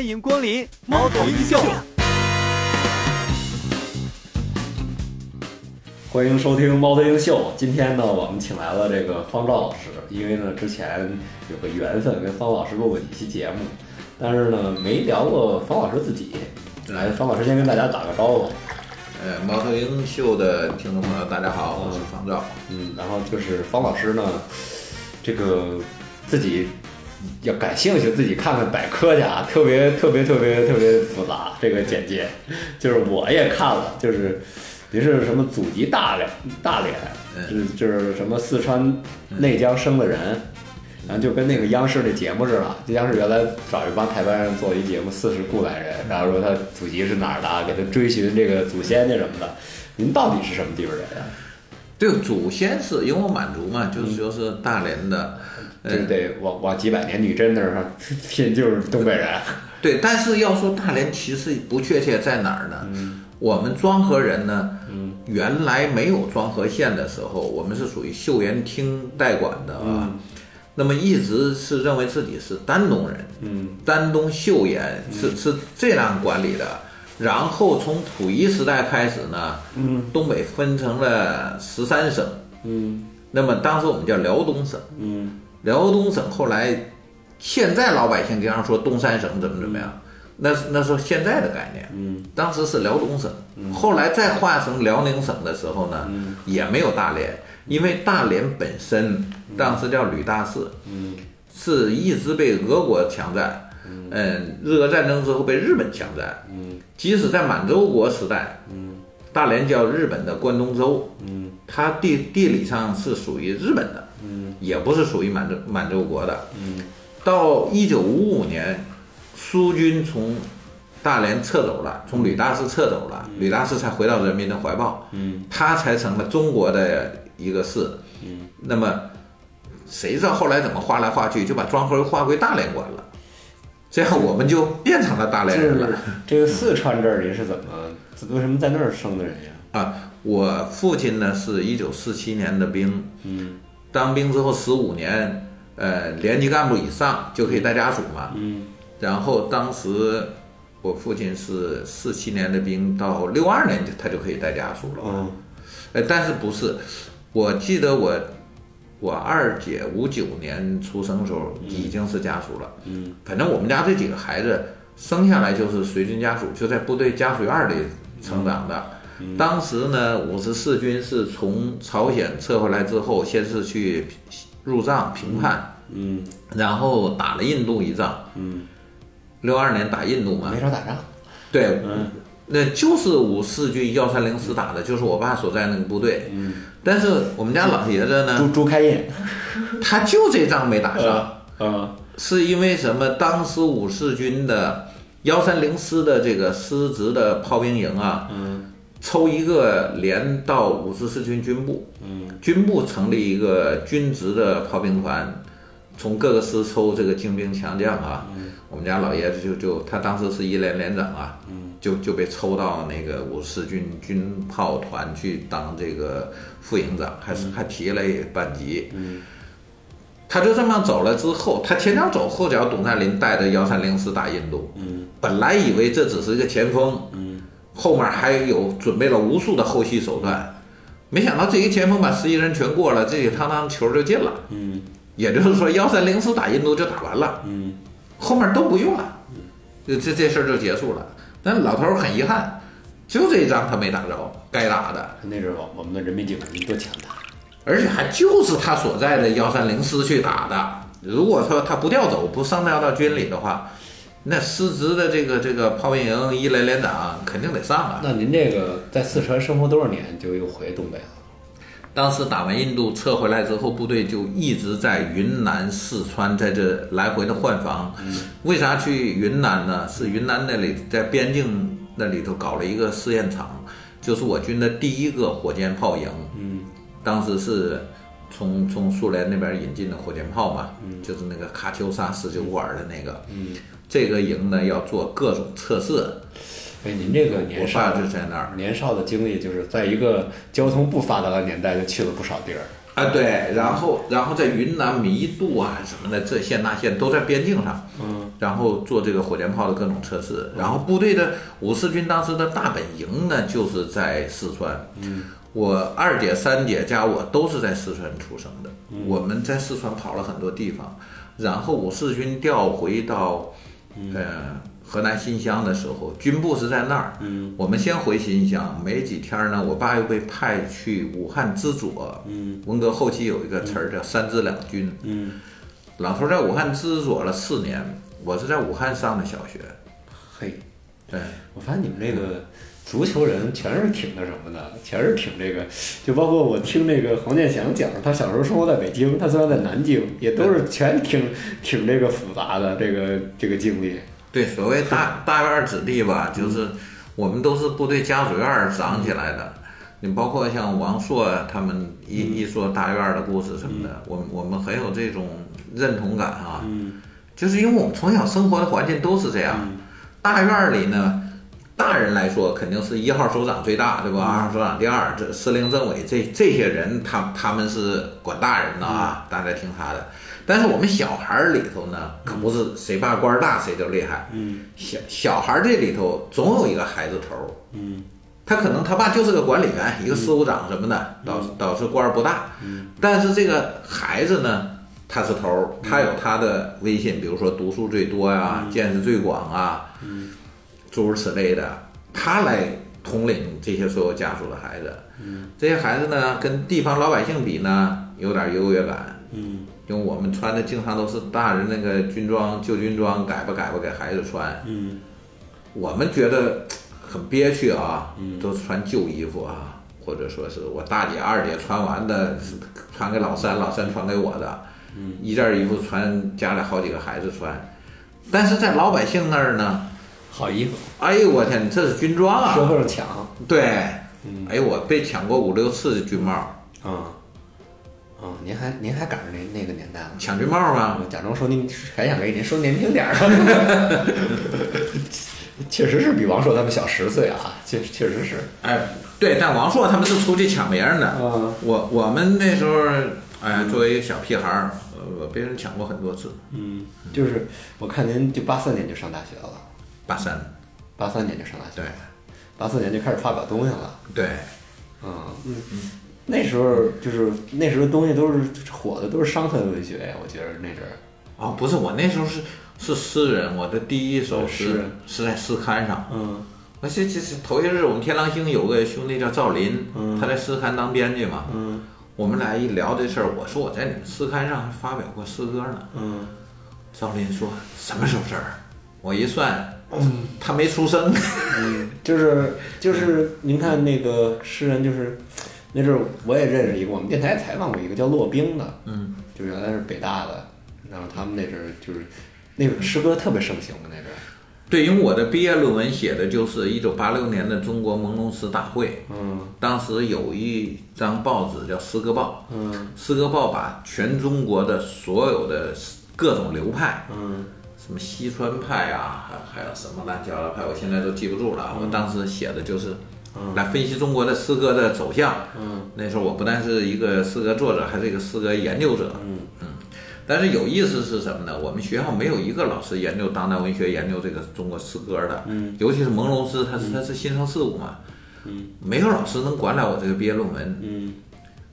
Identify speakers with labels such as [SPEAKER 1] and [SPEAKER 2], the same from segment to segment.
[SPEAKER 1] 欢迎光临猫头鹰秀，
[SPEAKER 2] 欢迎收听《猫头鹰秀》。今天呢，我们请来了这个方照老师，因为呢之前有个缘分跟方老师录过一期节目，但是呢没聊过方老师自己。来，方老师先跟大家打个招呼。
[SPEAKER 3] 呃，猫头鹰秀的听众朋友，大家好，我是方照。
[SPEAKER 2] 嗯，然后就是方老师呢，这个自己要感兴趣，自己看看百科去啊，特别特别特别特别复杂。这个简介就是我也看了，就是您是什么祖籍大连，大连，就是就是什么四川内江生的人。然后就跟那个央视那节目似的，就央视原来找一帮台湾人做一节目《四十故来人》，然后说他祖籍是哪儿的啊，给他追寻这个祖先去什么的。您到底是什么地方人啊？
[SPEAKER 3] 对，祖先是因为我满族嘛，就是就是大连的，呃
[SPEAKER 2] 这，得往往几百年女真那儿上 拼，就是东北人。
[SPEAKER 3] 对。但是要说大连其实不确切在哪儿呢？
[SPEAKER 2] 嗯
[SPEAKER 3] 我们庄河人呢，原来没有庄河县的时候，我们是属于秀园厅代管的啊。
[SPEAKER 2] 嗯
[SPEAKER 3] 那么一直是认为自己是丹东人，
[SPEAKER 2] 嗯，
[SPEAKER 3] 丹东秀岩是是这样管理的。然后从溥仪时代开始呢，嗯，东北分成了十三省，
[SPEAKER 2] 嗯
[SPEAKER 3] 那么当时我们叫辽东省，
[SPEAKER 2] 嗯
[SPEAKER 3] 辽东省后来现在老百姓经常说东三省怎么怎么样，那是那是现在的概念，
[SPEAKER 2] 嗯
[SPEAKER 3] 当时是辽东省，后来再划成辽宁省的时候呢，
[SPEAKER 2] 嗯
[SPEAKER 3] 也没有大连，因为大连本身当时叫吕大市，
[SPEAKER 2] 嗯
[SPEAKER 3] 是一直被俄国强占，嗯，日俄战争之后被日本强占，
[SPEAKER 2] 嗯
[SPEAKER 3] 即使在满洲国时代，
[SPEAKER 2] 嗯
[SPEAKER 3] 大连叫日本的关东州，
[SPEAKER 2] 嗯
[SPEAKER 3] 它地地理上是属于日本的，
[SPEAKER 2] 嗯，
[SPEAKER 3] 也不是属于满洲满洲国的。
[SPEAKER 2] 嗯，
[SPEAKER 3] 到一九五五年，苏军从大连撤走了，从吕大师撤走了，吕大师才回到人民的怀抱，
[SPEAKER 2] 嗯
[SPEAKER 3] 他才成了中国的一个市。
[SPEAKER 2] 嗯，
[SPEAKER 3] 那么谁知道后来怎么划来划去，就把庄河划归大连管了，这样我们就变成了大
[SPEAKER 2] 就
[SPEAKER 3] 连人了
[SPEAKER 2] 是。 这个四川这儿您是怎么为什么在那儿生的人呀？
[SPEAKER 3] 啊，我父亲呢是一九四七年的兵，
[SPEAKER 2] 嗯，
[SPEAKER 3] 当兵之后十五年，呃，连级干部以上就可以带家属嘛。
[SPEAKER 2] 嗯
[SPEAKER 3] 然后当时我父亲是四七年的兵，到六二年就他就可以带家属了。
[SPEAKER 2] 嗯
[SPEAKER 3] 呃，但是不是？我记得我我二姐五九年出生的时候已经是家属了。
[SPEAKER 2] 嗯，
[SPEAKER 3] 反正我们家这几个孩子生下来就是随军家属，就在部队家属院里成长的。
[SPEAKER 2] 嗯
[SPEAKER 3] 当时呢，五十四军是从朝鲜撤回来之后，先是去入藏平叛，
[SPEAKER 2] 嗯
[SPEAKER 3] 然后打了印度一仗。
[SPEAKER 2] 嗯，
[SPEAKER 3] 六二年打印度嘛
[SPEAKER 2] 没，少打仗。
[SPEAKER 3] 对，
[SPEAKER 2] 嗯
[SPEAKER 3] 那就是五四军幺三零师打的，就是我爸所在那个部队。
[SPEAKER 2] 嗯，
[SPEAKER 3] 但是我们家老爷子呢，
[SPEAKER 2] 朱朱开印。
[SPEAKER 3] 他就这仗没打上，
[SPEAKER 2] 嗯
[SPEAKER 3] 是因为什么？当时五四军的幺三零师的这个师直的炮兵营啊，
[SPEAKER 2] 嗯
[SPEAKER 3] 抽一个连到五十四军军部，
[SPEAKER 2] 嗯
[SPEAKER 3] 军部成立一个军职的炮兵团，从各个师抽这个精兵强将啊。我们家老爷子就就他当时是一连连长啊，就就被抽到那个五十四军军炮团去当这个副营长，还是还提了一班级。
[SPEAKER 2] 嗯
[SPEAKER 3] 他就这么走了之后，他前脚走，后脚董占林带着幺三零师打印度。
[SPEAKER 2] 嗯
[SPEAKER 3] 本来以为这只是一个前锋，
[SPEAKER 2] 嗯
[SPEAKER 3] 后面还有准备了无数的后续手段，没想到这一前锋把十一人全过了，这里堂堂球就进了。
[SPEAKER 2] 嗯
[SPEAKER 3] 也就是说，幺三零师打印度就打完了，
[SPEAKER 2] 嗯
[SPEAKER 3] 后面都不用了，这这这事儿就结束了。但老头儿很遗憾，就这一仗他没打着该打的，
[SPEAKER 2] 那阵儿我我们的人民警察多强大。
[SPEAKER 3] 而且还就是他所在的幺三零师去打的。如果说他不调走，不上调到军里的话，那师直的这个这个炮兵营一连连长肯定得上啊。
[SPEAKER 2] 那您这个在四川生活多少年，就又回东北了？
[SPEAKER 3] 当时打完印度撤回来之后，部队就一直在云南、四川在这来回的换防。为啥去云南呢？是云南那里在边境那里头搞了一个试验场，就是我军的第一个火箭炮营。
[SPEAKER 2] 嗯
[SPEAKER 3] 当时是从从苏联那边引进的火箭炮嘛，就是那个卡秋莎十九管的那个。
[SPEAKER 2] 嗯。
[SPEAKER 3] 这个营呢要做各种测试，
[SPEAKER 2] 哎，您这个
[SPEAKER 3] 我
[SPEAKER 2] 年
[SPEAKER 3] 爸
[SPEAKER 2] 少
[SPEAKER 3] 就在那儿
[SPEAKER 2] 年少的经历，就是在一个交通不发达的年代，就去了不少地儿。
[SPEAKER 3] 啊，对，然后然后在云南弥度啊什么的，这县那县都在边境上。
[SPEAKER 2] 嗯
[SPEAKER 3] 然后做这个火箭炮的各种测试。然后部队的五四军当时的大本营呢，就是在四川。嗯，我二姐、三姐加我都是在四川出生的，我们在四川跑了很多地方。然后五四军调回到，呃，河南新乡的时候，军部是在那儿。嗯，我们先回新乡，没几天呢，我爸又被派去武汉支左。嗯，文革后期有一个词儿叫“三支两军”。
[SPEAKER 2] 嗯，
[SPEAKER 3] 老头儿在武汉支左了四年，我是在武汉上的小学。
[SPEAKER 2] 嘿，
[SPEAKER 3] 对，
[SPEAKER 2] 我发现你们这个足球人全是挺那什么的，全是挺这个，就包括我听那个黄健翔讲，他小时候生活在北京，他虽然在南京，也都是全挺挺这个复杂的这个这个经历。
[SPEAKER 3] 对，所谓大大院儿子弟吧，就是我们都是部队家属院儿长起来的。你包括像王朔啊他们一、一说大院儿的故事什么的，我们我们很有这种认同感啊。
[SPEAKER 2] 嗯
[SPEAKER 3] 就是因为我们从小生活的环境都是这样。大院儿里呢，大人来说肯定是一号首长最大，对吧？二号首长第二，这司令、政委这这些人，他他们是管大人的啊，大家听他的。但是我们小孩儿里头呢，可不是谁爸官儿大谁就厉害。
[SPEAKER 2] 嗯
[SPEAKER 3] 小小孩儿这里头总有一个孩子头儿，
[SPEAKER 2] 嗯
[SPEAKER 3] 他可能他爸就是个管理员，一个司务长什么的，导导致官儿不大。但是这个孩子呢，他是头儿，他有他的威信，比如说读书最多呀、见识最广啊，诸如此类的，他来统领这些所有家属的孩子。这些孩子呢，跟地方老百姓比呢，有点优越感。
[SPEAKER 2] 嗯
[SPEAKER 3] 因为我们穿的经常都是大人那个军装、旧军装，改吧改吧给孩子穿。
[SPEAKER 2] 嗯
[SPEAKER 3] 我们觉得很憋屈啊，都穿旧衣服啊，或者说是我大姐、二姐穿完的，传给老三，老三传给我的，一件衣服传家里好几个孩子穿，但是在老百姓那儿呢，
[SPEAKER 2] 好衣服，
[SPEAKER 3] 哎呦我天，这是军装
[SPEAKER 2] 社
[SPEAKER 3] 啊，
[SPEAKER 2] 会上抢
[SPEAKER 3] 对，哎呦我被抢过五六次军帽，
[SPEAKER 2] 啊啊！您还您还赶上那那个年代了。
[SPEAKER 3] 抢军帽啊，
[SPEAKER 2] 我假装说您还想给您说年轻点儿，啊 确实是比王朔他们小十岁啊，确确实是。
[SPEAKER 3] 哎，对，但王朔他们是出去抢别人的，
[SPEAKER 2] 嗯
[SPEAKER 3] 我我们那时候，哎，作为一个小屁孩儿，呃，被人抢过很多次，
[SPEAKER 2] 嗯，就是我看您就八四年就上大学了，
[SPEAKER 3] 八三，
[SPEAKER 2] 八三年就上大学，
[SPEAKER 3] 对，
[SPEAKER 2] 八四年就开始发表东西了。
[SPEAKER 3] 对。
[SPEAKER 2] 嗯嗯，那时候就是那时候东西都是火的，都是伤痕文学，我觉得那阵儿。
[SPEAKER 3] 哦，不是，我那时候是是诗人，我的第一首
[SPEAKER 2] 哦诗
[SPEAKER 3] 诗
[SPEAKER 2] 人
[SPEAKER 3] 是在诗刊上。
[SPEAKER 2] 嗯
[SPEAKER 3] 那这这是头些日，我们天狼星有个兄弟叫赵林，
[SPEAKER 2] 嗯
[SPEAKER 3] 他在诗刊当编辑嘛。
[SPEAKER 2] 嗯
[SPEAKER 3] 我们俩一聊这事儿，我说我在你们诗刊上还发表过诗歌呢。
[SPEAKER 2] 嗯，
[SPEAKER 3] 赵林说什么时候事儿？我一算，
[SPEAKER 2] 嗯
[SPEAKER 3] 他没出生。
[SPEAKER 2] 就是就是，您看那个诗人，就是那阵儿我也认识一个，我们电台采访过一个叫骆冰的，
[SPEAKER 3] 嗯，
[SPEAKER 2] 就原来是北大的，然后他们那阵儿就是那个诗歌特别盛行的那阵儿，
[SPEAKER 3] 对，因为我的毕业论文写的就是一九八六年的中国朦胧诗大会，
[SPEAKER 2] 嗯
[SPEAKER 3] 当时有一张报纸叫《诗歌报》，
[SPEAKER 2] 嗯
[SPEAKER 3] 诗歌报把全中国的所有的各种流派，
[SPEAKER 2] 嗯
[SPEAKER 3] 什么西川派啊，还还有什么乱七八糟派，我现在都记不住了啊。我当时写的就是来分析中国的诗歌的走向。
[SPEAKER 2] 嗯
[SPEAKER 3] 那时候我不但是一个诗歌作者，还是一个诗歌研究者。
[SPEAKER 2] 嗯
[SPEAKER 3] 但是有意思是什么呢？我们学校没有一个老师研究当代文学、研究这个中国诗歌的，
[SPEAKER 2] 嗯
[SPEAKER 3] 尤其是朦胧诗，它是它是新生事物嘛，
[SPEAKER 2] 嗯
[SPEAKER 3] 没有老师能管了我这个毕业论文。
[SPEAKER 2] 嗯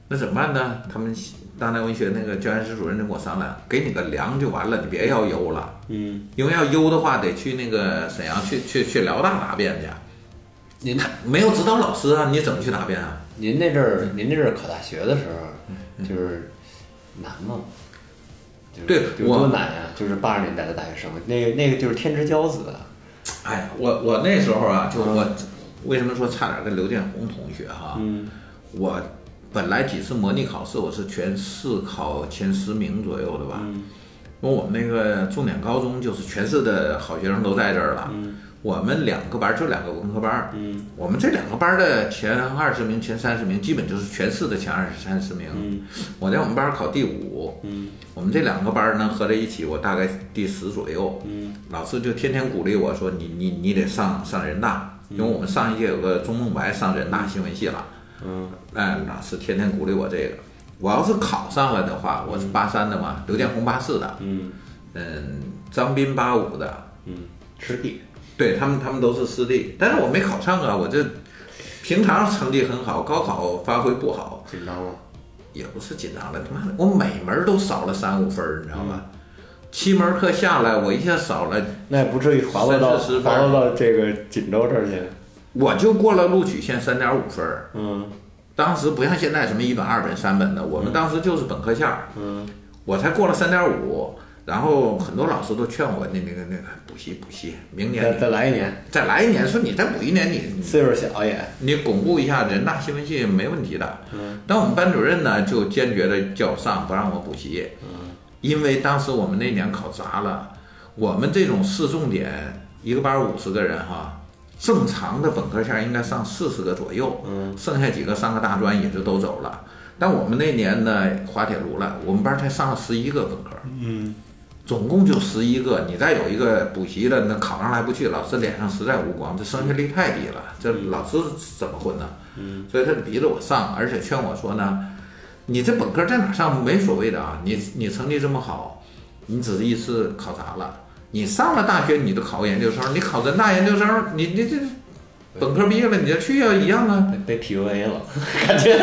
[SPEAKER 3] 那怎么办呢？他们当代文学那个教研室主任就跟我商量，给你个粮就完了，你别要优了，
[SPEAKER 2] 嗯，
[SPEAKER 3] 因为要优的话得去那个沈阳去去去辽大答辩去。
[SPEAKER 2] 您
[SPEAKER 3] 没有指导老师啊，你怎么去答辩啊？
[SPEAKER 2] 您那阵儿您那阵儿考大学的时候，就是难吗？就是
[SPEAKER 3] 对
[SPEAKER 2] 有多
[SPEAKER 3] 我
[SPEAKER 2] 难呀、就是八十年代的大学生，那个那个就是天之骄子，啊
[SPEAKER 3] 哎呀，我我那时候啊，就我、为什么说差点跟刘建宏同学哈、
[SPEAKER 2] 嗯
[SPEAKER 3] 我本来几次模拟考试我是全市考前十名左右的吧，
[SPEAKER 2] 嗯
[SPEAKER 3] 因为我们那个重点高中就是全市的好学生都在这儿了，我们两个班儿就两个文科班儿，
[SPEAKER 2] 嗯
[SPEAKER 3] 我们这两个班儿的前二十名、前三十名，基本就是全市的前二十、三十名。我在我们班儿考第五，
[SPEAKER 2] 嗯
[SPEAKER 3] 我们这两个班儿呢合在一起，我大概第十左右。
[SPEAKER 2] 嗯
[SPEAKER 3] 老师就天天鼓励我说：“你你你得上上人大，因为我们上一届有个钟梦白上人大新闻系了。”
[SPEAKER 2] 嗯
[SPEAKER 3] 哎，老师天天鼓励我这个。我要是考上了的话，我是八三的嘛，刘建宏八四的，
[SPEAKER 2] 嗯
[SPEAKER 3] 嗯，张斌八五的，
[SPEAKER 2] 嗯，师弟，
[SPEAKER 3] 对他们，他们都是私立，但是我没考上啊，我这平常成绩很好，高考发挥不好，
[SPEAKER 2] 紧张吗？
[SPEAKER 3] 也不是紧张了，他妈的，我每门都少了三五分儿，你知道吗？七门课下来，我一下少了，
[SPEAKER 2] 那也不至于滑落到
[SPEAKER 3] 三四十分
[SPEAKER 2] 滑落到这个锦州这儿去。
[SPEAKER 3] 我就过了录取线三点五分儿。
[SPEAKER 2] 嗯
[SPEAKER 3] 当时不像现在什么一本、二本、三本的，我们当时就是本科线儿，
[SPEAKER 2] 嗯
[SPEAKER 3] 我才过了三点五。然后很多老师都劝我，那那个那个补习补习，明年嗯
[SPEAKER 2] 再
[SPEAKER 3] 你
[SPEAKER 2] 再来一年，
[SPEAKER 3] 再来一年，说你再补一年，你
[SPEAKER 2] 岁数小也，
[SPEAKER 3] 你巩固一下人大新闻系没问题的。
[SPEAKER 2] 嗯
[SPEAKER 3] 但我们班主任呢，就坚决的叫我上，不让我补习，
[SPEAKER 2] 嗯
[SPEAKER 3] 因为当时我们那年考砸了，我们这种市重点一个班五十个人哈，正常的本科线应该上四十个左右，
[SPEAKER 2] 嗯
[SPEAKER 3] 剩下几个上个大专也就都走了。但我们那年呢，滑铁卢了，我们班才上了十一个本科，
[SPEAKER 2] 嗯
[SPEAKER 3] 总共就十一个，你再有一个补习的，那考上来不去，老师脸上实在无光，这升学率太低了，这老师怎么混呢？
[SPEAKER 2] 嗯
[SPEAKER 3] 所以他就逼着我上，而且劝我说呢，你这本科在哪上没所谓的啊，你你成绩这么好，你只是一次考砸了，你上了大学你就考个研究生，你考人大研究生，你你这本科毕业了你就去啊，一样啊。
[SPEAKER 2] 被被 PUA 了，感觉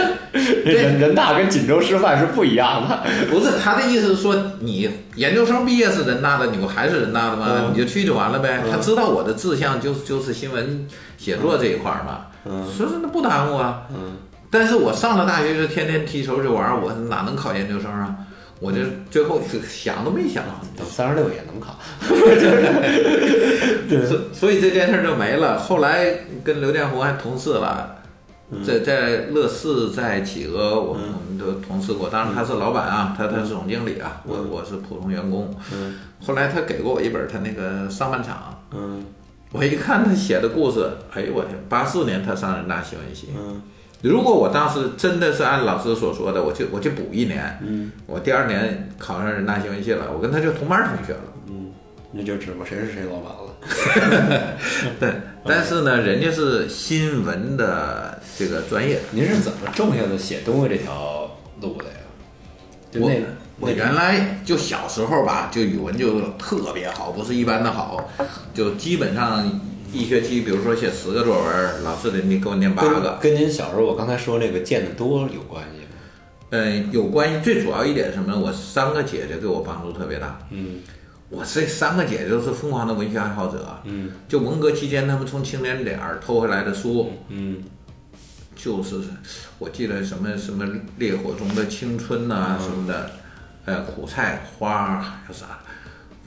[SPEAKER 2] 人人大跟锦州师范是不一样的。
[SPEAKER 3] 不是他的意思是说，你研究生毕业是人大的，你不还是人大的吗？
[SPEAKER 2] 嗯
[SPEAKER 3] 你就去就完了呗。
[SPEAKER 2] 嗯
[SPEAKER 3] 他知道我的志向就就是新闻写作这一块儿嘛，
[SPEAKER 2] 嗯
[SPEAKER 3] 所以说那不耽误啊。
[SPEAKER 2] 嗯
[SPEAKER 3] 但是我上了大学就天天踢球就玩儿，我哪能考研究生啊？我就
[SPEAKER 2] 嗯
[SPEAKER 3] 最后就想都没想，
[SPEAKER 2] 等三十六也能 考。
[SPEAKER 3] 所所以这件事儿就没了。后来跟刘建宏还同事了，
[SPEAKER 2] 嗯
[SPEAKER 3] 在在乐视，在企鹅，我们我们都同事过。当然他是老板啊，他他是总经理啊，我我是普通员工。
[SPEAKER 2] 嗯
[SPEAKER 3] 后来他给过我一本儿他那个上半场，
[SPEAKER 2] 嗯
[SPEAKER 3] 我一看他写的故事，哎呦我天，八四年他上人大新闻系。
[SPEAKER 2] 嗯
[SPEAKER 3] 如果我当时真的是按老师所说的，我去我去补一年，
[SPEAKER 2] 嗯
[SPEAKER 3] 我第二年考上人大新闻系了，我跟他就同班同学了。
[SPEAKER 2] 嗯，那就指不谁是谁老板了。
[SPEAKER 3] 对，
[SPEAKER 2] 嗯
[SPEAKER 3] 但是呢，人家是新闻的这个专业。
[SPEAKER 2] 您是怎么种下的写东西这条路的呀？就
[SPEAKER 3] 我
[SPEAKER 2] 那
[SPEAKER 3] 我原来就小时候吧，就语文就特别好，不是一般的好，就基本上一学期，比如说写十个作文，老师得你给我念八个
[SPEAKER 2] 跟。跟您小时候我刚才说那个见得多有关系吗？
[SPEAKER 3] 嗯，有关系最主要一点是什么呢？我三个姐姐对我帮助特别大。
[SPEAKER 2] 嗯
[SPEAKER 3] 我这三个姐姐都是疯狂的文学爱好者，
[SPEAKER 2] 嗯
[SPEAKER 3] 就文革期间，他们从青年点儿偷回来的书，
[SPEAKER 2] 嗯
[SPEAKER 3] 就是我记得什么什么烈火中的青春呐、
[SPEAKER 2] 嗯
[SPEAKER 3] 什么的，呃，苦菜花还有啥，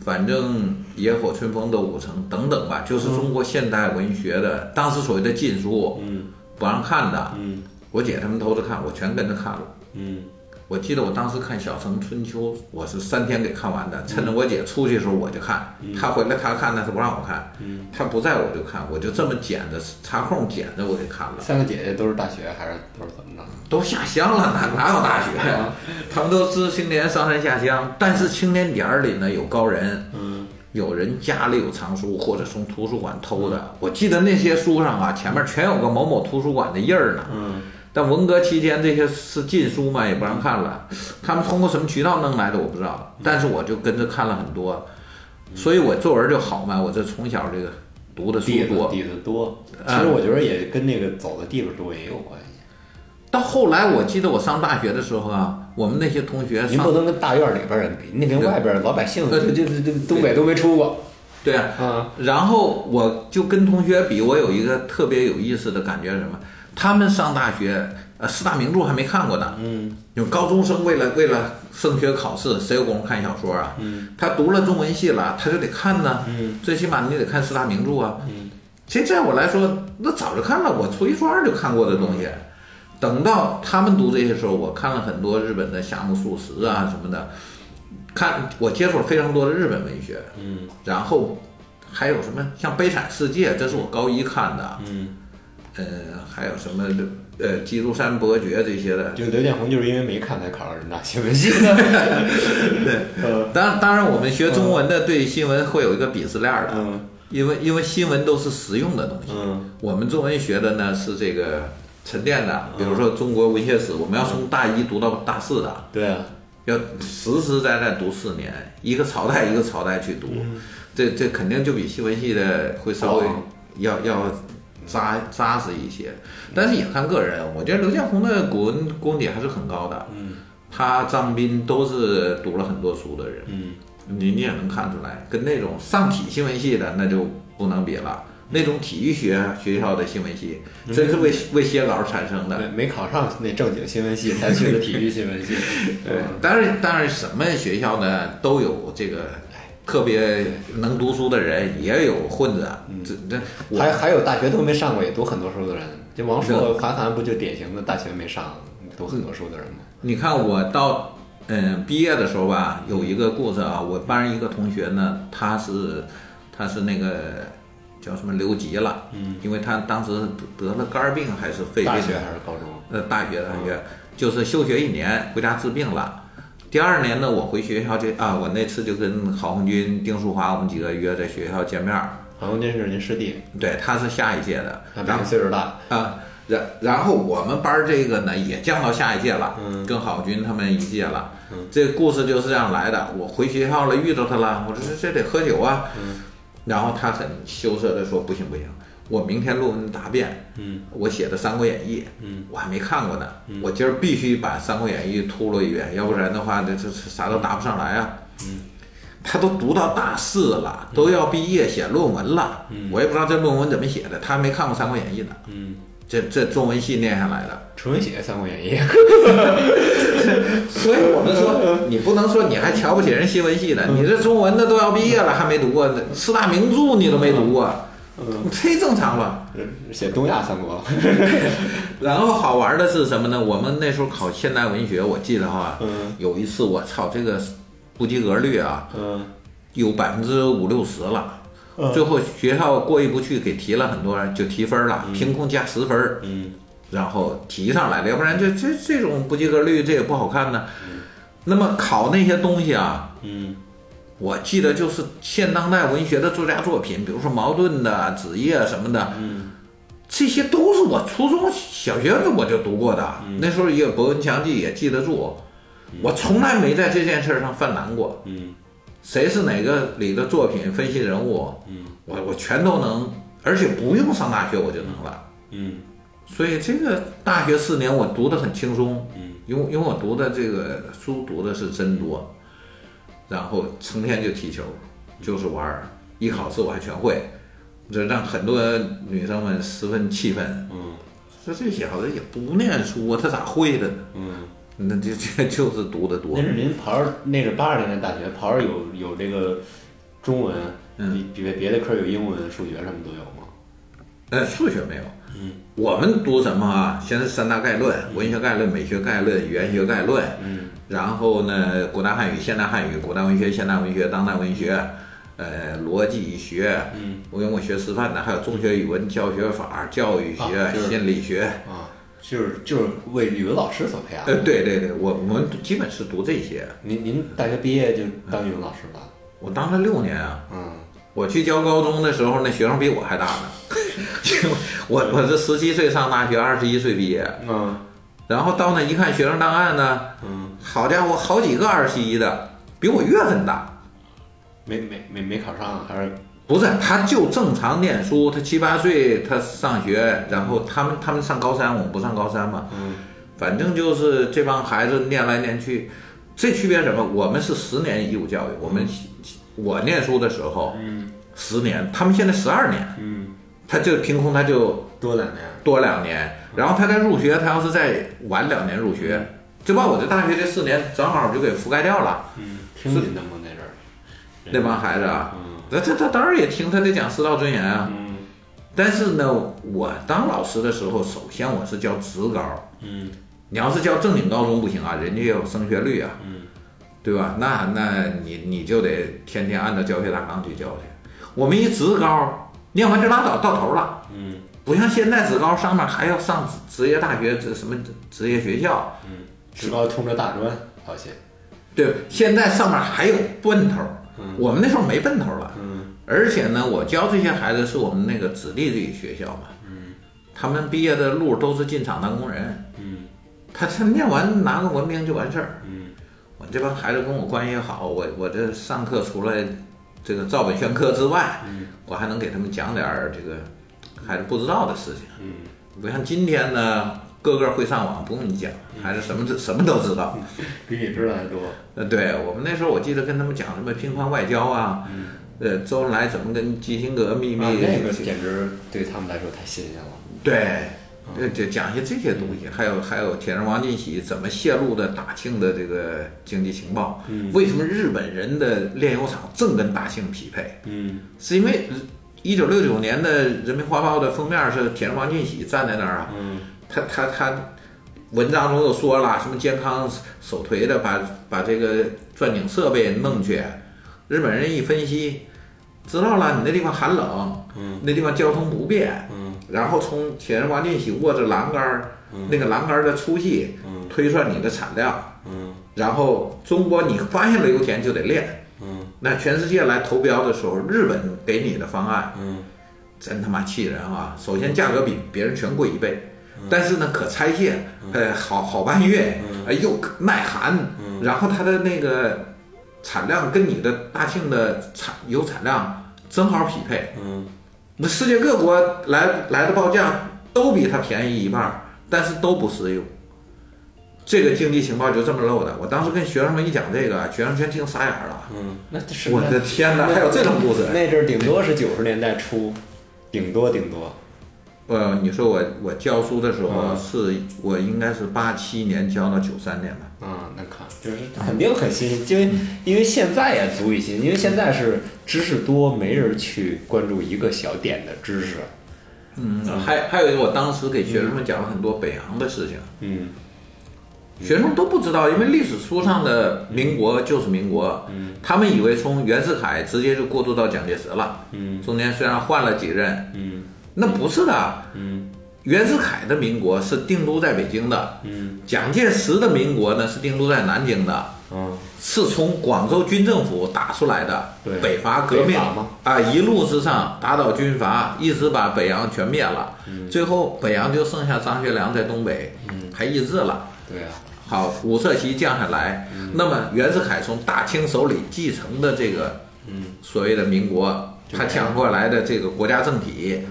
[SPEAKER 3] 反正野火春风的五城等等吧，就是中国现代文学的、当时所谓的禁书，
[SPEAKER 2] 嗯
[SPEAKER 3] 不让看的，
[SPEAKER 2] 嗯
[SPEAKER 3] 我姐他们偷着看，我全跟着看了。
[SPEAKER 2] 嗯
[SPEAKER 3] 我记得我当时看《小城春秋》，我是三天给看完的。
[SPEAKER 2] 嗯
[SPEAKER 3] 趁着我姐出去的时候我就看，她回来她看，但是不让我看，
[SPEAKER 2] 嗯
[SPEAKER 3] 她不在我就看，我就这么捡着插空捡着我给看了。
[SPEAKER 2] 三个姐姐都是大学还是都是怎么 着？
[SPEAKER 3] 都下乡了，哪 哪有大学
[SPEAKER 2] 嗯
[SPEAKER 3] 呀、
[SPEAKER 2] 啊
[SPEAKER 3] 他们都知青年上山下乡，但是青年点儿里呢有高人，
[SPEAKER 2] 嗯
[SPEAKER 3] 有人家里有藏书，或者从图书馆偷
[SPEAKER 2] 嗯
[SPEAKER 3] 的。我记得那些书上啊，前面全有个某某图书馆的印儿呢。
[SPEAKER 2] 嗯
[SPEAKER 3] 但文革期间这些是禁书嘛，也不让看了。他们通过什么渠道弄来的我不知道，
[SPEAKER 2] 嗯
[SPEAKER 3] 但是我就跟着看了很多，所以我作文就好嘛。我这从小这个读的书
[SPEAKER 2] 底子
[SPEAKER 3] 多，
[SPEAKER 2] 底子多，嗯其
[SPEAKER 3] 啊
[SPEAKER 2] 实我觉得也跟那个走的地方多也有关系。
[SPEAKER 3] 到后来我记得我上大学的时候啊，我们那些同学
[SPEAKER 2] 您
[SPEAKER 3] 上
[SPEAKER 2] 不能跟大院里边人比，你跟外边的老百姓，
[SPEAKER 3] 对
[SPEAKER 2] 这这这这东北都没出过
[SPEAKER 3] 对啊，
[SPEAKER 2] 啊。
[SPEAKER 3] 然后我就跟同学比，我有一个特别有意思的感觉是什么？他们上大学，呃，四大名著还没看过呢。
[SPEAKER 2] 嗯，
[SPEAKER 3] 有高中生为了为了升学考试，谁有功夫看小说啊？
[SPEAKER 2] 嗯，
[SPEAKER 3] 他读了中文系了，他就得看呢。
[SPEAKER 2] 嗯，
[SPEAKER 3] 最起码你得看四大名著啊。
[SPEAKER 2] 嗯，
[SPEAKER 3] 这在我来说，那早就看了，我初一初二就看过的东
[SPEAKER 2] 嗯
[SPEAKER 3] 西。等到他们读这些时候，我看了很多日本的夏目漱石啊什么的，看我接触了非常多的日本文学。
[SPEAKER 2] 嗯
[SPEAKER 3] 然后还有什么像《悲惨世界》，这是我高一看的，
[SPEAKER 2] 嗯，
[SPEAKER 3] 呃，还有什么呃《基督山伯爵》这些的。
[SPEAKER 2] 就刘建宏就是因为没看才考上人大新闻系 的。
[SPEAKER 3] 对，
[SPEAKER 2] 嗯
[SPEAKER 3] 当当然我们学中文的对新闻会有一个鄙视链儿的，
[SPEAKER 2] 嗯
[SPEAKER 3] 因为因为新闻都是实用的东西，
[SPEAKER 2] 嗯
[SPEAKER 3] 我们中文学的呢是这个沉淀的，比如说中国文学史，我们要从大一读到大四的，
[SPEAKER 2] 对啊，
[SPEAKER 3] 要实实在在读四年，一个朝代一个朝代去读，这这肯定就比新闻系的会稍微
[SPEAKER 2] 嗯哦
[SPEAKER 3] 要要扎扎实一些。但是也看个人，我觉得刘建宏的古文功底还是很高的。
[SPEAKER 2] 嗯
[SPEAKER 3] 他张斌都是读了很多书的人，
[SPEAKER 2] 嗯
[SPEAKER 3] 你你也能看出来，跟那种上体新闻系的那就不能比了。那种体育学学校的新闻系，
[SPEAKER 2] 嗯
[SPEAKER 3] 这是为为写稿产生的。
[SPEAKER 2] 没没考上那正经新闻 系，才去的体育新闻系。
[SPEAKER 3] 对，当然当然，什么学校呢都有这个哎特别能读书的人，也有混子。
[SPEAKER 2] 嗯
[SPEAKER 3] 这这我
[SPEAKER 2] 还还有大学都没上过也读很多书的人，就王朔、韩寒不就典型的大学没上读很多书的人吗？
[SPEAKER 3] 你看我到嗯毕业的时候吧，有一个故事啊，我班一个同学呢，他是他是那个叫什么留级了，嗯，因为他当时得了肝病还是肺病，
[SPEAKER 2] 大学还哦是高中？
[SPEAKER 3] 呃大学大学，就是休学一年回家治病了。第二年呢，我回学校去啊，我那次就跟郝红军、丁淑华我们几个约在学校见面儿。
[SPEAKER 2] 郝红军是您师弟，
[SPEAKER 3] 对，他是下一届的，
[SPEAKER 2] 他比
[SPEAKER 3] 然后
[SPEAKER 2] 你岁数大。
[SPEAKER 3] 啊，然然后我们班儿这个呢也降到下一届了，
[SPEAKER 2] 嗯
[SPEAKER 3] 跟郝军他们一届了。这故事就是这样来的。我回学校了，遇到他了，我说这这得喝酒啊。
[SPEAKER 2] 嗯
[SPEAKER 3] 然后他很羞涩的说：“不行不行，我明天论文答辩，
[SPEAKER 2] 嗯，
[SPEAKER 3] 我写的《三国演义》，
[SPEAKER 2] 嗯，
[SPEAKER 3] 我还没看过呢，我今儿必须把《三国演义》秃噜一遍，要不然的话，这这这啥都答不上来啊。”
[SPEAKER 2] 嗯
[SPEAKER 3] 他都读到大四了，都要毕业写论文了，我也不知道这论文怎么写的，他还没看过《三国演义》呢。
[SPEAKER 2] 嗯，
[SPEAKER 3] 这这中文系念下来的，
[SPEAKER 2] 纯写《三国演义》。
[SPEAKER 3] 所以我们说，你不能说你还瞧不起人新闻系的，你这中文的都要毕业了还没读过，四大名著你都没读过，忒正常了。
[SPEAKER 2] 写东亚三国，
[SPEAKER 3] 然后好玩的是什么呢？我们那时候考现代文学，我记得哈，
[SPEAKER 2] 嗯
[SPEAKER 3] 有一次我操这个不及格率啊，
[SPEAKER 2] 嗯
[SPEAKER 3] 有百分之五六十了。
[SPEAKER 2] 嗯
[SPEAKER 3] 最后学校过意不去，给提了很多人，就提分了，凭空加十分儿。
[SPEAKER 2] 嗯
[SPEAKER 3] 然后提上来了，要不然这这这种不及格率这也不好看呢。那么考那些东西啊，
[SPEAKER 2] 嗯
[SPEAKER 3] 我记得就是现当代文学的作家作品，比如说茅盾的、子夜什么的，这些都是我初中小学我就读过的，那时候也有《博闻强记》也记得住，我从来没在这件事儿上犯难过。
[SPEAKER 2] 嗯
[SPEAKER 3] 谁是哪个里的作品分析人物，
[SPEAKER 2] 嗯
[SPEAKER 3] 我我全都能，而且不用上大学我就能了。
[SPEAKER 2] 嗯
[SPEAKER 3] 所以这个大学四年我读得很轻松，
[SPEAKER 2] 嗯，
[SPEAKER 3] 因为因为我读的这个书读的是真多，然后成天就踢球，
[SPEAKER 2] 嗯
[SPEAKER 3] 就是玩儿，一考试我还全会，这让很多女生们十分气愤，
[SPEAKER 2] 嗯
[SPEAKER 3] 说这小子也不念书啊，他咋会的呢？
[SPEAKER 2] 嗯。
[SPEAKER 3] 那这这就是读得多
[SPEAKER 2] 那，是您刨儿，那是八十年代大学刨儿有有这个中文，
[SPEAKER 3] 嗯
[SPEAKER 2] 比别别的科有英文、数学什么都有吗？
[SPEAKER 3] 呃，数学没有。
[SPEAKER 2] 嗯，
[SPEAKER 3] 我们读什么啊？先是三大概论：文学概论、美学概论、语言学概论。
[SPEAKER 2] 嗯
[SPEAKER 3] 然后呢，古代汉语、现代汉语、古代文学、现代文学、当代文学，呃，逻辑学，
[SPEAKER 2] 嗯
[SPEAKER 3] 我因为我学师范的，还有中学语文教学法、教育学、
[SPEAKER 2] 啊就是
[SPEAKER 3] 心理学，
[SPEAKER 2] 啊，就是就是为语文老师所培养的。
[SPEAKER 3] 呃，对对对，我我们基本是读这些。
[SPEAKER 2] 您您大学毕业就当语文老师了？
[SPEAKER 3] 我当了六年啊，
[SPEAKER 2] 嗯
[SPEAKER 3] 我去教高中的时候，那学生比我还大呢， 我我是十七岁上大学，二十一岁毕业，
[SPEAKER 2] 嗯
[SPEAKER 3] 然后到那一看学生档案呢，
[SPEAKER 2] 嗯，
[SPEAKER 3] 好家伙，好几个二十一的，比我月份大。
[SPEAKER 2] 没没没没考上，还是
[SPEAKER 3] 不是，他就正常念书，他七八岁他上学，然后他们他们上高三，我们不上高三嘛，
[SPEAKER 2] 嗯
[SPEAKER 3] 反正就是这帮孩子念来念去，这区别什么？我们是十年义务教育，我们我念书的时候，
[SPEAKER 2] 嗯
[SPEAKER 3] 十年，他们现在十二年，
[SPEAKER 2] 嗯，
[SPEAKER 3] 他就凭空他就
[SPEAKER 2] 多两年。
[SPEAKER 3] 多两年，然后他再入学，他要是再晚两年入学，就把我这大学这四年正好就给覆盖掉了，
[SPEAKER 2] 嗯，听您的吗？那阵儿，
[SPEAKER 3] 那帮孩子啊，
[SPEAKER 2] 嗯
[SPEAKER 3] 那他他当然也听，他得讲师道尊严啊。
[SPEAKER 2] 嗯
[SPEAKER 3] 但是呢，我当老师的时候，首先我是教职高，
[SPEAKER 2] 嗯
[SPEAKER 3] 你要是教正经高中不行啊，人家有升学率啊，
[SPEAKER 2] 嗯
[SPEAKER 3] 对吧？那那你你就得天天按照教学大纲去教去。我们一职高念完就拉倒，到头了，
[SPEAKER 2] 嗯
[SPEAKER 3] 不像现在职高上面还要上职业大学，这什么职业学校，
[SPEAKER 2] 嗯，职高通着大专，好些。
[SPEAKER 3] 对，现在上面还有奔头儿
[SPEAKER 2] 嗯，
[SPEAKER 3] 我们那时候没奔头了。
[SPEAKER 2] 嗯
[SPEAKER 3] 而且呢，我教这些孩子是我们那个子弟这个学校嘛，他们毕业的路都是进厂当工人。
[SPEAKER 2] 嗯
[SPEAKER 3] 他他念完拿个文凭就完事儿。
[SPEAKER 2] 嗯
[SPEAKER 3] 我这帮孩子跟我关系好，我我这上课除了这个照本宣科之外，我还能给他们讲点儿这个孩子不知道的事情。
[SPEAKER 2] 嗯
[SPEAKER 3] 不像今天呢，个个会上网，不用你讲，孩子什么知什么都知道。
[SPEAKER 2] 比你知道还多。啊
[SPEAKER 3] 呃，对我们那时候，我记得跟他们讲什么乒乓外交啊，呃，周恩来怎么跟基辛格秘密，
[SPEAKER 2] 啊，那个简直对他们来说太新鲜了。
[SPEAKER 3] 对，呃，就讲一些这些东西，还有还有铁人王进喜怎么泄露的大庆的这个经济情报，为什么日本人的炼油厂正跟大庆匹配？
[SPEAKER 2] 嗯
[SPEAKER 3] 是因为一九六九年的《人民画报》的封面是铁人王进喜站在那儿啊，
[SPEAKER 2] 嗯
[SPEAKER 3] 他他他文章中又说了什么健康手推的把把这个钻井设备弄去，日本人一分析，知道了你那地方寒冷，
[SPEAKER 2] 嗯
[SPEAKER 3] 那地方交通不便，
[SPEAKER 2] 嗯
[SPEAKER 3] 然后从铁人王进喜握着栏杆儿，
[SPEAKER 2] 嗯
[SPEAKER 3] 那个栏杆儿的粗细
[SPEAKER 2] 嗯
[SPEAKER 3] 推算你的产量，
[SPEAKER 2] 嗯
[SPEAKER 3] 然后中国你发现了油田就得炼。
[SPEAKER 2] 嗯
[SPEAKER 3] 那全世界来投标的时候，日本给你的方案
[SPEAKER 2] 嗯
[SPEAKER 3] 真他妈气人啊！首先价格比别人全贵一倍，
[SPEAKER 2] 嗯
[SPEAKER 3] 但是呢可拆卸，呃，好好搬运，呃，又耐寒，
[SPEAKER 2] 嗯
[SPEAKER 3] 然后它的那个产量跟你的大庆的产油产量正好匹配。
[SPEAKER 2] 嗯
[SPEAKER 3] 那世界各国来来的报价都比它便宜一半儿，但是都不实用。这个经济情报就这么漏的。我当时跟学生们一讲这个，啊学生全听傻眼了。
[SPEAKER 2] 嗯，那这是
[SPEAKER 3] 我的天哪，还有这种故事！
[SPEAKER 2] 那阵儿顶多是九十年代初，顶多顶多。
[SPEAKER 3] 呃，你说我我教书的时候
[SPEAKER 2] 嗯
[SPEAKER 3] 是，我应该是八七年教到九三年吧。
[SPEAKER 2] 啊，那看就是肯定很新鲜，因为因为现在也足以新，因为现在是知识多，没人去关注一个小点的知识。
[SPEAKER 3] 嗯，还还有一个，我当时给学生们讲了很多北洋的事情，
[SPEAKER 2] 嗯
[SPEAKER 3] 学生都不知道，因为历史书上的民国就是民国，他们以为从袁世凯直接就过渡到蒋介石了，
[SPEAKER 2] 嗯
[SPEAKER 3] 中间虽然换了几任，
[SPEAKER 2] 嗯
[SPEAKER 3] 那不是的，
[SPEAKER 2] 嗯
[SPEAKER 3] 袁世凯的民国是定都在北京的，
[SPEAKER 2] 嗯
[SPEAKER 3] 蒋介石的民国呢是定都在南京的，
[SPEAKER 2] 啊
[SPEAKER 3] 是从广州军政府打出来的
[SPEAKER 2] 对
[SPEAKER 3] 北伐革
[SPEAKER 2] 北
[SPEAKER 3] 命
[SPEAKER 2] 伐嘛
[SPEAKER 3] 啊，一路之上打倒军阀，一直把北洋全灭了。
[SPEAKER 2] 嗯
[SPEAKER 3] 最后北洋就剩下张学良在东北、还易帜了。
[SPEAKER 2] 对啊，
[SPEAKER 3] 好，五色旗降下来，
[SPEAKER 2] 嗯
[SPEAKER 3] 那么袁世凯从大清手里继承的这个
[SPEAKER 2] 嗯
[SPEAKER 3] 所谓的民国，
[SPEAKER 2] 就
[SPEAKER 3] 他抢过来的这个国家政体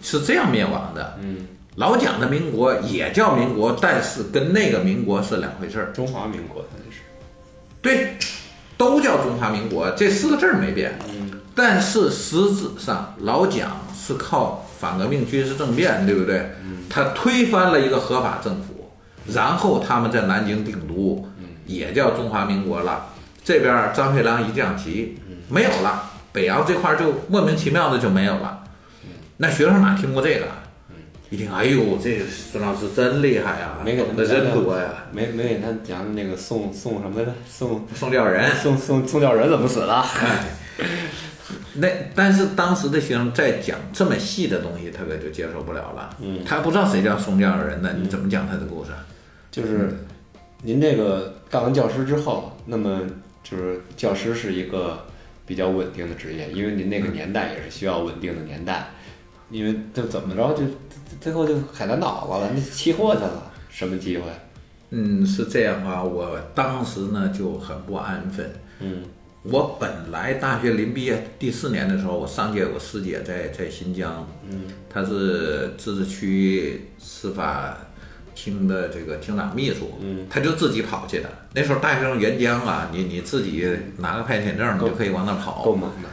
[SPEAKER 3] 是这样灭亡的。
[SPEAKER 2] 嗯，
[SPEAKER 3] 老蒋的民国也叫民国，但是跟那个民国是两回事儿。
[SPEAKER 2] 中华民国那是。
[SPEAKER 3] 对，都叫中华民国，这四个字儿没变。
[SPEAKER 2] 嗯
[SPEAKER 3] 但是实质上，老蒋是靠反革命军事政变，对不对？
[SPEAKER 2] 嗯
[SPEAKER 3] 他推翻了一个合法政府，然后他们在南京定都，
[SPEAKER 2] 嗯
[SPEAKER 3] 也叫中华民国了。这边儿张学良一降旗，
[SPEAKER 2] 嗯
[SPEAKER 3] 没有了，北洋这块儿就莫名其妙的就没有了。
[SPEAKER 2] 嗯
[SPEAKER 3] 那学生哪听过这个啊？一听，哎呦，这孙老师真厉害呀、
[SPEAKER 2] 没给他
[SPEAKER 3] 懂
[SPEAKER 2] 们
[SPEAKER 3] 得真
[SPEAKER 2] 讲讲
[SPEAKER 3] 多呀！
[SPEAKER 2] 没没给他讲那个宋宋什么来着？宋
[SPEAKER 3] 宋 教仁，
[SPEAKER 2] 宋宋宋教仁怎么死的？
[SPEAKER 3] 那但是当时的学生在讲这么细的东西，他可就接受不了了。嗯，他不知道谁叫宋教仁呢，你怎么讲他的故事？
[SPEAKER 2] 就是您这个干完教师之后，那么就是教师是一个比较稳定的职业，因为您那个年代也是需要稳定的年代，因为就怎么着就最后就海南岛了，那期货去了，什么机会？
[SPEAKER 3] 嗯，是这样啊，我当时呢就很不安分。
[SPEAKER 2] 嗯
[SPEAKER 3] 我本来大学临毕业第四年的时候，我上届有个师姐在在新疆，嗯，她是自治区司法厅的这个厅长秘书，嗯，她就自己跑去的。那时候大学生援疆啊，你你自己拿个派遣证，你就可以往那跑，
[SPEAKER 2] 够猛的。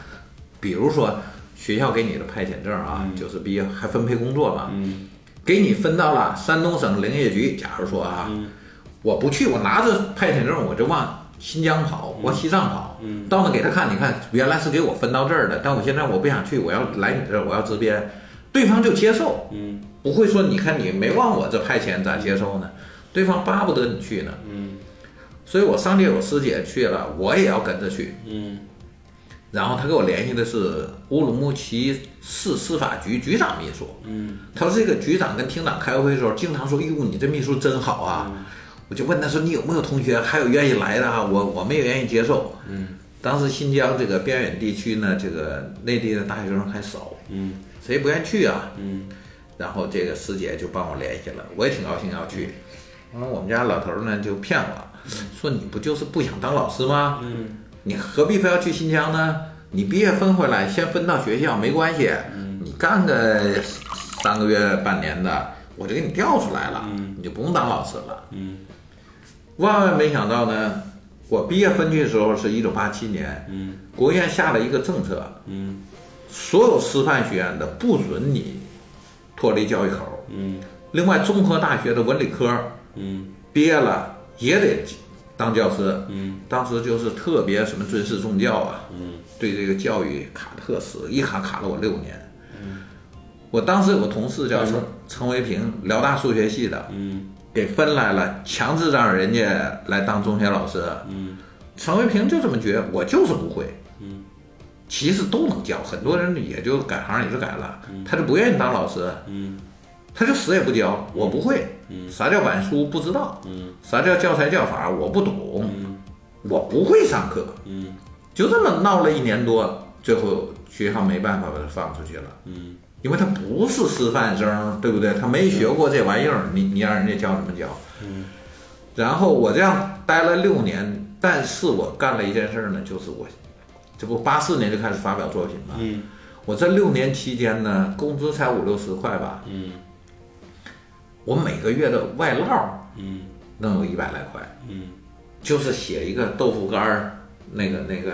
[SPEAKER 3] 比如说学校给你的派遣证啊，就是毕业还分配工作嘛，
[SPEAKER 2] 嗯
[SPEAKER 3] 给你分到了山东省林业局。假如说啊，
[SPEAKER 2] 嗯
[SPEAKER 3] 我不去，我拿着派遣证我就往新疆跑，
[SPEAKER 2] 嗯
[SPEAKER 3] 往西藏跑，到那给他看，你看原来是给我分到这儿的，但我现在我不想去，我要来你这儿，我要支边，对方就接受，
[SPEAKER 2] 嗯
[SPEAKER 3] 不会说你看你没往我这派遣咋接受呢？对方巴不得你去呢，
[SPEAKER 2] 嗯
[SPEAKER 3] 所以我上届有师姐去了，我也要跟着去，
[SPEAKER 2] 嗯
[SPEAKER 3] 然后他给我联系的是乌鲁木齐市司法局局长秘书，
[SPEAKER 2] 嗯，
[SPEAKER 3] 他说这个局长跟厅长开会的时候，经常说，哟，你这秘书真好啊。
[SPEAKER 2] 嗯
[SPEAKER 3] 我就问他说，你有没有同学还有愿意来的啊？我我们也愿意接受。嗯，当时新疆这个边远地区呢，这个内地的大学生还少，
[SPEAKER 2] 嗯
[SPEAKER 3] 谁不愿意去啊？
[SPEAKER 2] 嗯
[SPEAKER 3] 然
[SPEAKER 2] 嗯
[SPEAKER 3] 后这个师姐就帮我联系了，我也挺高兴要去。然后我们家老头儿呢就骗我，说你不就是不想当老师吗？
[SPEAKER 2] 嗯
[SPEAKER 3] 你何必非要去新疆呢？你毕业分回来，先分到学校没关系，你干个三个月半年的，我就给你调出来了，你就不用当老师了。
[SPEAKER 2] 嗯
[SPEAKER 3] 万万没想到呢，我毕业分去的时候是一九八七年，
[SPEAKER 2] 嗯
[SPEAKER 3] 国务院下了一个政策，
[SPEAKER 2] 嗯
[SPEAKER 3] 所有师范学院的不准你脱离教育口。
[SPEAKER 2] 嗯
[SPEAKER 3] 另外，综合大学的文理科
[SPEAKER 2] 嗯
[SPEAKER 3] 毕业了也得当教师。
[SPEAKER 2] 嗯
[SPEAKER 3] 当时就是特别什么尊师重教啊，
[SPEAKER 2] 嗯，
[SPEAKER 3] 对这个教育卡特死，一卡卡了我六年。
[SPEAKER 2] 嗯
[SPEAKER 3] 我当时有个同事叫陈陈维平，辽大数学系的，
[SPEAKER 2] 嗯
[SPEAKER 3] 给分来了，强制让人家来当中学老师。
[SPEAKER 2] 嗯
[SPEAKER 3] 陈维平就这么觉得，我就是不会。
[SPEAKER 2] 嗯，
[SPEAKER 3] 其实都能教，很多人也就改行也就改了，他就不愿意当老师，
[SPEAKER 2] 嗯
[SPEAKER 3] 他就死也不教，我不会。啥叫板书不知道？
[SPEAKER 2] 嗯
[SPEAKER 3] 啥叫教材教法我不懂，
[SPEAKER 2] 嗯
[SPEAKER 3] 我不会上课。
[SPEAKER 2] 嗯
[SPEAKER 3] 就这么闹了一年多，最后学校没办法把他放出去了，
[SPEAKER 2] 嗯
[SPEAKER 3] 因为他不是师范生，对不对？他没学过这玩意儿，你你让人家教什么教？
[SPEAKER 2] 嗯。
[SPEAKER 3] 然后我这样待了六年，但是我干了一件事儿呢，就是我，这不八四年就开始发表作品嘛，
[SPEAKER 2] 嗯
[SPEAKER 3] 我这六年期间呢，工资才五六十块吧，
[SPEAKER 2] 嗯
[SPEAKER 3] 我每个月的外烙
[SPEAKER 2] 嗯
[SPEAKER 3] 能有一百来块，
[SPEAKER 2] 嗯
[SPEAKER 3] 就是写一个豆腐干儿，那个那个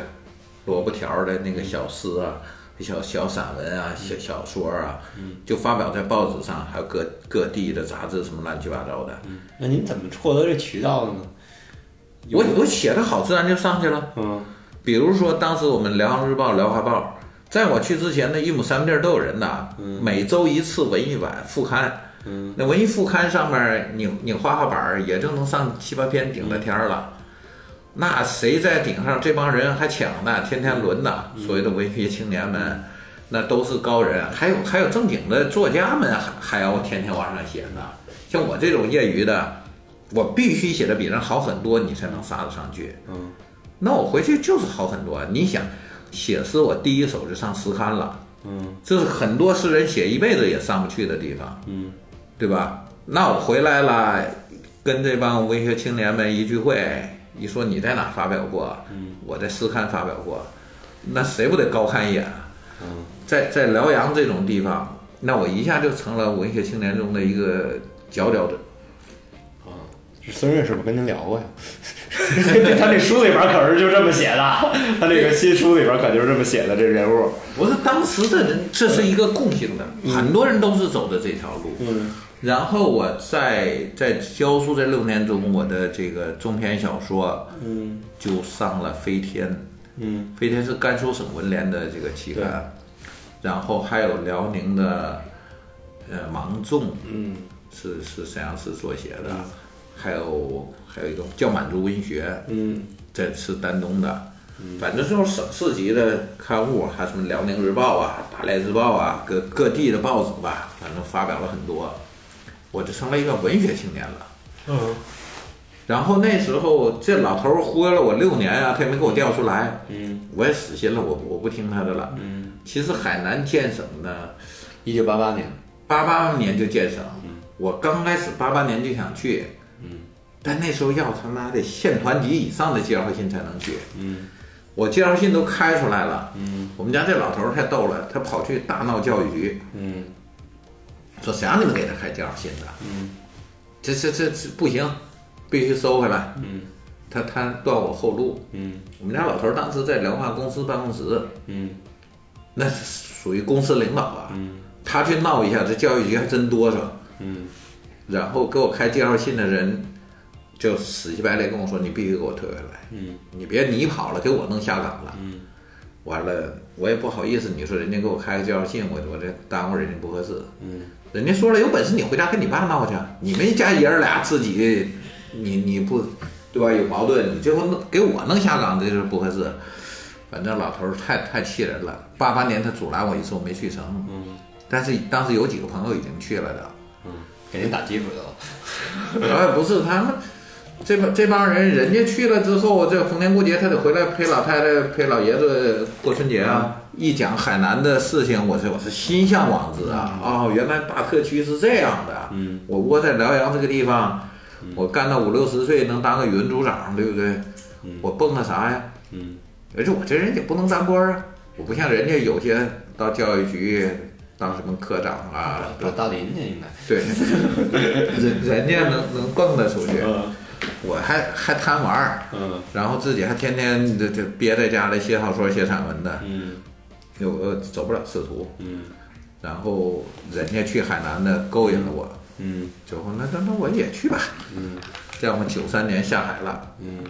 [SPEAKER 3] 萝卜条儿的那个小诗啊，小小散文啊，写小说啊，就发表在报纸上，还有各各地的杂志什么乱七八糟的。
[SPEAKER 2] 那您怎么获得这渠道的呢？有
[SPEAKER 3] 我我写的好，自然就上去了。
[SPEAKER 2] 嗯
[SPEAKER 3] 比如说，当时我们《辽航日报》《辽华报》，在我去之前呢，一亩三分地儿都有人的，每周一次文艺版副刊。
[SPEAKER 2] 嗯
[SPEAKER 3] 那文艺副刊上面你你画画板儿也就能上七八篇顶着天儿了，那谁在顶上？这帮人还抢呢，天天轮呢。所谓的文学青年们，那都是高人，还有还有正经的作家们还还要天天往上写呢。像我这种业余的，我必须写的比人好很多，你才能杀得上去。
[SPEAKER 2] 嗯
[SPEAKER 3] 那我回去就是好很多。啊你想，写诗我第一首就上诗刊了，
[SPEAKER 2] 嗯
[SPEAKER 3] 这是很多诗人写一辈子也上不去的地方。
[SPEAKER 2] 嗯
[SPEAKER 3] 对吧？那我回来了，跟这帮文学青年们一聚会，一说你在哪发表过，
[SPEAKER 2] 嗯
[SPEAKER 3] 我在诗刊发表过，那谁不得高看一眼啊？
[SPEAKER 2] 嗯
[SPEAKER 3] 在在辽阳这种地方，那我一下就成了文学青年中的一个佼佼者。
[SPEAKER 2] 啊！孙瑞是不是跟您聊过呀？ 他这书里边可是就这么 写的，他这个新书里边可就是这么写的这人物。
[SPEAKER 3] 不是当时的人，嗯这是一个共性的，很多人都是走的这条路。
[SPEAKER 2] 嗯
[SPEAKER 3] 然后我在在教书这六年中，我的这个中篇小说
[SPEAKER 2] 嗯
[SPEAKER 3] 就上了飞天。
[SPEAKER 2] 嗯
[SPEAKER 3] 飞天是甘肃省文联的这个期刊，然后还有辽宁的呃芒种
[SPEAKER 2] 嗯
[SPEAKER 3] 是是沈阳市所写的，还有还有一个叫满族文学，
[SPEAKER 2] 嗯
[SPEAKER 3] 这是丹东的，反正就是省市级的刊物，啊还有什么辽宁日报啊、大连日报啊，各各地的报纸吧，反正发表了很多，我就成了一个文学青年了。
[SPEAKER 2] 嗯
[SPEAKER 3] 然后那时候这老头儿忽悠了我六年啊，他也没给我调出来，
[SPEAKER 2] 嗯
[SPEAKER 3] 我也死心了，我我不听他的了。
[SPEAKER 2] 嗯，
[SPEAKER 3] 其实海南建省呢，
[SPEAKER 2] 一九八八年。
[SPEAKER 3] 八八年就建省，
[SPEAKER 2] 嗯
[SPEAKER 3] 我刚开始八八年就想去，但那时候要他妈的县团级以上的介绍信才能去，
[SPEAKER 2] 嗯
[SPEAKER 3] 我介绍信都开出来了，
[SPEAKER 2] 嗯
[SPEAKER 3] 我们家这老头儿太逗了，他跑去大闹教育局，
[SPEAKER 2] 嗯
[SPEAKER 3] 说谁让你们给他开介绍信的？
[SPEAKER 2] 嗯
[SPEAKER 3] 这这这这不行，必须收回来。
[SPEAKER 2] 嗯
[SPEAKER 3] 他他断我后路。
[SPEAKER 2] 嗯
[SPEAKER 3] 我们家老头儿当时在辽化公司办公室，
[SPEAKER 2] 嗯
[SPEAKER 3] 那是属于公司领导啊，
[SPEAKER 2] 嗯
[SPEAKER 3] 他去闹一下，这教育局还真哆嗦。
[SPEAKER 2] 嗯
[SPEAKER 3] 然后给我开介绍信的人就死乞白赖跟我说：“你必须给我退回来，
[SPEAKER 2] 嗯
[SPEAKER 3] 你别你跑了，给我弄下岗了。
[SPEAKER 2] 嗯”
[SPEAKER 3] 完了，我也不好意思，你说人家给我开个介绍信，我我这耽误人家不合适。
[SPEAKER 2] 嗯
[SPEAKER 3] 人家说了，有本事你回家跟你爸闹去，你们一家爷儿俩自己，你你不对吧？有矛盾，你最后弄给我弄下岗，这就是不合适。反正老头儿太太气人了。八八年他阻拦我一次，我没去成，
[SPEAKER 2] 嗯
[SPEAKER 3] 但是当时有几个朋友已经去了的。
[SPEAKER 2] 嗯，给您打基础去了。
[SPEAKER 3] 哎，不是他们这帮这帮人，人家去了之后，这逢年过节他得回来陪老太太、陪老爷子过春节啊。
[SPEAKER 2] 嗯
[SPEAKER 3] 一讲海南的事情，我是我是心向往之啊！哦，原来大特区是这样的。
[SPEAKER 2] 嗯，
[SPEAKER 3] 我窝在辽阳这个地方，我干到五六十岁能当个语文组长，对不对？我蹦跶啥呀？
[SPEAKER 2] 嗯
[SPEAKER 3] 而且我这人也不能当官儿啊，我不像人家有些到教育局当什么科长啊，
[SPEAKER 2] 找大林去应该。
[SPEAKER 3] 对， 人人家能能蹦跶出去，
[SPEAKER 2] 嗯
[SPEAKER 3] 我还还贪玩儿，
[SPEAKER 2] 嗯
[SPEAKER 3] 然后自己还天天这这憋在家里写小说、写散文的，
[SPEAKER 2] 嗯
[SPEAKER 3] 有呃走不了仕途。
[SPEAKER 2] 嗯
[SPEAKER 3] 然后人家去海南的勾引了我，
[SPEAKER 2] 嗯
[SPEAKER 3] 最后那那那我也去吧。
[SPEAKER 2] 嗯
[SPEAKER 3] 这样我九三年下海了，
[SPEAKER 2] 嗯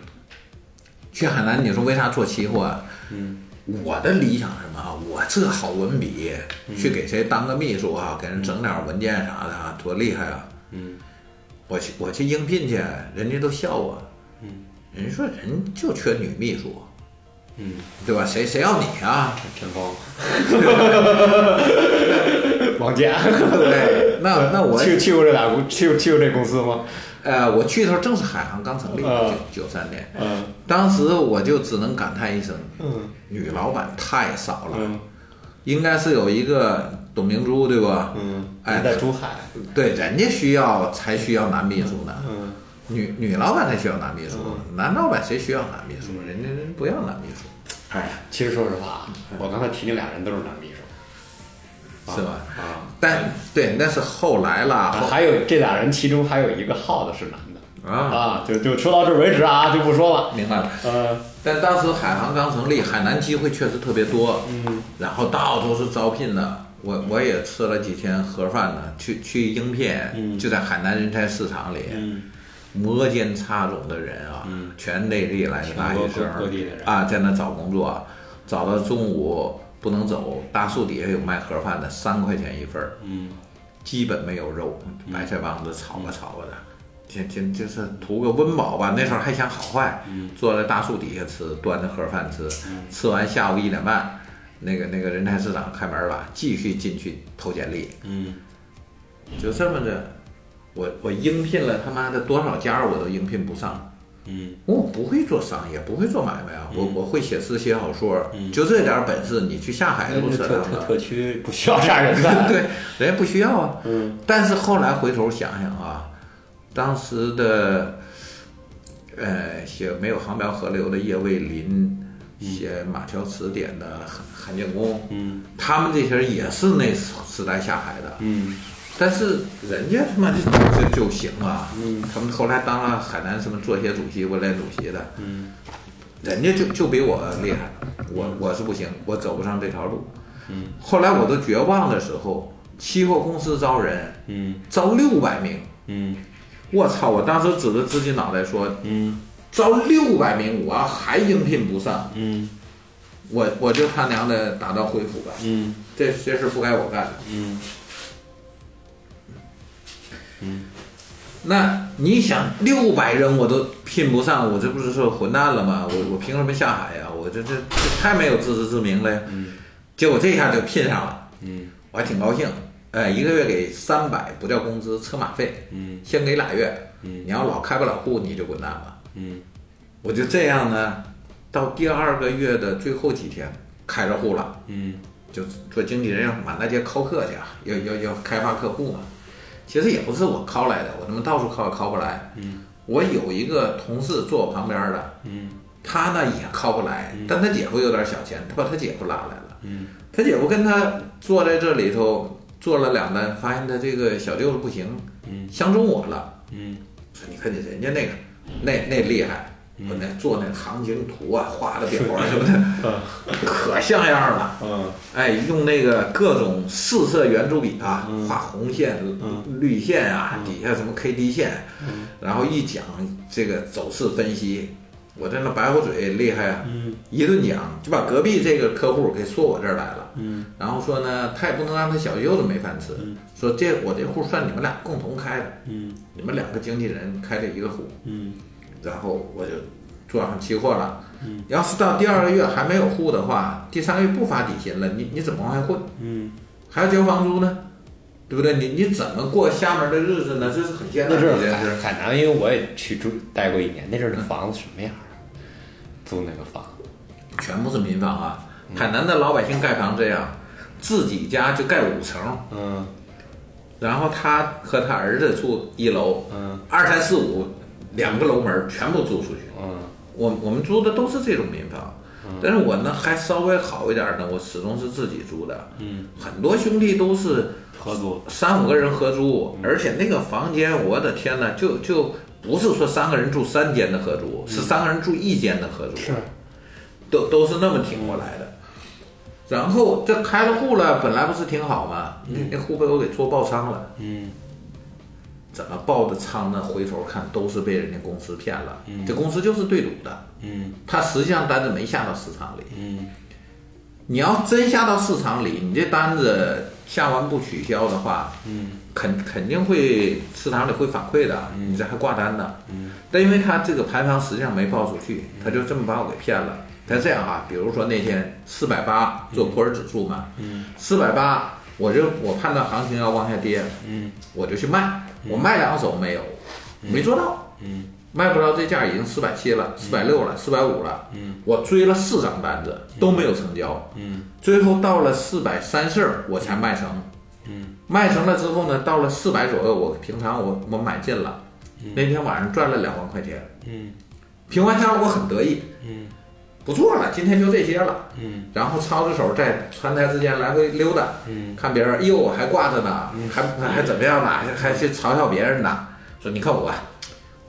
[SPEAKER 3] 去海南，你说为啥做期货啊？
[SPEAKER 2] 嗯
[SPEAKER 3] 我的理想是什么啊？我这好文笔，
[SPEAKER 2] 嗯
[SPEAKER 3] 去给谁当个秘书啊，给人整点文件啥的啊，多厉害啊！
[SPEAKER 2] 嗯
[SPEAKER 3] 我去我去应聘去，人家都笑我，
[SPEAKER 2] 嗯
[SPEAKER 3] 人家说人就缺女秘书，
[SPEAKER 2] 嗯，
[SPEAKER 3] 对吧？谁谁要你啊？
[SPEAKER 2] 陈 峰，王佳，
[SPEAKER 3] 对， 那那我
[SPEAKER 2] 去去过这俩公去去过这公司吗？
[SPEAKER 3] 呃，我去的时候正是海航刚成立，
[SPEAKER 2] 啊
[SPEAKER 3] 九九三年，
[SPEAKER 2] 嗯
[SPEAKER 3] 当时我就只能感叹一声，
[SPEAKER 2] 嗯
[SPEAKER 3] 女老板太少了，
[SPEAKER 2] 嗯
[SPEAKER 3] 应该是有一个董明珠，对吧？
[SPEAKER 2] 嗯，
[SPEAKER 3] 哎
[SPEAKER 2] 你在珠海，
[SPEAKER 3] 对，人家需要才需要男秘书呢，
[SPEAKER 2] 嗯
[SPEAKER 3] 女女老板才需要男秘书，男老板谁需要男秘书？
[SPEAKER 2] 嗯
[SPEAKER 3] 人家人不要男秘书，哎，
[SPEAKER 2] 其实说实话，啊我刚才提那俩人都是男秘书。
[SPEAKER 3] 是吧？
[SPEAKER 2] 啊，
[SPEAKER 3] 但对，那是后来了，后
[SPEAKER 2] 还有这俩人，其中还有一个耗子是男的
[SPEAKER 3] 啊，
[SPEAKER 2] 啊，就就说到这儿为止啊，就不说了。
[SPEAKER 3] 明白了。
[SPEAKER 2] 呃，
[SPEAKER 3] 但当时海航刚成立，海南机会确实特别多，
[SPEAKER 2] 嗯
[SPEAKER 3] 然后到处是招聘的，我我也吃了几天盒饭呢，去去应聘，
[SPEAKER 2] 嗯
[SPEAKER 3] 就在海南人才市场里，
[SPEAKER 2] 嗯
[SPEAKER 3] 摩肩擦踵的人啊，
[SPEAKER 2] 嗯
[SPEAKER 3] 全内地来的大学生
[SPEAKER 2] 全国各地的人
[SPEAKER 3] 啊，在那找工作，找到中午不能走，大树底下有卖盒饭的，三块钱一份儿，
[SPEAKER 2] 嗯
[SPEAKER 3] 基本没有肉，白菜帮子炒吧炒吧的，就就就是图个温饱吧。那时候还想好坏，
[SPEAKER 2] 嗯
[SPEAKER 3] 坐在大树底下吃，端着盒饭吃，吃完下午一点半，那个那个人才市场开门了，继续进去投简历，
[SPEAKER 2] 嗯
[SPEAKER 3] 就这么着。我我应聘了他妈的多少家我都应聘不上，
[SPEAKER 2] 嗯
[SPEAKER 3] 我不会做商业，不会做买卖啊，我我会写诗写小说，
[SPEAKER 2] 嗯
[SPEAKER 3] 就这点本事，你去下海
[SPEAKER 2] 哎
[SPEAKER 3] 都扯淡了。
[SPEAKER 2] 区不需要这样人
[SPEAKER 3] 对，人家不需要啊。
[SPEAKER 2] 嗯
[SPEAKER 3] 但是后来回头想想啊，当时的，呃，写没有航标河流的叶卫林，写马桥词典的韩韩建功，
[SPEAKER 2] 嗯
[SPEAKER 3] 他们这些人也是那时代下海的，
[SPEAKER 2] 嗯
[SPEAKER 3] 但是人家他妈就就就行啊，
[SPEAKER 2] 嗯
[SPEAKER 3] 他们后来当了海南什么作协主席、文联主席的，
[SPEAKER 2] 嗯
[SPEAKER 3] 人家就就比我厉害，我我是不行，我走不上这条路。
[SPEAKER 2] 嗯，
[SPEAKER 3] 后来我都绝望的时候，期货公司招人，
[SPEAKER 2] 嗯
[SPEAKER 3] 招六百名，
[SPEAKER 2] 嗯
[SPEAKER 3] 我操！我当时指着自己脑袋说，
[SPEAKER 2] 嗯
[SPEAKER 3] 招六百名，我要还应聘不上，
[SPEAKER 2] 嗯
[SPEAKER 3] 我我就他娘的打道回府吧，
[SPEAKER 2] 嗯
[SPEAKER 3] 这这事不该我干的。
[SPEAKER 2] 嗯
[SPEAKER 3] 那你想，六百人我都聘不上，我这不是说混蛋了吗？我我凭什么下海呀、我这这这太没有自知之明了呀！结果这下就聘上了，
[SPEAKER 2] 嗯
[SPEAKER 3] 我还挺高兴。哎，一个月给三百，不叫工资，车马费，
[SPEAKER 2] 嗯
[SPEAKER 3] 先给俩月。
[SPEAKER 2] 嗯
[SPEAKER 3] 你要老开不了户，你就滚蛋吧。
[SPEAKER 2] 嗯
[SPEAKER 3] 我就这样呢，到第二个月的最后几天，开着户了。
[SPEAKER 2] 嗯
[SPEAKER 3] 就做经纪人要满大街拷客去，啊，要要要开发客户嘛。其实也不是我拷来的，我他妈到处拷也拷不来。
[SPEAKER 2] 嗯，
[SPEAKER 3] 我有一个同事坐我旁边的，
[SPEAKER 2] 嗯
[SPEAKER 3] 他呢也拷不来，但他姐夫有点小钱，他把他姐夫拉来了。
[SPEAKER 2] 嗯
[SPEAKER 3] 他姐夫跟他坐在这里头做了两单，发现他这个小舅子不行，
[SPEAKER 2] 嗯
[SPEAKER 3] 相中我了。
[SPEAKER 2] 嗯
[SPEAKER 3] 说你看你人家那个，那那厉害，
[SPEAKER 2] 嗯
[SPEAKER 3] 我那做那行情图啊，画的表啊什 么的，可像样了。
[SPEAKER 2] 嗯
[SPEAKER 3] 哎，用那个各种四色圆珠笔啊，
[SPEAKER 2] 嗯
[SPEAKER 3] 画红线、绿线啊，底下什么 K D 线，
[SPEAKER 2] 嗯
[SPEAKER 3] 然后一讲这个走势分析，我这那白虎嘴厉害啊，
[SPEAKER 2] 嗯
[SPEAKER 3] 一顿讲就把隔壁这个客户给说我这儿来了，
[SPEAKER 2] 嗯
[SPEAKER 3] 然后说呢，他也不能让他小舅子没饭吃，说这我这户算你们俩共同开的，
[SPEAKER 2] 嗯
[SPEAKER 3] 你们两个经纪人开这一个户，
[SPEAKER 2] 嗯
[SPEAKER 3] 然后我就做上期货了
[SPEAKER 2] 嗯。
[SPEAKER 3] 要是到第二个月还没有户的话，第三个月不发底薪了，你你怎么往外混？
[SPEAKER 2] 嗯，
[SPEAKER 3] 还要交房租呢，对不对？你你怎么过厦门的日子呢？这是很艰
[SPEAKER 2] 那
[SPEAKER 3] 难
[SPEAKER 2] 阵
[SPEAKER 3] 的
[SPEAKER 2] 儿
[SPEAKER 3] 一件
[SPEAKER 2] 海
[SPEAKER 3] 事。
[SPEAKER 2] 海南，因为我也去住待过一年，那阵儿的房子什么样啊？租那个房，
[SPEAKER 3] 全部是民房啊，海南的老百姓盖房这样，自己家就盖五层，
[SPEAKER 2] 嗯
[SPEAKER 3] 然后他和他儿子住一楼，
[SPEAKER 2] 嗯
[SPEAKER 3] 二三四五两个楼门儿全部租出去。
[SPEAKER 2] 嗯
[SPEAKER 3] 我我们租的都是这种民房，但是我呢还稍微好一点呢，我始终是自己租的。
[SPEAKER 2] 嗯，
[SPEAKER 3] 很多兄弟都是
[SPEAKER 2] 合租，
[SPEAKER 3] 三五个人合
[SPEAKER 2] 嗯
[SPEAKER 3] 租，而且那个房间，我的天呐，就就不是说三个人住三间的合租，
[SPEAKER 2] 嗯
[SPEAKER 3] 是三个人住一间的合租，
[SPEAKER 2] 是
[SPEAKER 3] 都都是那么挺过来的。然后这开了户了，本来不是挺好吗？那户被我给做爆仓了，
[SPEAKER 2] 嗯
[SPEAKER 3] 怎么爆的仓呢？回头看都是被人家公司骗了，这公司就是对赌的，
[SPEAKER 2] 嗯
[SPEAKER 3] 他实际上单子没下到市场里。
[SPEAKER 2] 嗯
[SPEAKER 3] 你要真下到市场里，你这单子下完不取消的话，
[SPEAKER 2] 嗯，
[SPEAKER 3] 肯肯定会市场里会反馈的，你这还挂单呢。嗯，但因为他这个盘商实际上没报出去，
[SPEAKER 2] 嗯
[SPEAKER 3] 他就这么把我给骗了。他这样啊，比如说那天四百八做普尔指数嘛，嗯，四百八我就我判断行情要往下跌，
[SPEAKER 2] 嗯
[SPEAKER 3] 我就去卖，我卖两手没有，没做到，
[SPEAKER 2] 嗯，
[SPEAKER 3] 卖不到这价已经四百七了，四百六了，四百五了，
[SPEAKER 2] 嗯，
[SPEAKER 3] 我追了四张单子都没有成交，
[SPEAKER 2] 嗯，
[SPEAKER 3] 最后到了四百三十我才卖成，
[SPEAKER 2] 嗯，
[SPEAKER 3] 卖成了之后呢，到了四百左右，我平常我我买进了，那天晚上赚了两万块钱，
[SPEAKER 2] 嗯
[SPEAKER 3] 平完仓我很得意，
[SPEAKER 2] 嗯
[SPEAKER 3] 不做了，今天就这些了，
[SPEAKER 2] 嗯
[SPEAKER 3] 然后操着手在穿台之间来回溜达，
[SPEAKER 2] 嗯
[SPEAKER 3] 看别人，哎呦，我还挂着呢，还还怎么样呢？还还去嘲笑别人呢？说你看我，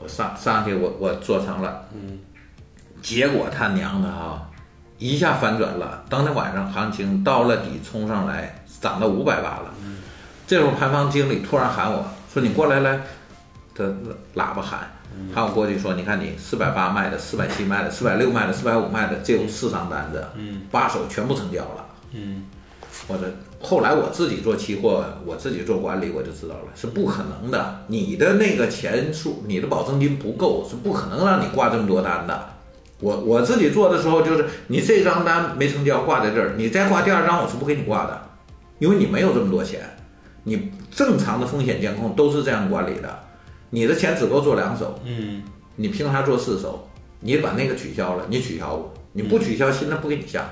[SPEAKER 3] 我上上去我我做成了，
[SPEAKER 2] 嗯
[SPEAKER 3] 结果他娘的啊，一下反转了。当天晚上行情到了底冲上来，涨到五百八了。这时候盘方经理突然喊我说：“你过来来。”他喇叭喊，喊我过去说：“你看你四百八卖的，四百七卖的，四百六卖的，四百五卖的，这有四张单子，
[SPEAKER 2] 嗯
[SPEAKER 3] 八手全部成交了。”
[SPEAKER 2] 嗯
[SPEAKER 3] 我的后来我自己做期货，我自己做管理，我就知道了是不可能的。你的那个钱数，你的保证金不够，是不可能让你挂这么多单的。我我自己做的时候，就是你这张单没成交挂在这儿，你再挂第二张我是不给你挂的，因为你没有这么多钱。你正常的风险监控都是这样管理的，你的钱只够做两手，
[SPEAKER 2] 嗯
[SPEAKER 3] 你凭啥做四手？你把那个取消了，你取消我，你不取消，
[SPEAKER 2] 嗯
[SPEAKER 3] 新的不给你下，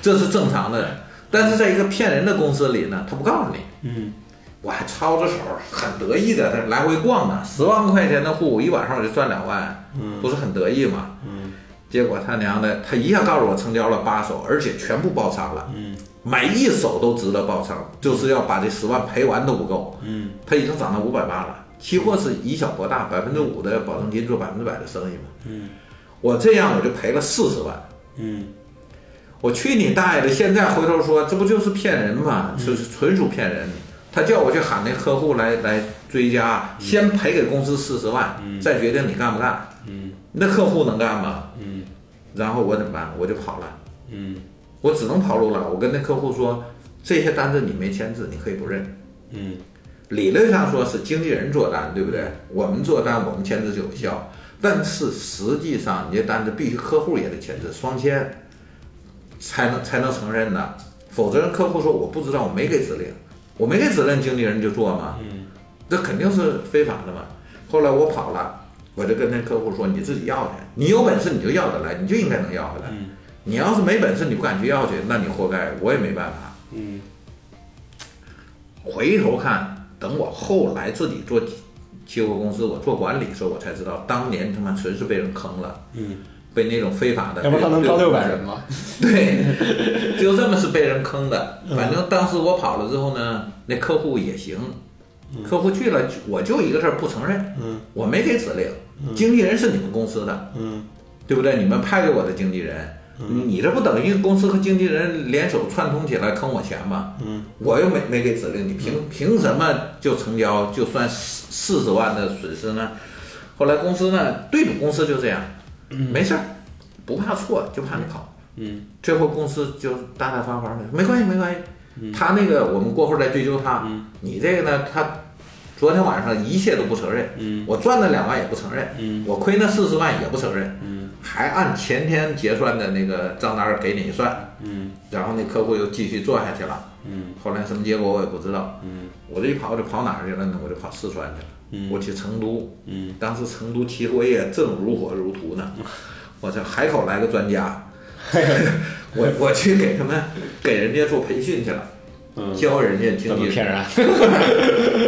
[SPEAKER 3] 这是正常的。但是在一个骗人的公司里呢，他不告诉你，
[SPEAKER 2] 嗯
[SPEAKER 3] 我还操着手，很得意的在来回逛呢，十万块钱的户，我一晚上我就赚两万，不是很得意吗？
[SPEAKER 2] 嗯
[SPEAKER 3] 结果他娘的，他一下告诉我成交了八手，而且全部爆仓了，
[SPEAKER 2] 嗯
[SPEAKER 3] 买一手都值得爆仓，就是要把这十万赔完都不够。
[SPEAKER 2] 嗯
[SPEAKER 3] 它已经涨到五百八了。期货是以小博大，百分之五的保证金做百分之百的生意嘛。
[SPEAKER 2] 嗯，
[SPEAKER 3] 我这样我就赔了四十万。
[SPEAKER 2] 嗯
[SPEAKER 3] 我去你大爷的！现在回头说，这不就是骗人
[SPEAKER 2] 嗯
[SPEAKER 3] 吗？是是纯属骗人。他叫我去喊那客户来来追加，先赔给公司四十万，再决定你干不干。
[SPEAKER 2] 嗯
[SPEAKER 3] 那客户能干吗？
[SPEAKER 2] 嗯
[SPEAKER 3] 然后我怎么办？我就跑了，
[SPEAKER 2] 嗯
[SPEAKER 3] 我只能跑路了。我跟那客户说，这些单子你没签字，你可以不认。
[SPEAKER 2] 嗯
[SPEAKER 3] 理论上说是经纪人做单，对不对？我们做单，我们签字就有效。但是实际上，你这单子必须客户也得签字，双签才能才能承认呢。否则人客户说我不知道，我没给指令，我没给指令，经纪人就做嘛，
[SPEAKER 2] 嗯
[SPEAKER 3] 这肯定是非法的嘛。后来我跑了，我就跟那客户说，你自己要去，你有本事你就要得来，你就应该能要回来。
[SPEAKER 2] 嗯
[SPEAKER 3] 你要是没本事，你不敢去要去，那你活该，我也没办法。
[SPEAKER 2] 嗯
[SPEAKER 3] 回头看，等我后来自己做期货公司，我做管理的时候，我才知道当年他妈纯是被人坑了，
[SPEAKER 2] 嗯，
[SPEAKER 3] 被那种非法的，
[SPEAKER 2] 要不然他能招六百人
[SPEAKER 3] 吗？
[SPEAKER 2] 吗？
[SPEAKER 3] 对，就这么是被人坑的。
[SPEAKER 2] 嗯
[SPEAKER 3] 反正当时我跑了之后呢，那客户也行，客户去了，我就一个字儿不承认，
[SPEAKER 2] 嗯
[SPEAKER 3] 我没给指令，经纪人是你们公司的，
[SPEAKER 2] 嗯
[SPEAKER 3] 对不对？你们派给我的经纪人，你这不等于公司和经纪人联手串通起来坑我钱吗？
[SPEAKER 2] 嗯
[SPEAKER 3] 我又没没给指令，你凭凭什么就成交就算四四十万的损失呢？后来公司呢，对赌公司就这样，没事儿，不怕错，就怕你跑。
[SPEAKER 2] 嗯
[SPEAKER 3] 最后公司就大大方方的，没关系，没关系。
[SPEAKER 2] 嗯
[SPEAKER 3] 他那个我们过后再追究他，你这个呢，他昨天晚上一切都不承认，
[SPEAKER 2] 嗯
[SPEAKER 3] 我赚那两万也不承认，
[SPEAKER 2] 嗯
[SPEAKER 3] 我亏那四十万也不承认，
[SPEAKER 2] 嗯
[SPEAKER 3] 还按前天结算的那个账单儿给你算，
[SPEAKER 2] 嗯
[SPEAKER 3] 然后那客户又继续做下去了。
[SPEAKER 2] 嗯
[SPEAKER 3] 后来什么结果我也不知道。
[SPEAKER 2] 嗯
[SPEAKER 3] 我这一跑就跑哪儿去了呢？我就跑四川去了。
[SPEAKER 2] 嗯
[SPEAKER 3] 我去成都，
[SPEAKER 2] 嗯
[SPEAKER 3] 当时成都期货业正如火如荼 呢。我这海口来个专家，我我去给他们给人家做培训去了。
[SPEAKER 2] 嗯，
[SPEAKER 3] 教人家
[SPEAKER 2] 怎
[SPEAKER 3] 经
[SPEAKER 2] 么
[SPEAKER 3] 纪
[SPEAKER 2] 骗
[SPEAKER 3] 人，
[SPEAKER 2] 人？啊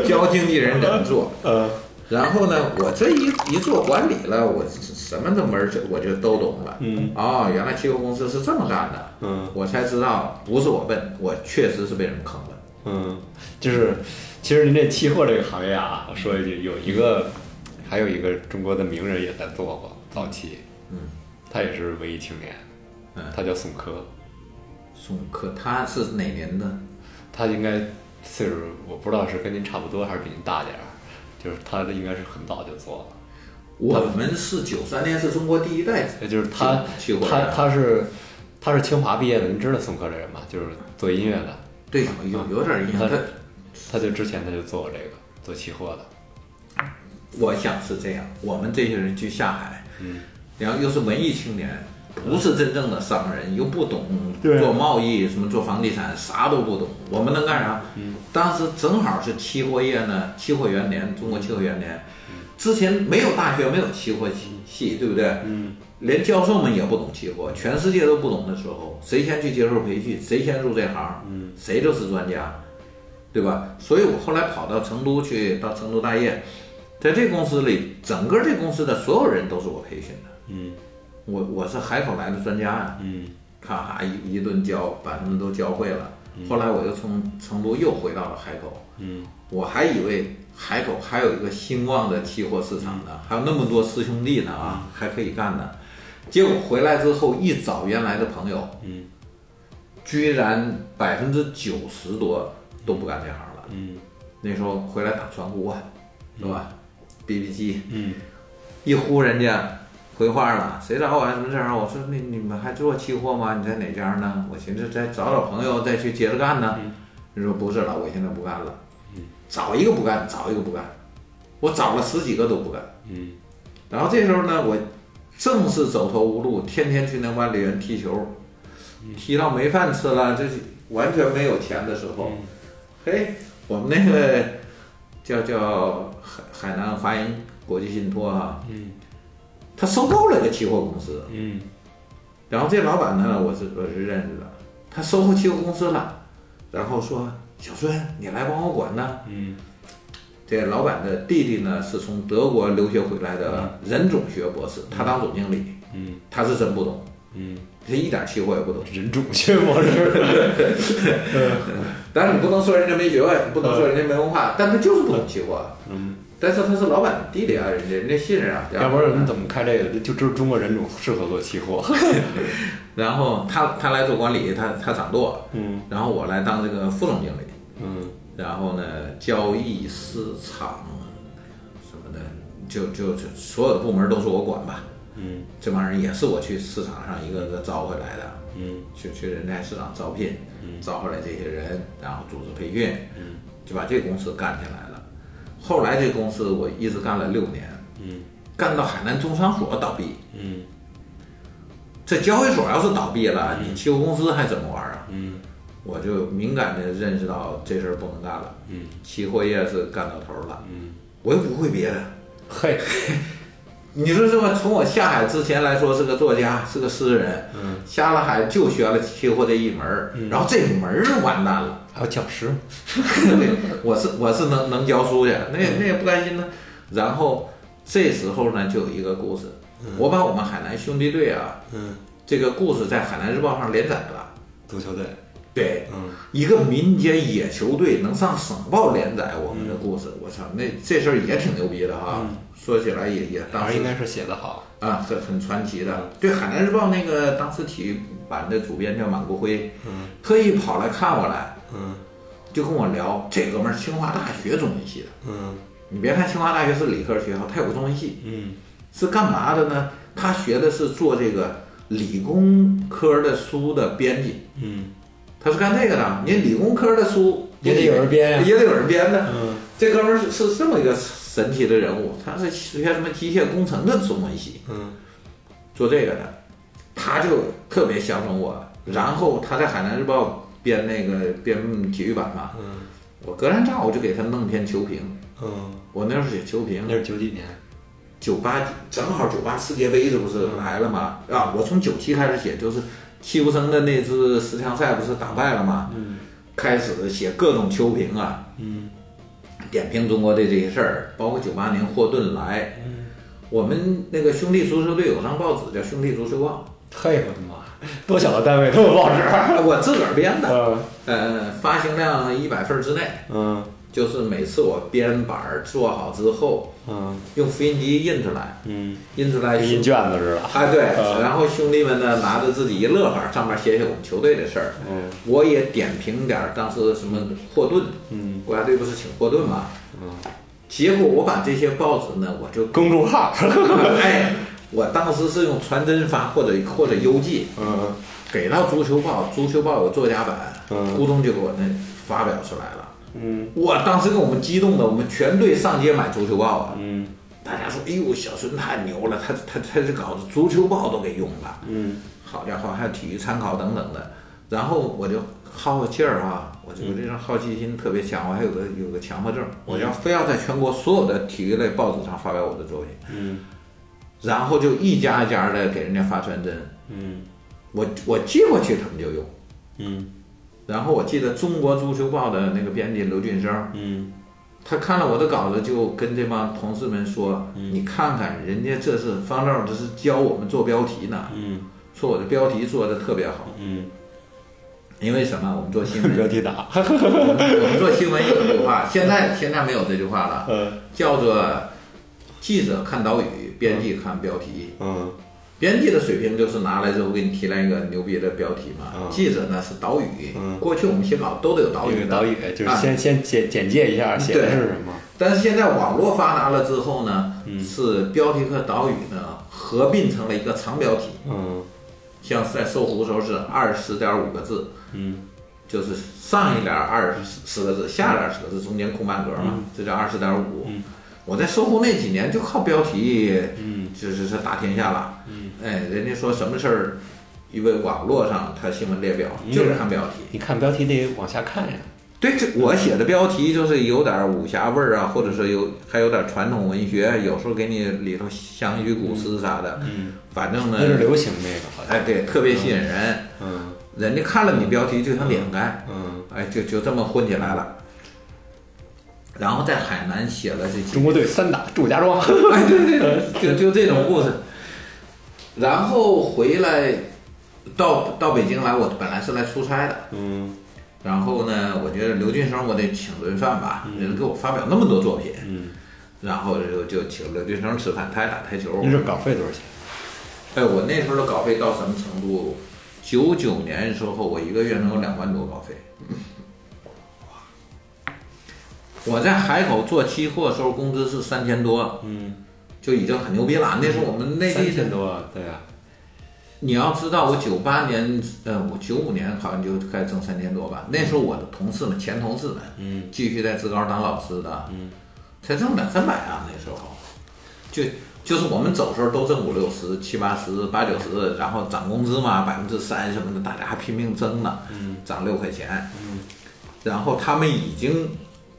[SPEAKER 3] 教经纪人怎么做。
[SPEAKER 2] 呃，
[SPEAKER 3] 然后呢，我这一一做管理了，我什么都门儿就我就都懂了。
[SPEAKER 2] 嗯，
[SPEAKER 3] 哦，原来汽油公司是这么干的。
[SPEAKER 2] 嗯，
[SPEAKER 3] 我才知道不是我笨，我确实是被人坑了。
[SPEAKER 2] 嗯，就是，其实您这期货这个行业啊，我说一句，有一个，还有一个中国的名人也在做过，早期，
[SPEAKER 3] 嗯，
[SPEAKER 2] 他也是文艺青年，
[SPEAKER 3] 嗯
[SPEAKER 2] 他叫宋柯，
[SPEAKER 3] 宋柯他是哪年的？
[SPEAKER 2] 他应该岁数我不知道是跟您差不多还是比您大点儿，就是他应该是很早就做了，
[SPEAKER 3] 我们是九三年是中国第一代，
[SPEAKER 2] 也呃就是他
[SPEAKER 3] 期货
[SPEAKER 2] 他
[SPEAKER 3] 人
[SPEAKER 2] 他是他是清华毕业的，您知道宋柯这人吗？就是做音乐的，
[SPEAKER 3] 对有有点印象。他
[SPEAKER 2] 他就之前他就做过这个做期货的，
[SPEAKER 3] 我想是这样，我们这些人去下海，
[SPEAKER 2] 嗯
[SPEAKER 3] 然后又是文艺青年，不是真正的商人，又不懂
[SPEAKER 2] 对
[SPEAKER 3] 做贸易，什么做房地产，啥都不懂，我们能干啥？
[SPEAKER 2] 嗯
[SPEAKER 3] 当时正好是期货业呢，期货元年，中国期货元年，之前没有大学，没有期货系系，对不对？
[SPEAKER 2] 嗯，
[SPEAKER 3] 连教授们也不懂期货，全世界都不懂的时候，谁先去接受培训，谁先入这行，嗯，谁就是专家，对吧？所以我后来跑到成都去，到成都大业，在这公司里，整个这公司的所有人都是我培训的，
[SPEAKER 2] 嗯
[SPEAKER 3] 我我是海口来的专家呀、
[SPEAKER 2] 嗯
[SPEAKER 3] 咔咔一一顿教，把他们都教会了。后来我又从成都又回到了海口，
[SPEAKER 2] 嗯
[SPEAKER 3] 我还以为海口还有一个兴旺的期货市场
[SPEAKER 2] 嗯
[SPEAKER 3] 呢，还有那么多师兄弟呢啊，还可以干呢。结果回来之后一找原来的朋友，
[SPEAKER 2] 嗯
[SPEAKER 3] 居然百分之九十多都不干这行了。
[SPEAKER 2] 嗯
[SPEAKER 3] 那时候回来打传呼啊，是吧？BB 机
[SPEAKER 2] 嗯
[SPEAKER 3] 一呼人家回话了，谁找我啊？什么事儿啊？我说你你们还做期货吗？你在哪家呢？我寻思再找找朋友再去接着干呢。人说不是了，我现在不干了，找一个不干，找一个不干，我找了十几个都不干。
[SPEAKER 2] 嗯。
[SPEAKER 3] 然后这时候呢，我正是走投无路，天天去那万里园踢球，踢到没饭吃了，就是完全没有钱的时候，嘿，我们那个叫叫海海南华银国际信托啊，
[SPEAKER 2] 嗯
[SPEAKER 3] 他收购了个期货公司，
[SPEAKER 2] 嗯
[SPEAKER 3] 然后这老板呢，我是我是认识的，他收购期货公司了，然后说小孙，你来帮我管呢。
[SPEAKER 2] 嗯
[SPEAKER 3] 这老板的弟弟呢，是从德国留学回来的人种学博士，他当总经理，
[SPEAKER 2] 嗯
[SPEAKER 3] 他是真不懂，
[SPEAKER 2] 嗯，
[SPEAKER 3] 他一点期货也不懂。
[SPEAKER 2] 人种学模式，
[SPEAKER 3] 但是你不能说人家没学问，不能说人家没文化，但他就是不懂期货。啊
[SPEAKER 2] 嗯，
[SPEAKER 3] 但是他是老板的弟弟啊，人家人家信任啊。
[SPEAKER 2] 要不然你怎么开这个？就知道中国人种适合做期货。
[SPEAKER 3] 然后他他来做管理，他他掌舵，
[SPEAKER 2] 嗯
[SPEAKER 3] 然后我来当这个副总经理。
[SPEAKER 2] 嗯
[SPEAKER 3] 然后呢，交易市场什么的，就就就所有的部门都是我管吧。
[SPEAKER 2] 嗯
[SPEAKER 3] 这帮人也是我去市场上一个个招回来的，
[SPEAKER 2] 嗯
[SPEAKER 3] 去去人才市场招聘，招回来这些人，然后组织培训，就把这公司干起来了。后来这公司我一直干了六年，
[SPEAKER 2] 嗯
[SPEAKER 3] 干到海南中商所倒闭。
[SPEAKER 2] 嗯
[SPEAKER 3] 这交易所要是倒闭了，你期货公司还怎么玩啊？
[SPEAKER 2] 嗯
[SPEAKER 3] 我就敏感地认识到这事儿不能干了，
[SPEAKER 2] 嗯
[SPEAKER 3] 期货业是干到头了。
[SPEAKER 2] 嗯，
[SPEAKER 3] 我又不会别的，
[SPEAKER 2] 嘿，
[SPEAKER 3] 你说这么从我下海之前来说是个作家，是个诗人，
[SPEAKER 2] 嗯，
[SPEAKER 3] 下了海就学了期货这一门儿，然后这门儿就完蛋了。
[SPEAKER 2] 还有教师，
[SPEAKER 3] 对，我是我是能能教书去，那
[SPEAKER 2] 嗯
[SPEAKER 3] 也那也不甘心呢。然后这时候呢，就有一个故事，我把我们海南兄弟队啊
[SPEAKER 2] 嗯，
[SPEAKER 3] 这个故事在海南日报上连载了。
[SPEAKER 2] 足球队，
[SPEAKER 3] 对，
[SPEAKER 2] 嗯
[SPEAKER 3] 一个民间野球队能上省报连载我们的故事，我操，那这事儿也挺牛逼的哈。说起来也也当
[SPEAKER 2] 当
[SPEAKER 3] 时
[SPEAKER 2] 时应嗯该是写的好。
[SPEAKER 3] 啊，很很传奇的。对《海南日报》那个当时体育版的主编叫满国辉，
[SPEAKER 2] 嗯
[SPEAKER 3] 特意跑来看我来，
[SPEAKER 2] 嗯
[SPEAKER 3] 就跟我聊，这哥们儿清华大学中文系的。
[SPEAKER 2] 嗯
[SPEAKER 3] 你别看清华大学是理科学校，它有个中文系，
[SPEAKER 2] 嗯
[SPEAKER 3] 是干嘛的呢？他学的是做这个理工科的书的编辑，
[SPEAKER 2] 嗯
[SPEAKER 3] 他是干这个的。你理工科的书
[SPEAKER 2] 也得有人编呀啊
[SPEAKER 3] 也得有人编的。
[SPEAKER 2] 嗯
[SPEAKER 3] 这哥们儿是是这么一个神奇的人物，他是学什么机械工程的中文系，
[SPEAKER 2] 嗯
[SPEAKER 3] 做这个的，他就特别相中我。然后他在《海南日报》编那个编体育版嘛，
[SPEAKER 2] 嗯
[SPEAKER 3] 我隔三差五就给他弄篇球评。
[SPEAKER 2] 嗯，
[SPEAKER 3] 我那时候写球评
[SPEAKER 2] 那，是九几年。
[SPEAKER 3] 九八正好九八世界杯这不是来了嘛？
[SPEAKER 2] 嗯
[SPEAKER 3] 啊，我从九七开始写，就是戚无声的那支十强赛不是打败了嘛？
[SPEAKER 2] 嗯
[SPEAKER 3] 开始写各种秋评啊，
[SPEAKER 2] 嗯
[SPEAKER 3] 点评中国的这些事儿，包括九八年霍顿来，
[SPEAKER 2] 嗯
[SPEAKER 3] 我们那个兄弟足球队有张报纸叫《兄弟足球报
[SPEAKER 2] 嘿，我的妈，多小的单位都有报纸。》，
[SPEAKER 3] 我自个儿编的，
[SPEAKER 2] 嗯
[SPEAKER 3] 呃，发行量一百份儿之内，
[SPEAKER 2] 嗯
[SPEAKER 3] 就是每次我编板儿做好之后，
[SPEAKER 2] 嗯
[SPEAKER 3] 用复印机印出来，
[SPEAKER 2] 嗯，
[SPEAKER 3] 印出来
[SPEAKER 2] 跟印卷子似的。
[SPEAKER 3] 啊，对，
[SPEAKER 2] 嗯
[SPEAKER 3] 然后兄弟们呢拿着自己一乐呵，上面写写我们球队的事儿。
[SPEAKER 2] 嗯
[SPEAKER 3] 我也点评点儿当时什么霍顿，
[SPEAKER 2] 嗯
[SPEAKER 3] 国家队不是请霍顿嘛，
[SPEAKER 2] 嗯，
[SPEAKER 3] 结果我把这些报纸呢，我就
[SPEAKER 2] 公众号。
[SPEAKER 3] 哎，我当时是用传真发或者或者邮寄
[SPEAKER 2] 嗯
[SPEAKER 3] 给到足球报，足球报有作家版，
[SPEAKER 2] 嗯
[SPEAKER 3] 咕咚就给我那发表出来了。
[SPEAKER 2] 嗯
[SPEAKER 3] 我当时给我们激动的，我们全队上街买足球报啊！
[SPEAKER 2] 嗯
[SPEAKER 3] 大家说：“哎呦，小孙太牛了，他他他这稿子足球报都给用了。”
[SPEAKER 2] 嗯
[SPEAKER 3] 好家伙，还有体育参考等等的。然后我就好好气儿啊，我就我这种好奇心特别强，我还有个有个强迫症，
[SPEAKER 2] 嗯
[SPEAKER 3] 我就要非要在全国所有的体育类报纸上发表我的作品，
[SPEAKER 2] 嗯
[SPEAKER 3] 然后就一家一家的给人家发传真，
[SPEAKER 2] 嗯
[SPEAKER 3] 我我寄过去他们就用。
[SPEAKER 2] 嗯
[SPEAKER 3] 然后我记得《中国足球报》的那个编辑刘俊生，
[SPEAKER 2] 嗯
[SPEAKER 3] 他看了我的稿子，就跟这帮同事们说：“
[SPEAKER 2] 嗯
[SPEAKER 3] 你看看人家这是方照，这是教我们做标题呢，
[SPEAKER 2] 嗯
[SPEAKER 3] 说我的标题做的特别好。”
[SPEAKER 2] 嗯，
[SPEAKER 3] 因为什么？我们做 新闻
[SPEAKER 2] 标题党。
[SPEAKER 3] 我们做新闻有一句话，现在现在没有这句话了，
[SPEAKER 2] 嗯
[SPEAKER 3] 叫做记者看导语，编辑看标题。
[SPEAKER 2] 嗯
[SPEAKER 3] 编辑的水平就是拿来之后给你提炼一个牛逼的标题嘛
[SPEAKER 2] 嗯，
[SPEAKER 3] 记者呢是导语
[SPEAKER 2] 嗯。
[SPEAKER 3] 过去我们写稿都得有导
[SPEAKER 2] 有
[SPEAKER 3] 语
[SPEAKER 2] 个
[SPEAKER 3] 的，
[SPEAKER 2] 导语啊就是先先简简介一下写的是什么。
[SPEAKER 3] 但是现在网络发达了之后呢，
[SPEAKER 2] 嗯
[SPEAKER 3] 是标题和导语呢合并成了一个长标题。
[SPEAKER 2] 嗯
[SPEAKER 3] 像在搜狐的时候是二十点五个字，
[SPEAKER 2] 嗯
[SPEAKER 3] 就是上一联二十个字，下联十个字，中间空半格嘛，这叫二十点五
[SPEAKER 2] 嗯。
[SPEAKER 3] 我在搜狐那几年就靠标题，
[SPEAKER 2] 嗯
[SPEAKER 3] 就是是打天下了。
[SPEAKER 2] 嗯，
[SPEAKER 3] 哎，人家说什么事儿，因为网络上它新闻列表
[SPEAKER 2] 嗯
[SPEAKER 3] 就是看标题。
[SPEAKER 2] 你看标题得往下看呀。
[SPEAKER 3] 对，这我写的标题就是有点武侠味儿啊，或者是有还有点传统文学，有时候给你里头乡与古诗啥的，
[SPEAKER 2] 嗯，
[SPEAKER 3] 反正
[SPEAKER 2] 那是
[SPEAKER 3] 呢，
[SPEAKER 2] 流行那个好像。
[SPEAKER 3] 哎，对，特别吸引人。
[SPEAKER 2] 嗯
[SPEAKER 3] 人家看了你标题就想点开。
[SPEAKER 2] 嗯，
[SPEAKER 3] 哎，就就这么混起来了。然后在海南写了这几
[SPEAKER 2] 中国队三打祝家庄。
[SPEAKER 3] 哎，对对对，就就这种故事。然后回来到到北京来，我本来是来出差的。
[SPEAKER 2] 嗯
[SPEAKER 3] 然后呢，我觉得刘俊生我得请顿饭吧，人给我发表那么多作品，
[SPEAKER 2] 嗯，
[SPEAKER 3] 然后就就请刘俊生吃饭，他还打台球。
[SPEAKER 2] 那这稿费多少钱？
[SPEAKER 3] 哎，我那时候的稿费到什么程度？九九年的时候，我一个月能有两万多稿费。我在海口做期货的时候，工资是三千多，
[SPEAKER 2] 嗯，
[SPEAKER 3] 就已经很牛逼了。那时候我们内
[SPEAKER 2] 三
[SPEAKER 3] 地
[SPEAKER 2] 千
[SPEAKER 3] 的，
[SPEAKER 2] 多，对啊。
[SPEAKER 3] 你要知道，我九八年，呃，我九五年好像就该挣三千多吧。那时候我的同事们，前同事们，
[SPEAKER 2] 嗯
[SPEAKER 3] 继续在职高当老师的，
[SPEAKER 2] 嗯，
[SPEAKER 3] 才挣两三百啊，那时候，就就是我们走的时候都挣五六十、七八十、八九十，然后涨工资嘛，百分之三什么的，大家还拼命争呢，
[SPEAKER 2] 嗯
[SPEAKER 3] 涨六块钱，
[SPEAKER 2] 嗯，
[SPEAKER 3] 然后他们已经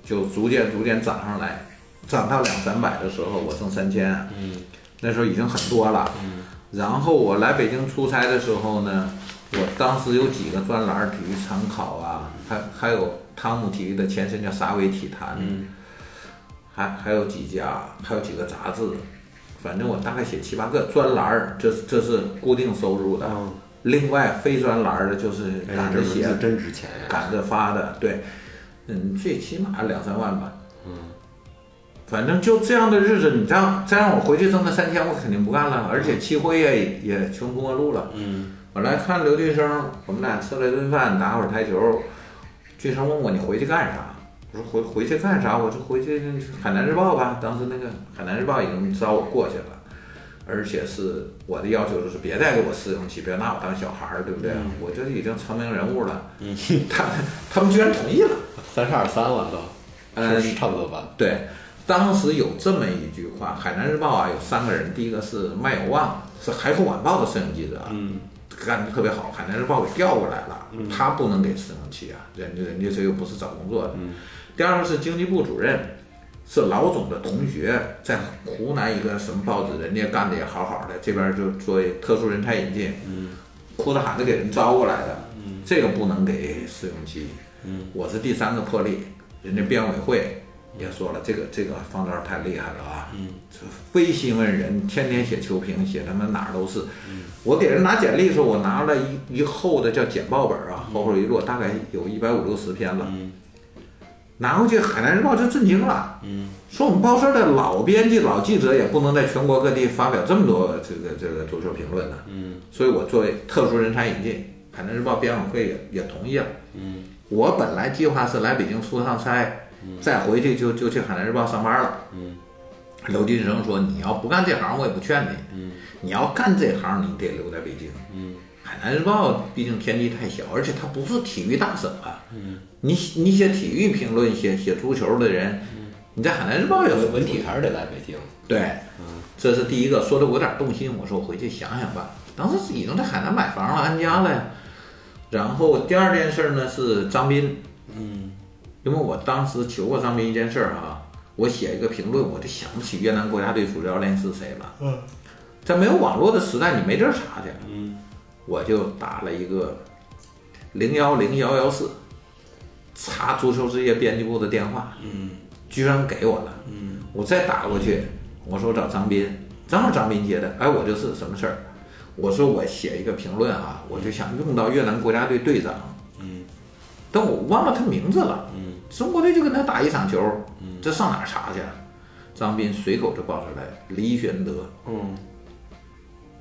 [SPEAKER 3] 就逐渐逐渐涨上来，涨到两三百的时候，我挣三千，啊
[SPEAKER 2] 嗯
[SPEAKER 3] 那时候已经很多了，
[SPEAKER 2] 嗯
[SPEAKER 3] 然后我来北京出差的时候呢，我当时有几个专栏儿，体育参考啊，还还有汤姆体育的前身叫沙维体坛，
[SPEAKER 2] 嗯
[SPEAKER 3] 还还有几家，还有几个杂志，反正我大概写七八个专栏儿，这是这是固定收入的。
[SPEAKER 2] 嗯，
[SPEAKER 3] 另外非专栏儿的就是
[SPEAKER 2] 哎
[SPEAKER 3] 赶
[SPEAKER 2] 这
[SPEAKER 3] 着
[SPEAKER 2] 文
[SPEAKER 3] 写
[SPEAKER 2] 字、真值钱呀。
[SPEAKER 3] 赶着发的，对，嗯，最起码两三万吧。
[SPEAKER 2] 嗯
[SPEAKER 3] 反正就这样的日子，你再让再让我回去挣那三千，我肯定不干了。而且期货业也穷途末路了。
[SPEAKER 2] 嗯
[SPEAKER 3] 我来看刘俊生，我们俩吃了一顿饭，打会儿台球。俊生问我你回去干啥？我说回回去干啥？我说回去海南日报吧。当时那个海南日报已经招我过去了，而且是我的要求就是别再给我试用期，别拿我当小孩儿，对不对？我这已经成名人物了。
[SPEAKER 2] 嗯，
[SPEAKER 3] 他他们居然同意了。
[SPEAKER 2] 三十二三了都，
[SPEAKER 3] 嗯
[SPEAKER 2] 是差不多吧。
[SPEAKER 3] 对，当时有这么一句话，《海南日报》啊有三个人，第一个是麦有望，是海口晚报的摄影记者啊，
[SPEAKER 2] 嗯
[SPEAKER 3] 干得特别好，海南日报给调过来了，他不能给试用期啊，人家人家这又不是找工作的。
[SPEAKER 2] 嗯
[SPEAKER 3] 第二个是经济部主任，是老总的同学，在湖南一个什么报纸，人家干的也好好的，这边就做特殊人才引进，
[SPEAKER 2] 嗯
[SPEAKER 3] 哭着喊着给人招过来的，
[SPEAKER 2] 嗯
[SPEAKER 3] 这个不能给试用期。
[SPEAKER 2] 嗯，
[SPEAKER 3] 我是第三个破例，人家编委会也说了，这个这个方招太厉害了啊，嗯，非新闻人天天写球评，写他妈哪儿都是。我给人拿简历的时候，我拿了一一厚的叫简报本啊，厚厚一摞，大概有一百五六十篇了，
[SPEAKER 2] 嗯
[SPEAKER 3] 拿回去海南日报就震惊了。
[SPEAKER 2] 嗯
[SPEAKER 3] 说我们报社的老编辑、老记者也不能在全国各地发表这么多这个这个足球评论呢、
[SPEAKER 2] 嗯
[SPEAKER 3] 所以我作为特殊人才引进，海南日报编委会也也同意了。
[SPEAKER 2] 嗯
[SPEAKER 3] 我本来计划是来北京出趟差，再回去就就去海南日报上班了。
[SPEAKER 2] 嗯
[SPEAKER 3] 刘金生说：“你要不干这行，我也不劝你；
[SPEAKER 2] 嗯
[SPEAKER 3] 你要干这行，你得留在北京。
[SPEAKER 2] 嗯
[SPEAKER 3] 海南日报毕竟天地太小，而且它不是体育大省啊。
[SPEAKER 2] 嗯，
[SPEAKER 3] 你你写体育评论、写写足球的人，
[SPEAKER 2] 嗯
[SPEAKER 3] 你在海南日报有什么
[SPEAKER 2] 文文体还是得来北京。
[SPEAKER 3] 对，这是第一个，说的我有点动心，我说我回去想想吧。当时已经在海南买房了，安家了呀。然后第二件事呢是张斌，
[SPEAKER 2] 嗯
[SPEAKER 3] 因为我当时求过张斌一件事儿、哈，我写一个评论，我就想不起越南国家队主教练是谁了。
[SPEAKER 2] 嗯，
[SPEAKER 3] 在没有网络的时代，你没地儿查去，
[SPEAKER 2] 嗯
[SPEAKER 3] 我就打了一个零幺零幺幺四，查足球之夜编辑部的电话，
[SPEAKER 2] 嗯
[SPEAKER 3] 居然给我了。
[SPEAKER 2] 嗯
[SPEAKER 3] 我再打过去，我说我找张斌，正好张斌接的，哎，我就是什么事儿，我说我写一个评论啊，我就想用到越南国家队队长，
[SPEAKER 2] 嗯
[SPEAKER 3] 但我忘了他名字了，
[SPEAKER 2] 嗯
[SPEAKER 3] 中国队就跟他打一场球，这上哪儿查去啊？张斌随口就报出来李玄德，
[SPEAKER 2] 嗯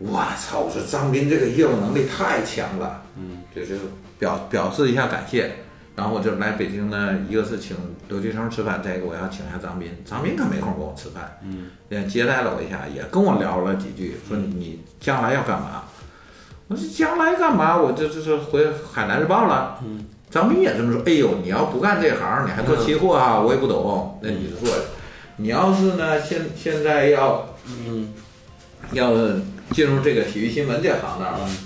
[SPEAKER 3] 我操！我说张斌这个业务能力太强了，
[SPEAKER 2] 嗯，
[SPEAKER 3] 这就表表示一下感谢。然后我就来北京呢，一个是请刘继成吃饭，再一个我要请一下张斌。张斌可没空跟我吃饭，
[SPEAKER 2] 嗯，
[SPEAKER 3] 也接待了我一下，也跟我聊了几句，说你将来要干嘛？
[SPEAKER 2] 嗯
[SPEAKER 3] 我说将来干嘛？我这这是回海南日报了。
[SPEAKER 2] 嗯，
[SPEAKER 3] 张斌也这么说。哎呦，你要不干这行，你还做期货啊？我也不懂，那你就做。你要是呢，现现在要
[SPEAKER 2] 嗯
[SPEAKER 3] 要进入这个体育新闻这行当了，
[SPEAKER 2] 嗯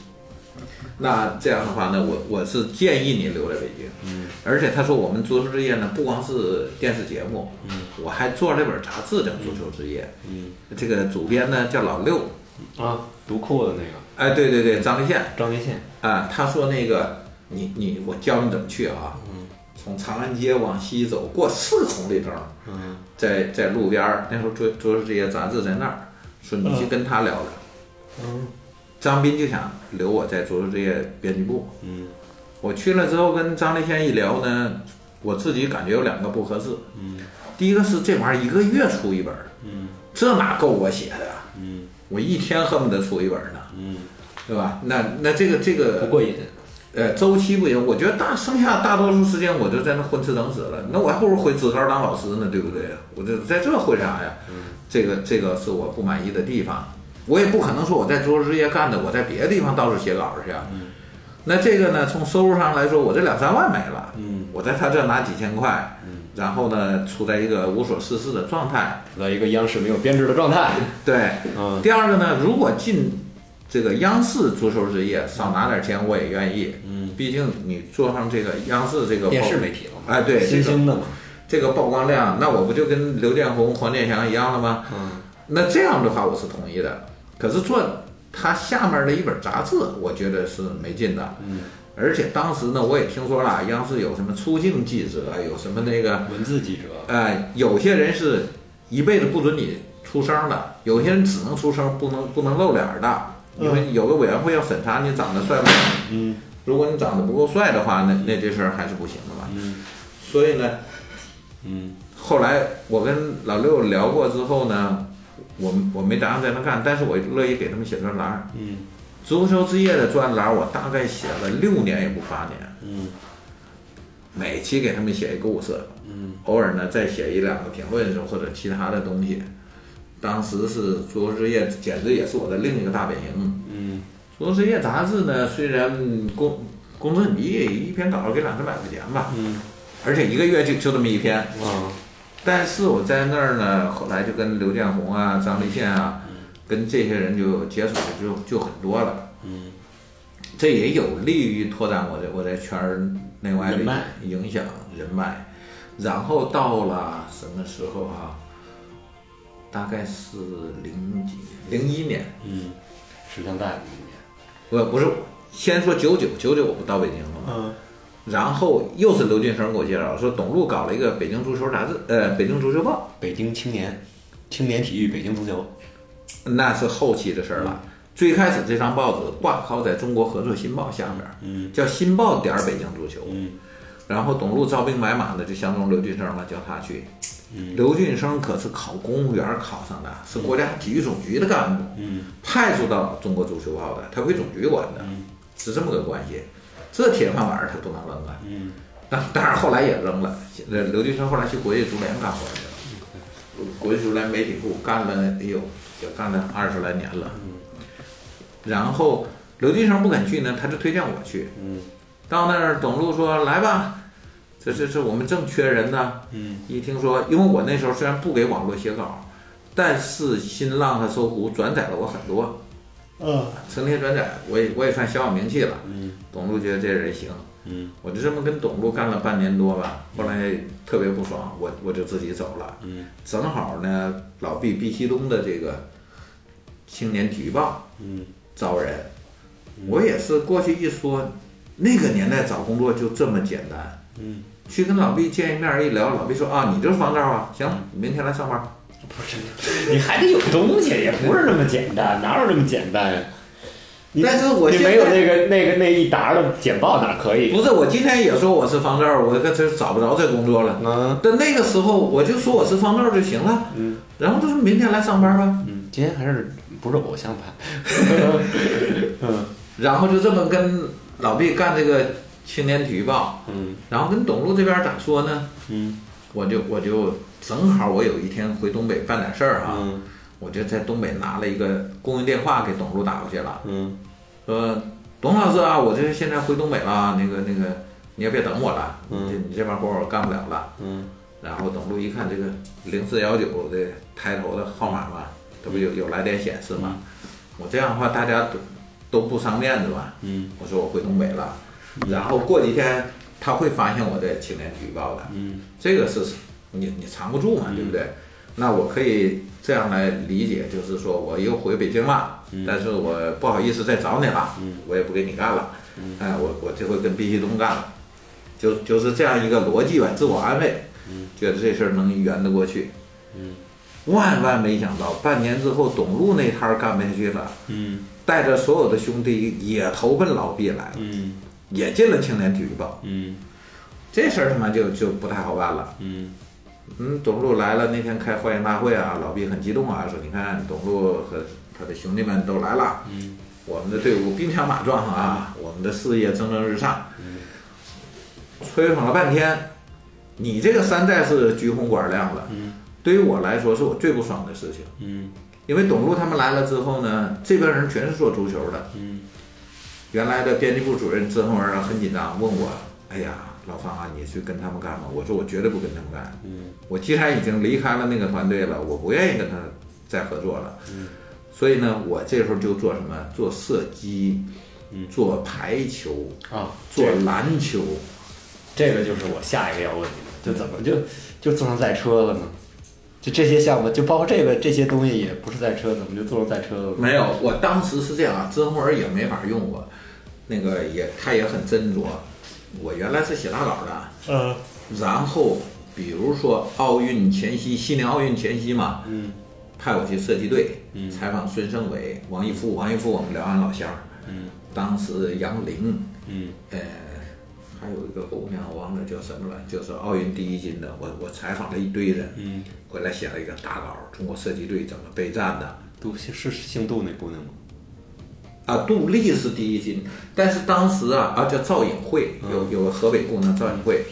[SPEAKER 3] 那这样的话呢，我我是建议你留在北京。
[SPEAKER 2] 嗯
[SPEAKER 3] 而且他说我们足球之夜呢，不光是电视节目，我还做了一本杂志叫《足球之夜》，
[SPEAKER 2] 嗯
[SPEAKER 3] 这个主编呢叫老六，
[SPEAKER 2] 啊，读库的那个
[SPEAKER 3] 哎，对对对，张立宪
[SPEAKER 2] 张立宪。
[SPEAKER 3] 啊，他说那个你你我教你怎么去啊，
[SPEAKER 2] 嗯
[SPEAKER 3] 从长安街往西走，过四个红绿灯，
[SPEAKER 2] 嗯
[SPEAKER 3] 在在路边儿，那时候足足球之夜杂志在那儿，说你去跟他聊聊。
[SPEAKER 2] 嗯
[SPEAKER 3] 张斌就想留我在足球之夜编辑部。
[SPEAKER 2] 嗯
[SPEAKER 3] 我去了之后跟张立先一聊呢，我自己感觉有两个不合适。
[SPEAKER 2] 嗯
[SPEAKER 3] 第一个是这玩意儿一个月出一本儿，
[SPEAKER 2] 嗯
[SPEAKER 3] 这哪够我写的啊？
[SPEAKER 2] 嗯
[SPEAKER 3] 我一天恨不得出一本儿呢，
[SPEAKER 2] 嗯，
[SPEAKER 3] 对吧？那那这个这
[SPEAKER 2] 不
[SPEAKER 3] 个
[SPEAKER 2] 过瘾。
[SPEAKER 3] 呃周期不行，我觉得大剩下大多数时间我就在那混吃等死了，那我还不如回职高当老师呢，对不对？我这在这混啥呀？
[SPEAKER 2] 嗯
[SPEAKER 3] 这个这个是我不满意的地方。我也不可能说我在足球之夜干的，我在别的地方到处写稿去啊。
[SPEAKER 2] 嗯
[SPEAKER 3] 那这个呢，从收入上来说，我这两三万没了，
[SPEAKER 2] 嗯，
[SPEAKER 3] 我在他这拿几千块
[SPEAKER 2] 嗯，
[SPEAKER 3] 然后呢，处在一个无所事事的状 态。
[SPEAKER 2] 处在一个央视没有编制的状态。
[SPEAKER 3] 对，
[SPEAKER 2] 嗯
[SPEAKER 3] 第二个呢，如果进这个央视足球之夜，少拿点钱我也愿意，
[SPEAKER 2] 嗯，
[SPEAKER 3] 毕竟你做上这个央视这个
[SPEAKER 2] 电视啊
[SPEAKER 3] 曝
[SPEAKER 2] 媒体了嘛，
[SPEAKER 3] 哎，对，这
[SPEAKER 2] 新
[SPEAKER 3] 个
[SPEAKER 2] 兴的嘛。
[SPEAKER 3] 这个曝光量，那我不就跟刘建宏、黄健翔一样了吗？
[SPEAKER 2] 嗯
[SPEAKER 3] 那这样的话，我是同意的。可是做他下面的一本杂志，我觉得是没劲的。
[SPEAKER 2] 嗯，
[SPEAKER 3] 而且当时呢，我也听说了，央视有什么出境记者，有什么那个，
[SPEAKER 2] 文字记者。
[SPEAKER 3] 呃，有些人是一辈子不准你出声的，有些人只能出声，不能不能露脸儿的，因为有个委员会要审查你长得帅不帅。
[SPEAKER 2] 嗯
[SPEAKER 3] 如果你长得不够帅的话，那那这事儿还是不行的嘛。
[SPEAKER 2] 嗯
[SPEAKER 3] 所以呢，
[SPEAKER 2] 嗯
[SPEAKER 3] 后来我跟老六聊过之后呢，我我没打算在那干，但是我乐意给他们写专栏儿。
[SPEAKER 2] 嗯
[SPEAKER 3] 足球之夜的专栏，我大概写了六年也不八年，
[SPEAKER 2] 嗯
[SPEAKER 3] 每期给他们写一故事，
[SPEAKER 2] 嗯
[SPEAKER 3] 偶尔呢再写一两个评论或者其他的东西。当时是足球之夜，简直也是我的另一个大本营。
[SPEAKER 2] 嗯
[SPEAKER 3] 足球之夜杂志呢，虽然工工作很低，一篇稿给两三百块钱吧，
[SPEAKER 2] 嗯
[SPEAKER 3] 而且一个月就就这么一篇，
[SPEAKER 2] 啊
[SPEAKER 3] 但是我在那儿呢，后来就跟刘建宏啊、张立宪啊，跟这些人就接触的就就很多了。
[SPEAKER 2] 嗯
[SPEAKER 3] 这也有利于拓展我在我在圈儿内外的
[SPEAKER 2] 人脉
[SPEAKER 3] 影响人脉。然后到了什么时候啊？大概是零几零一年，
[SPEAKER 2] 嗯，石像大夫里面。
[SPEAKER 3] 不不是，先说九九九九我不到北京了吗？
[SPEAKER 2] 嗯
[SPEAKER 3] 然后又是刘俊生给我介绍说，董路搞了一个北京足球杂志，呃，北京足球报，
[SPEAKER 2] 北京青年、青年体育、北京足球，
[SPEAKER 3] 那是后期的事儿了。最开始这张报纸挂靠在中国合作新报下面，
[SPEAKER 2] 嗯
[SPEAKER 3] 叫《新报》点儿北京足球。
[SPEAKER 2] 嗯
[SPEAKER 3] 然后董路招兵买马的就相中刘俊生了，叫他去。
[SPEAKER 2] 嗯
[SPEAKER 3] 刘俊生可是考公务员考上的，是国家体育总局的干部，
[SPEAKER 2] 嗯
[SPEAKER 3] 派驻到中国足球报的，他归总局管的，是这么个关系。这铁饭碗儿他不能扔啊！
[SPEAKER 2] 嗯，
[SPEAKER 3] 当当然后来也扔了。呃，刘俊生后来去国际足联干活去了，国际足联媒体部干了，哎呦，也干了二十来年了。然后刘俊生不肯去呢，他就推荐我去。
[SPEAKER 2] 嗯
[SPEAKER 3] 到那儿，董路说：“来吧，这这这我们正缺人呢。”
[SPEAKER 2] 嗯，
[SPEAKER 3] 一听说，因为我那时候虽然不给网络写稿，但是新浪和搜狐转载了我很多，
[SPEAKER 4] 嗯，
[SPEAKER 3] 成天转载，我也我也算小有名气了。
[SPEAKER 2] 嗯
[SPEAKER 3] 董路觉得这人行，
[SPEAKER 2] 嗯
[SPEAKER 3] 我就这么跟董路干了半年多吧，后来特别不爽，我我就自己走了。
[SPEAKER 2] 嗯，
[SPEAKER 3] 正好呢，老毕毕希东的这个《青年体育报
[SPEAKER 2] 嗯》
[SPEAKER 3] 招人，我也是过去一说，那个年代找工作就这么简单。
[SPEAKER 2] 嗯，
[SPEAKER 3] 去跟老毕见一面一聊，老毕说啊，你就是王照啊，行，你明天来上班。
[SPEAKER 2] 不是，你还得有东西，也不是那么简单，哪有那么简单呀？你
[SPEAKER 3] 但是我
[SPEAKER 2] 你
[SPEAKER 3] 现在
[SPEAKER 2] 没有那个那个那一沓的简报哪可以？
[SPEAKER 3] 不是，我今天也说我是方照，我这这找不着这工作了。
[SPEAKER 2] 嗯
[SPEAKER 3] 但那个时候我就说我是方照就行了。
[SPEAKER 2] 嗯，
[SPEAKER 3] 然后他说明天来上班吧，
[SPEAKER 2] 嗯，今天还是不是偶像派？嗯
[SPEAKER 3] 然后就这么跟老毕干这个青年体育报，
[SPEAKER 2] 嗯
[SPEAKER 3] 然后跟董路这边咋说呢？
[SPEAKER 2] 嗯
[SPEAKER 3] 我就我就正好我有一天回东北办点事儿啊，
[SPEAKER 2] 嗯
[SPEAKER 3] 我就在东北拿了一个公用电话给董路打过去了。
[SPEAKER 2] 嗯
[SPEAKER 3] 说董老师啊，我这现在回东北了，那个那个，你也别等我了，
[SPEAKER 2] 嗯
[SPEAKER 3] 这你这边活我干不了了。
[SPEAKER 2] 嗯
[SPEAKER 3] 然后董路一看这个零四幺九的抬头的号码嘛，这不有有来电显示嘛？我这样的话大家都都不伤面子嘛。
[SPEAKER 2] 嗯
[SPEAKER 3] 我说我回东北了，然后过几天他会发现我的青年体育报的，
[SPEAKER 2] 嗯
[SPEAKER 3] 这个是你你藏不住嘛，对不对？那我可以这样来理解，就是说我又回北京了，但是我不好意思再找你了，我也不给你干了，哎，我我这回跟毕旭东干了，就就是这样一个逻辑吧，自我安慰，觉得这事儿能圆得过去。万万没想到，半年之后，董路那摊儿干不下去了，
[SPEAKER 2] 嗯
[SPEAKER 3] 带着所有的兄弟也投奔老毕来了，
[SPEAKER 2] 嗯
[SPEAKER 3] 也进了青年体育报，
[SPEAKER 2] 嗯
[SPEAKER 3] 这事儿他妈就就不太好办了。
[SPEAKER 2] 嗯
[SPEAKER 3] 嗯，董路来了，那天开欢迎大会啊，老毕很激动啊，说你看董路和他的兄弟们都来了，
[SPEAKER 2] 嗯，
[SPEAKER 3] 我们的队伍兵强马壮啊，我们的事业蒸蒸日上。吹捧了半天，你这个山寨是橘红管亮了，
[SPEAKER 2] 嗯，
[SPEAKER 3] 对于我来说是我最不爽的事情，
[SPEAKER 2] 嗯
[SPEAKER 3] 因为董路他们来了之后呢，这边人全是做足球的，
[SPEAKER 2] 嗯
[SPEAKER 3] 原来的编辑部主任曾文啊很紧张，问我，哎呀，老方啊，你去跟他们干吗？我说我绝对不跟他们干。
[SPEAKER 2] 嗯
[SPEAKER 3] 我既然已经离开了那个团队了，我不愿意跟他再合作了。所以呢，我这时候就做什么？做射击，
[SPEAKER 2] 嗯
[SPEAKER 3] 做排球，
[SPEAKER 2] 啊，
[SPEAKER 3] 做篮球。
[SPEAKER 2] 这个就是我下一个要问你的，就怎么就就坐上赛车了呢？就这些项目，就包括这个这些东西，也不是赛车，怎么就坐上赛车了呢？
[SPEAKER 3] 没有，我当时是这样啊，曾文也没法用我，那个也他也很斟酌。我原来是写大稿的，
[SPEAKER 4] 呃，
[SPEAKER 3] 然后比如说奥运前夕，西宁奥运前夕嘛，
[SPEAKER 2] 嗯
[SPEAKER 3] 派我去射击队、采访孙胜伟、王义夫，王义夫我们辽安老乡，
[SPEAKER 2] 嗯
[SPEAKER 3] 当时杨凌。
[SPEAKER 2] 嗯
[SPEAKER 3] 呃，还有一个姑娘，我忘了叫什么了，就是奥运第一金的。我我采访了一堆人，
[SPEAKER 2] 嗯，
[SPEAKER 3] 回来写了一个大稿，中国射击队怎么备战的。
[SPEAKER 2] 杜是是姓杜那姑娘吗？
[SPEAKER 3] 啊，杜丽是第一金，但是当时啊啊叫赵颖慧，有有个河北姑娘赵颖慧，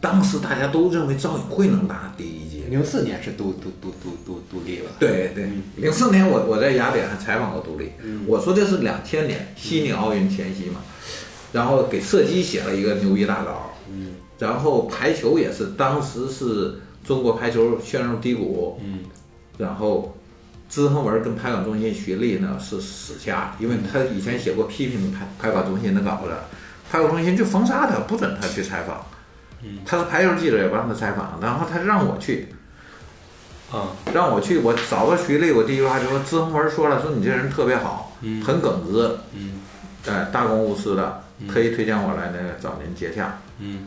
[SPEAKER 3] 当时大家都认为赵颖慧能拿第一金。
[SPEAKER 2] 零四年是杜杜杜杜杜杜丽吧？
[SPEAKER 3] 对对，零四年我我在雅典还采访过杜丽，我说这是两千年悉尼奥运前夕嘛，然后给射击写了一个牛逼大稿，嗯，然后排球也是，当时是中国排球陷入低谷，嗯，然后资恒文跟排稿中心徐丽呢是死掐，因为他以前写过批评排排稿中心的稿子，排稿中心就封杀他，不准他去采访，嗯，他是排球记者也不让他采访，然后他让我去，
[SPEAKER 2] 啊，
[SPEAKER 3] 让我去，我找到徐丽，我第一句话就说：“
[SPEAKER 2] 嗯
[SPEAKER 3] 资文说了，说你这人特别好，很耿直，嗯，哎，大公无私的。特意推荐我来那个找您接洽。
[SPEAKER 2] 嗯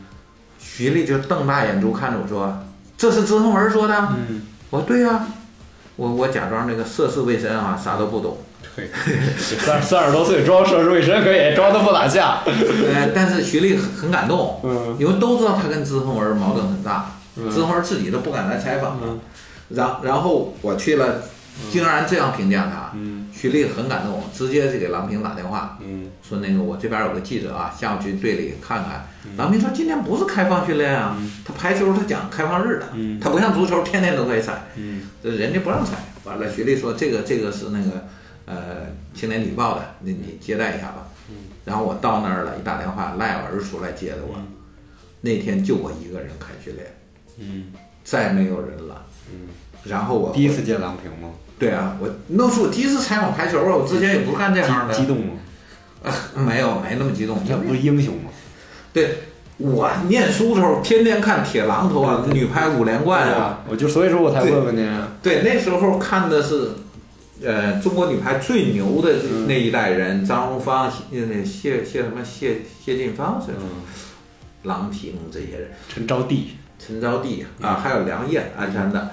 [SPEAKER 3] 徐丽就瞪大眼珠看着我说：“这是知颂文说的。”
[SPEAKER 2] 嗯，
[SPEAKER 3] 我说：“对呀、我我假装那个涉世未深啊，啥都不懂。
[SPEAKER 2] 嘿， 三三十多岁装涉世未深可以，装的不咋像。
[SPEAKER 3] 呃，但是徐丽很很感动，
[SPEAKER 2] 嗯
[SPEAKER 3] 因为都知道他跟知颂文矛盾很大，知颂文自己都不敢来采访了。
[SPEAKER 2] 嗯
[SPEAKER 3] 然然后我去了，竟然这样评价他，
[SPEAKER 2] 嗯
[SPEAKER 3] 徐丽很感动，直接就给郎平打电话
[SPEAKER 2] 嗯
[SPEAKER 3] 说：“那个我这边有个记者啊，下午去队里看看。”
[SPEAKER 2] 嗯
[SPEAKER 3] 郎平说：“今天不是开放训练啊，他排球他讲开放日的，
[SPEAKER 2] 嗯
[SPEAKER 3] 他不像足球天天都可以采。”
[SPEAKER 2] 嗯
[SPEAKER 3] 这人家不让采。完了，徐丽说这个这个是那个呃《青年日报》的，你你接待一下吧。
[SPEAKER 2] 嗯
[SPEAKER 3] 然后我到那儿了，一打电话，赖老师出来接的我。那天就我一个人开训练，
[SPEAKER 2] 嗯
[SPEAKER 3] 再没有人了。
[SPEAKER 2] 嗯，
[SPEAKER 3] 然后我
[SPEAKER 2] 第一次见郎平吗？
[SPEAKER 3] 对啊，我那是我第一次采访排球啊，我之前也不是干这行的。
[SPEAKER 2] 激激动吗？
[SPEAKER 3] 没有没那么激动，
[SPEAKER 2] 那不是英雄吗？
[SPEAKER 3] 对。我念书的时候，天天看铁榔头啊，女排五连冠啊，
[SPEAKER 2] 啊，我就所以说我才问问您啊。
[SPEAKER 3] 对，那时候看的是，呃，中国女排最牛的那一代人，张荣芳、谢呃谢谢什么谢谢晋芳是吧？
[SPEAKER 2] 嗯，
[SPEAKER 3] 郎平这些人，
[SPEAKER 2] 陈招娣，
[SPEAKER 3] 陈招娣啊，还有梁烨，鞍山的。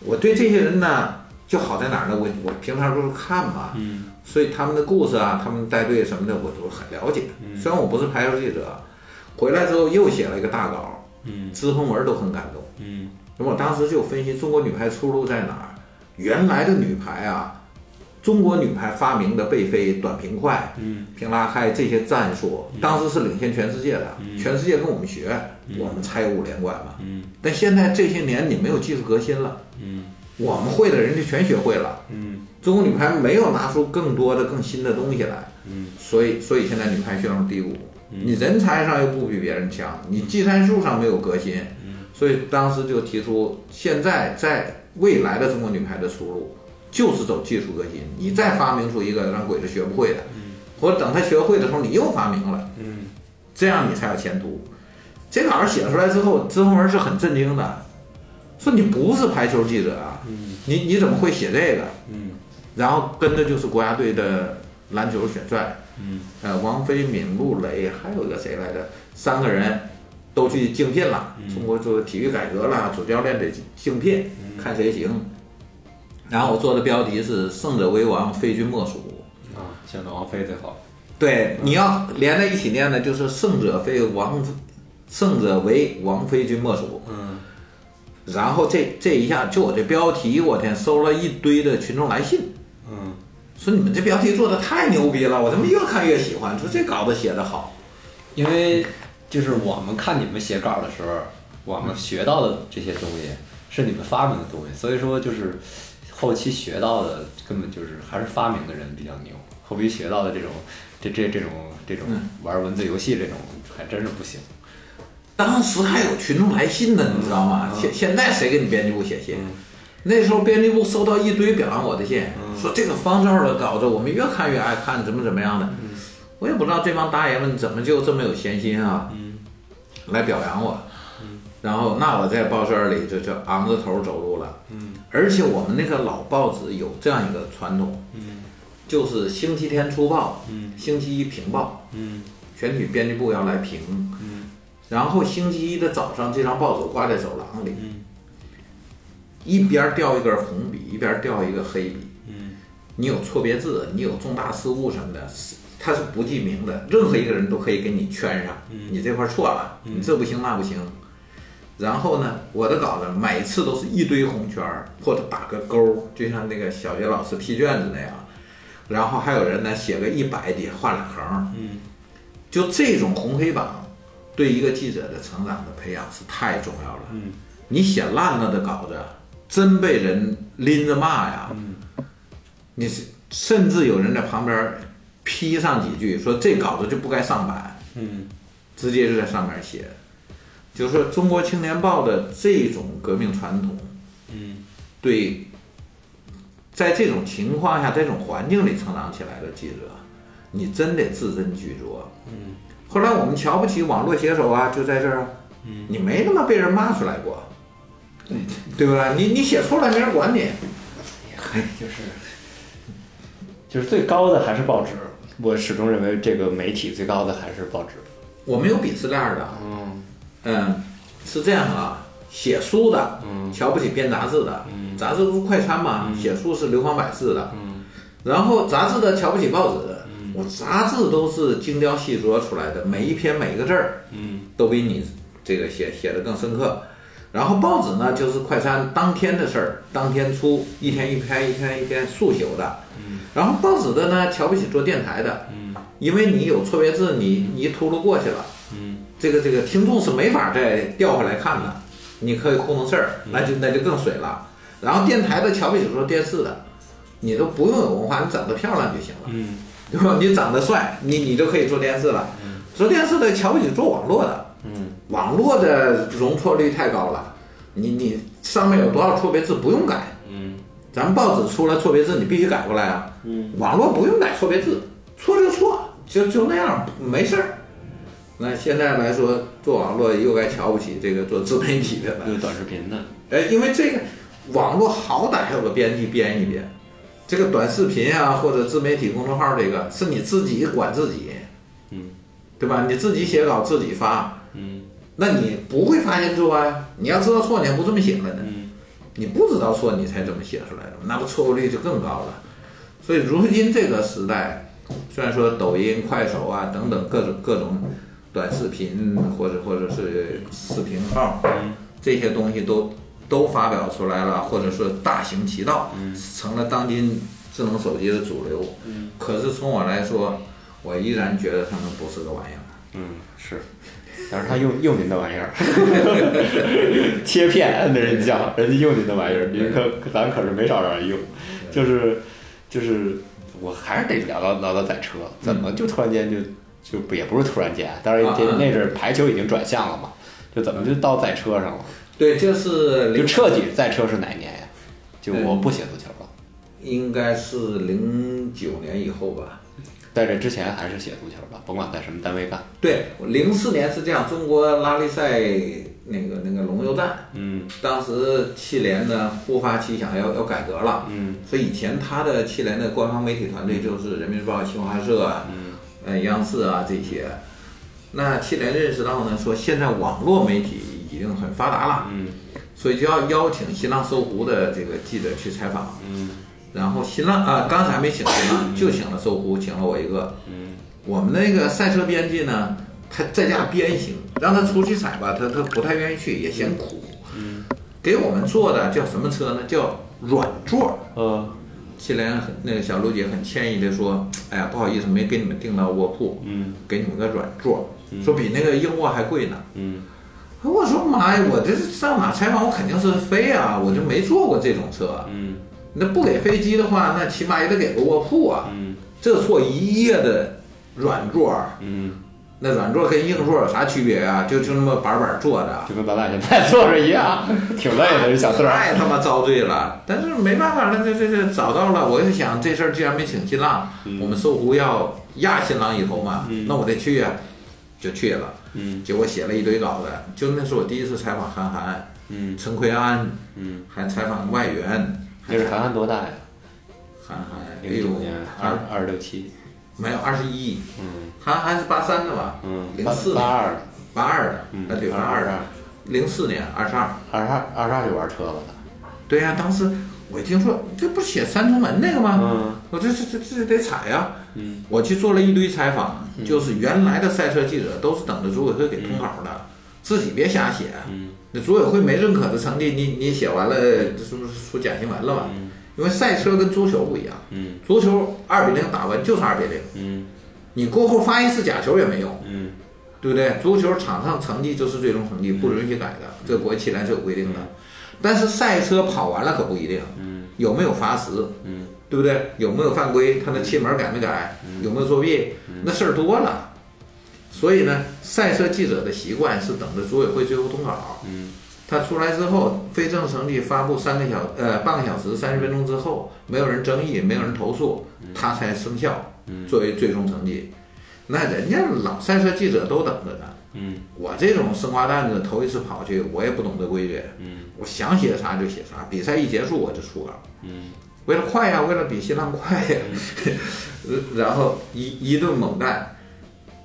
[SPEAKER 3] 我对这些人呢，就好在哪儿呢？我我平常都是看嘛，
[SPEAKER 2] 嗯
[SPEAKER 3] 所以他们的故事啊，他们带队什么的，我都很了解。
[SPEAKER 2] 嗯
[SPEAKER 3] 虽然我不是排球记者，回来之后又写了一个大稿，
[SPEAKER 2] 嗯
[SPEAKER 3] 知红文都很感动。
[SPEAKER 2] 嗯
[SPEAKER 3] 那么我当时就分析中国女排出路在哪儿。原来的女排啊，中国女排发明的背飞、短平快、
[SPEAKER 2] 嗯
[SPEAKER 3] 平拉开这些战术，当时是领先全世界的，全世界跟我们学，我们才有五连冠嘛。
[SPEAKER 2] 嗯
[SPEAKER 3] 但现在这些年你没有技术革新了，
[SPEAKER 2] 嗯
[SPEAKER 3] 我们会的人家全学会了，
[SPEAKER 2] 嗯
[SPEAKER 3] 中国女排没有拿出更多的、更新的东西来，
[SPEAKER 2] 嗯
[SPEAKER 3] 所以所以现在女排陷入低谷。你人才上又不比别人强，你技战术上没有革新，所以当时就提出，现在在未来的中国女排的出路就是走技术革新。你再发明出一个让鬼子学不会的，或者等他学会的时候你又发明了，
[SPEAKER 2] 嗯
[SPEAKER 3] 这样你才有前途。这稿儿写出来之后，资红文是很震惊的，说你不是排球记者啊，你你怎么会写这个？
[SPEAKER 2] 嗯
[SPEAKER 3] 然后跟着就是国家队的篮球选帅，
[SPEAKER 2] 嗯，
[SPEAKER 3] 呃，王菲敏、陆雷，还有一个谁来着？三个人都去竞聘了。
[SPEAKER 2] 嗯
[SPEAKER 3] 中国做体育改革了，主教练得竞聘，
[SPEAKER 2] 嗯
[SPEAKER 3] 看谁行。然后我做的标题是“胜者为王，非君莫属
[SPEAKER 2] 啊，选择王菲最好。”。
[SPEAKER 3] 对，你要连在一起念呢，就是“胜者非王，胜者为王，非君莫属
[SPEAKER 2] 嗯”。
[SPEAKER 3] 然后这这一下，就我这标题，我天，收了一堆的群众来信。
[SPEAKER 2] 嗯
[SPEAKER 3] 说你们这标题做的太牛逼了，我他妈越看越喜欢，说这稿子写的好。
[SPEAKER 2] 因为就是我们看你们写稿的时候，我们学到的这些东西是你们发明的东西，所以说就是后期学到的根本就是还是发明的人比较牛，后期学到的这种这这这种这种玩文字游戏这种还真是不行。
[SPEAKER 3] 当时还有群众来信呢，你知道吗？现、现在谁给你编辑部写信？那时候编辑部收到一堆表扬我的信，说这个方照的稿子我们越看越爱看，怎么怎么样的。我也不知道这帮大爷们怎么就这么有闲心啊，来表扬我。然后那我在报社里就就昂着头走路了。而且我们那个老报纸有这样一个传统，就是星期天出报，星期一评报。
[SPEAKER 2] 嗯
[SPEAKER 3] 全体编辑部要来评，
[SPEAKER 2] 嗯
[SPEAKER 3] 然后星期一的早上，这张报纸挂在走廊里，
[SPEAKER 2] 嗯
[SPEAKER 3] 一边掉一根红笔，一边掉一个黑笔。
[SPEAKER 2] 嗯
[SPEAKER 3] 你有错别字，你有重大失误什么的，是它是不记名的，任何一个人都可以给你圈上，
[SPEAKER 2] 嗯
[SPEAKER 3] 你这块错了，你这不行那不行。然后呢，我的稿子每次都是一堆红圈儿，或者打个勾儿，就像那个小学老师批卷子那样。然后还有人呢，写个一百底下画俩横，
[SPEAKER 2] 嗯，
[SPEAKER 3] 就这种红黑榜，对一个记者的成长的培养是太重要了。
[SPEAKER 2] 嗯，
[SPEAKER 3] 你写烂了的稿子，真被人拎着骂呀。你是甚至有人在旁边批上几句，说这稿子就不该上版，
[SPEAKER 2] 嗯
[SPEAKER 3] 直接就在上面写。就是说，中国青年报的这种革命传统，
[SPEAKER 2] 嗯
[SPEAKER 3] 对在这种情况下、这种环境里成长起来的记者，你真得字斟句酌。
[SPEAKER 2] 嗯
[SPEAKER 3] 后来我们瞧不起网络写手啊，就在这儿啊，
[SPEAKER 2] 嗯
[SPEAKER 3] 你没他妈被人骂出来过，对不对？你你写错了没人管你，
[SPEAKER 2] 就是就是最高的还是报纸，我始终认为这个媒体最高的还是报纸。
[SPEAKER 3] 我没有鄙视链儿的，
[SPEAKER 2] 嗯
[SPEAKER 3] 嗯，是这样啊，写书的，瞧不起编杂志的，杂志不是快餐嘛，写书是流芳百世的，然后杂志的瞧不起报纸的，我杂志都是精雕细琢出来的，每一篇每个字儿，
[SPEAKER 2] 嗯
[SPEAKER 3] 都比你这个写写的更深刻。然后报纸呢，就是快餐当天的事儿，当天出，一天一篇，一天一篇速朽的。然后报纸的呢，瞧不起做电台的，因为你有错别字，你你一秃噜过去了，
[SPEAKER 2] 嗯
[SPEAKER 3] 这个这个听众是没法再调回来看的，你可以糊弄事儿，那就那就更水了。然后电台的瞧不起说电视的，你都不用有文化，你长得漂亮就行了，
[SPEAKER 2] 嗯
[SPEAKER 3] 对吧？你长得帅，你你就可以做电视了。做电视的瞧不起做网络的，
[SPEAKER 2] 嗯
[SPEAKER 3] 网络的容错率太高了，你你上面有多少错别字不用改，
[SPEAKER 2] 嗯
[SPEAKER 3] 咱们报纸出了错别字你必须改过来啊。
[SPEAKER 2] 嗯，
[SPEAKER 3] 网络不用改错别字，错就错，就就那样，没事儿。那现在来说，做网络又该瞧不起这个做自媒体的了。
[SPEAKER 2] 有短视频的，
[SPEAKER 3] 哎，因为这个网络好歹还有个编辑编一编，这个短视频啊或者自媒体公众号这个是你自己管自己，
[SPEAKER 2] 嗯，
[SPEAKER 3] 对吧？你自己写稿自己发，
[SPEAKER 2] 嗯
[SPEAKER 3] 那你不会发现错啊？你要知道错，你还不这么写了呢？
[SPEAKER 2] 嗯
[SPEAKER 3] 你不知道错，你才这么写出来的，那不错误率就更高了。所以如今这个时代，虽然说抖音、快手啊等等各种各种短视频或者或者是视频号
[SPEAKER 2] 嗯
[SPEAKER 3] 这些东西都都发表出来了，或者说大行其道，成了当今智能手机的主流。可是从我来说，我依然觉得它们不是个玩意儿。
[SPEAKER 2] 嗯是，但是他用用您的玩意儿， 切片摁着人家，人家用您的玩意儿，您可咱可是没少让人用，就是就是，我还是得聊到聊到载车，怎么就突然间就就不也不是突然间，当然
[SPEAKER 3] 啊
[SPEAKER 2] 这
[SPEAKER 3] 啊
[SPEAKER 2] 那阵儿排球已经转向了嘛，就怎么就到载车上了？
[SPEAKER 3] 对，这是
[SPEAKER 2] 就
[SPEAKER 3] 零
[SPEAKER 2] 彻底载车是哪一年呀？就我不写足球了，
[SPEAKER 3] 应该是零九年以后吧。
[SPEAKER 2] 在这之前还是写足球吧，甭管在什么单位干。
[SPEAKER 3] 对，零四年是这样，中国拉力赛那个那个龙游战，
[SPEAKER 2] 嗯
[SPEAKER 3] 当时汽联呢突发奇想要要改革了，
[SPEAKER 2] 嗯
[SPEAKER 3] 所以以前它的汽联的官方媒体团队就是人民日报、新华社啊、
[SPEAKER 2] 嗯
[SPEAKER 3] 呃央视啊这些。那汽联认识到呢，说现在网络媒体已经很发达了，
[SPEAKER 2] 嗯
[SPEAKER 3] 所以就要邀请新浪、搜狐的这个记者去采访。
[SPEAKER 2] 嗯
[SPEAKER 3] 然后新浪啊、刚才没请新浪，就请了搜狐，请了我一个。
[SPEAKER 2] 嗯
[SPEAKER 3] 我们那个赛车编辑呢，他在家鞭刑，让他出去踩吧，他他不太愿意去，也嫌苦。给我们做的叫什么车呢？叫软座。
[SPEAKER 2] 呃
[SPEAKER 3] 祁连很那个小卢姐很歉意的说：“哎呀，不好意思，没给你们订到卧铺，
[SPEAKER 2] 嗯
[SPEAKER 3] 给你们个软座，说比那个硬卧还贵呢。
[SPEAKER 2] 嗯
[SPEAKER 3] 哎”我说妈呀，我这是上哪采访？我肯定是飞啊，我就没坐过这种车。啊
[SPEAKER 2] 嗯
[SPEAKER 3] 那不给飞机的话，那起码也得给个卧铺啊。
[SPEAKER 2] 嗯
[SPEAKER 3] 这坐一夜的软座儿，
[SPEAKER 2] 嗯，
[SPEAKER 3] 那软座跟硬座有啥区别啊？就就那么板板坐着，啊
[SPEAKER 2] 就跟咱俩现在坐着一样，挺累的，这小四儿。
[SPEAKER 3] 太他妈遭罪了。但是没办法了，这这这找到了。我就想这事儿既然没请新浪，
[SPEAKER 2] 嗯
[SPEAKER 3] 我们搜狐要压新浪一头嘛，那我得去呀、就去了。
[SPEAKER 2] 嗯
[SPEAKER 3] 结果写了一堆稿子，就那是我第一次采访韩寒、
[SPEAKER 2] 嗯
[SPEAKER 3] 陈奎安，
[SPEAKER 2] 嗯，
[SPEAKER 3] 还采访外援。
[SPEAKER 2] 那是韩寒多大呀？
[SPEAKER 3] 韩寒，哎
[SPEAKER 2] 零
[SPEAKER 3] 呦
[SPEAKER 2] 九年，二
[SPEAKER 3] 二
[SPEAKER 2] 二十六七。
[SPEAKER 3] 没有二十一，
[SPEAKER 2] 嗯
[SPEAKER 3] 韩寒是八三的吧？
[SPEAKER 2] 嗯，
[SPEAKER 3] 零
[SPEAKER 2] 八
[SPEAKER 3] 四
[SPEAKER 2] 八
[SPEAKER 3] 年，
[SPEAKER 2] 二的，
[SPEAKER 3] 八二的，
[SPEAKER 2] 嗯，
[SPEAKER 3] 啊对，八
[SPEAKER 2] 二
[SPEAKER 3] 二的，零四年二十二。
[SPEAKER 2] 二十二二十二就玩车了的。
[SPEAKER 3] 对呀、当时我一听说这不是写三重门那个吗？
[SPEAKER 2] 嗯
[SPEAKER 3] 我这这这这得采呀、
[SPEAKER 2] 嗯
[SPEAKER 3] 我去做了一堆采访，就是原来的赛车记者都是等着组委会给通稿的，自己别瞎写。
[SPEAKER 2] 嗯
[SPEAKER 3] 那组委会没认可的成绩，你你写完了，这是不是出假新闻了吧？
[SPEAKER 2] 嗯
[SPEAKER 3] 因为赛车跟足球不一样，
[SPEAKER 2] 嗯
[SPEAKER 3] 足球二比零打完就是二比零，
[SPEAKER 2] 嗯
[SPEAKER 3] 你过后发一次假球也没用，
[SPEAKER 2] 嗯
[SPEAKER 3] 对不对？足球场上成绩就是最终成绩，不允许改的，
[SPEAKER 2] 嗯
[SPEAKER 3] 这国际汽联是有规定的。但是赛车跑完了可不一定，
[SPEAKER 2] 嗯
[SPEAKER 3] 有没有罚时，
[SPEAKER 2] 嗯
[SPEAKER 3] 对不对？有没有犯规？他那气门改没改？有没有作弊？
[SPEAKER 2] 嗯
[SPEAKER 3] 那事儿多了。所以呢，赛车记者的习惯是等着组委会最后通稿。
[SPEAKER 2] 嗯
[SPEAKER 3] 他出来之后，非正成绩发布三个小呃半个小时三十分钟之后，没有人争议，没有人投诉，他才生效
[SPEAKER 2] 嗯
[SPEAKER 3] 作为最终成绩。那人家老赛车记者都等着呢，
[SPEAKER 2] 嗯
[SPEAKER 3] 我这种生瓜蛋子头一次跑去，我也不懂得规矩，
[SPEAKER 2] 嗯
[SPEAKER 3] 我想写啥就写啥，比赛一结束我就出稿。
[SPEAKER 2] 嗯
[SPEAKER 3] 为了快呀，为了比新浪快呀，
[SPEAKER 2] 嗯
[SPEAKER 3] 然后一一顿猛干，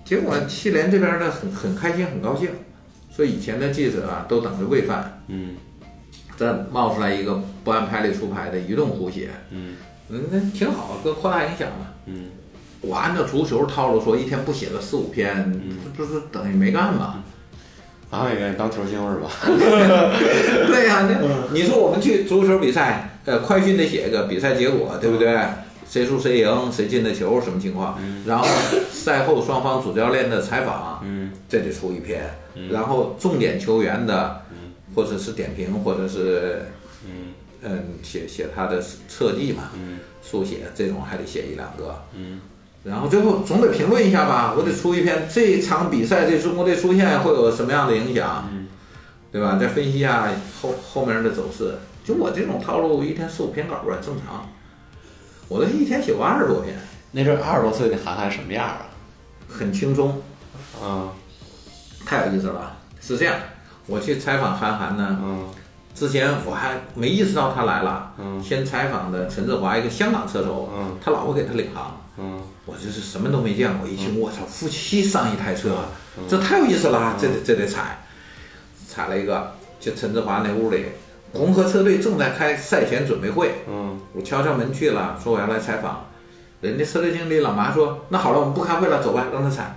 [SPEAKER 3] 结果七连这边呢很很开心，很高兴，所以以前的记者啊都等着喂饭，
[SPEAKER 2] 嗯
[SPEAKER 3] 再冒出来一个不按牌理出牌的一顿胡写，
[SPEAKER 2] 嗯
[SPEAKER 3] 嗯，那挺好，搁扩大影响嘛。
[SPEAKER 2] 嗯
[SPEAKER 3] 我按照足球套路说，一天不写个四五篇，这不是等于没干嘛？
[SPEAKER 2] 啊，也愿意当球星是吧？
[SPEAKER 3] 对呀、那你说我们去足球比赛，呃，快讯得写个比赛结果，对不对？谁输谁赢，谁进的球，什么情况？然后赛后双方主教练的采访，
[SPEAKER 2] 嗯
[SPEAKER 3] 这得出一篇。然后重点球员的，或者是点评，或者是
[SPEAKER 2] 嗯
[SPEAKER 3] 嗯，写写他的侧记嘛，
[SPEAKER 2] 嗯
[SPEAKER 3] 速写这种还得写一两个。
[SPEAKER 2] 嗯
[SPEAKER 3] 然后最后总得评论一下吧，我得出一篇这场比赛对中国队出现会有什么样的影响，
[SPEAKER 2] 嗯
[SPEAKER 3] 对吧？再分析一下后后面的走势。就我这种套路，一天四五篇稿吧，正常。我都一天写过二十多篇，
[SPEAKER 2] 那阵二十多岁的韩寒什么样啊？
[SPEAKER 3] 很轻松，
[SPEAKER 2] 啊
[SPEAKER 3] 太有意思了。是这样，我去采访韩寒呢，
[SPEAKER 2] 嗯
[SPEAKER 3] 之前我还没意识到他来了，
[SPEAKER 2] 嗯
[SPEAKER 3] 先采访的陈志华一个香港车手，
[SPEAKER 2] 嗯
[SPEAKER 3] 他老婆给他领航，
[SPEAKER 2] 嗯
[SPEAKER 3] 我就是什么都没见过，一听我操，夫妻上一台车，啊
[SPEAKER 2] 嗯
[SPEAKER 3] 这太有意思了，这得这得踩，踩了一个，就陈志华那屋里，红河车队正在开赛前准备会，
[SPEAKER 2] 嗯
[SPEAKER 3] 我敲敲门去了，说我要来采访，人家车队经理老麻说，那好了，我们不开会了，走吧，让他踩。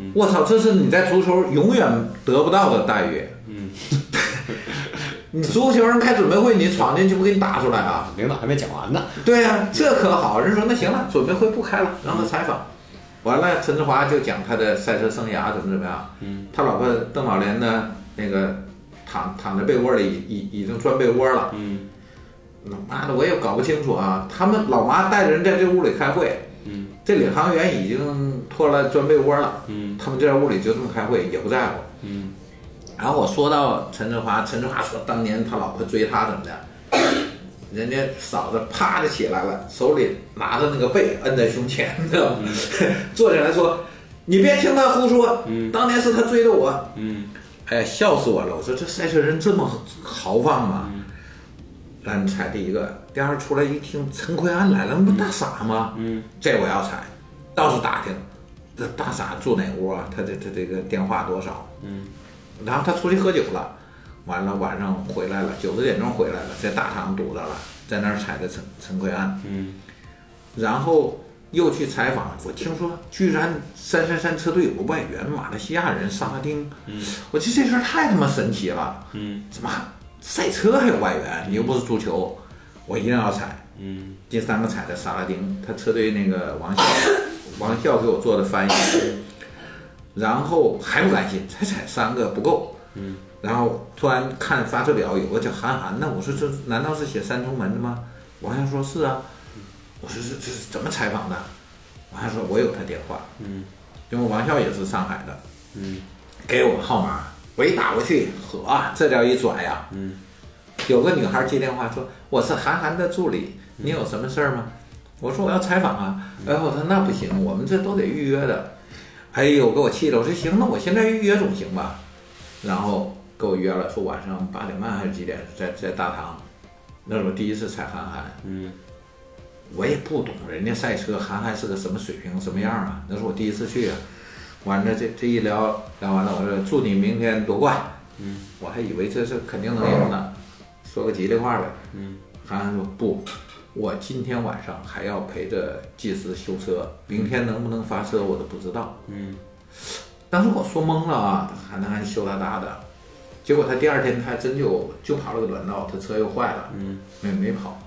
[SPEAKER 2] 嗯
[SPEAKER 3] 我操，这是你在足球永远得不到的待遇。
[SPEAKER 2] 嗯，
[SPEAKER 3] 你足球人开准备会，你闯进去不给你打出来啊？
[SPEAKER 2] 领导还没讲完呢。
[SPEAKER 3] 对呀、这可好，人说那行了，准备会不开了，让他采访。完了，陈志华就讲他的赛车生涯怎么怎么样。
[SPEAKER 2] 嗯，
[SPEAKER 3] 他老婆邓宝莲呢，那个躺躺在被窝里，已已已经钻被窝了。
[SPEAKER 2] 嗯
[SPEAKER 3] 老妈的，我也搞不清楚啊。他们老妈带着人在这屋里开会，
[SPEAKER 2] 嗯
[SPEAKER 3] 这领航员已经脱了钻被窝了，
[SPEAKER 2] 嗯
[SPEAKER 3] 他们就在屋里就这么开会，也不在乎。
[SPEAKER 2] 嗯
[SPEAKER 3] 然后我说到陈志华，陈志华说当年他老婆追他怎么的，人家嫂子啪就起来了，手里拿着那个被摁在胸前，你知道
[SPEAKER 2] 嗯
[SPEAKER 3] 吗？ 坐起来说：“你别听他胡说，当年是他追的我。
[SPEAKER 2] 嗯”
[SPEAKER 3] 哎呀，笑死我了！我说这赛车人这么豪放
[SPEAKER 2] 嗯
[SPEAKER 3] 吗？然后踩第一个，第二出来一听陈奎安来了，那不大傻吗？
[SPEAKER 2] 嗯
[SPEAKER 3] 这我要踩，到处打听，这大傻住哪屋啊？他这他这个电话多少？
[SPEAKER 2] 嗯，
[SPEAKER 3] 然后他出去喝酒了，完了晚上回来了，九十点钟回来了，在大堂堵着了，在那儿踩的陈陈奎安，
[SPEAKER 2] 嗯
[SPEAKER 3] 然后又去采访，我听说居然三三三车队有个外援，马来西亚人萨拉丁，嗯，我觉得这事儿太他妈神奇了，
[SPEAKER 2] 嗯
[SPEAKER 3] 怎么赛车还有外援？你又不是足球，我一定要踩。
[SPEAKER 2] 嗯
[SPEAKER 3] 第三个踩的萨拉丁，他车队那个王笑， 王笑给我做的翻译，然后还不甘心，才踩三个不够，
[SPEAKER 2] 嗯，
[SPEAKER 3] 然后突然看发车表有个叫韩寒的，我说这难道是写三重门的吗？王笑说是啊，我说这这是怎么采访的？王笑说我有他电话，
[SPEAKER 2] 嗯
[SPEAKER 3] 因为王笑也是上海的，
[SPEAKER 2] 嗯
[SPEAKER 3] 给我号码，我一打过去，呵，啊这叫一拽呀、
[SPEAKER 2] 嗯，
[SPEAKER 3] 有个女孩接电话说我是韩寒的助理，
[SPEAKER 2] 嗯
[SPEAKER 3] 你有什么事儿吗？我说我要采访啊，然后她那不行，我们这都得预约的。哎呦，给我气的！我说行，那我现在预约总行吧？然后给我约了，说晚上八点半还是几点，在在大堂。那是我第一次采韩寒，
[SPEAKER 2] 嗯
[SPEAKER 3] 我也不懂人家赛车，韩寒是个什么水平什么样啊？那是我第一次去啊。完了，这这一聊聊完了，我说祝你明天夺冠。
[SPEAKER 2] 嗯，
[SPEAKER 3] 我还以为这是肯定能赢呢，说个吉利话呗。
[SPEAKER 2] 嗯
[SPEAKER 3] 韩寒说不，我今天晚上还要陪着技师修车，明天能不能发车我都不知道。
[SPEAKER 2] 嗯
[SPEAKER 3] 当时我说懵了啊，韩寒羞答答的，结果他第二天他还真就就跑了个短道，他车又坏了，
[SPEAKER 2] 嗯
[SPEAKER 3] 没没跑。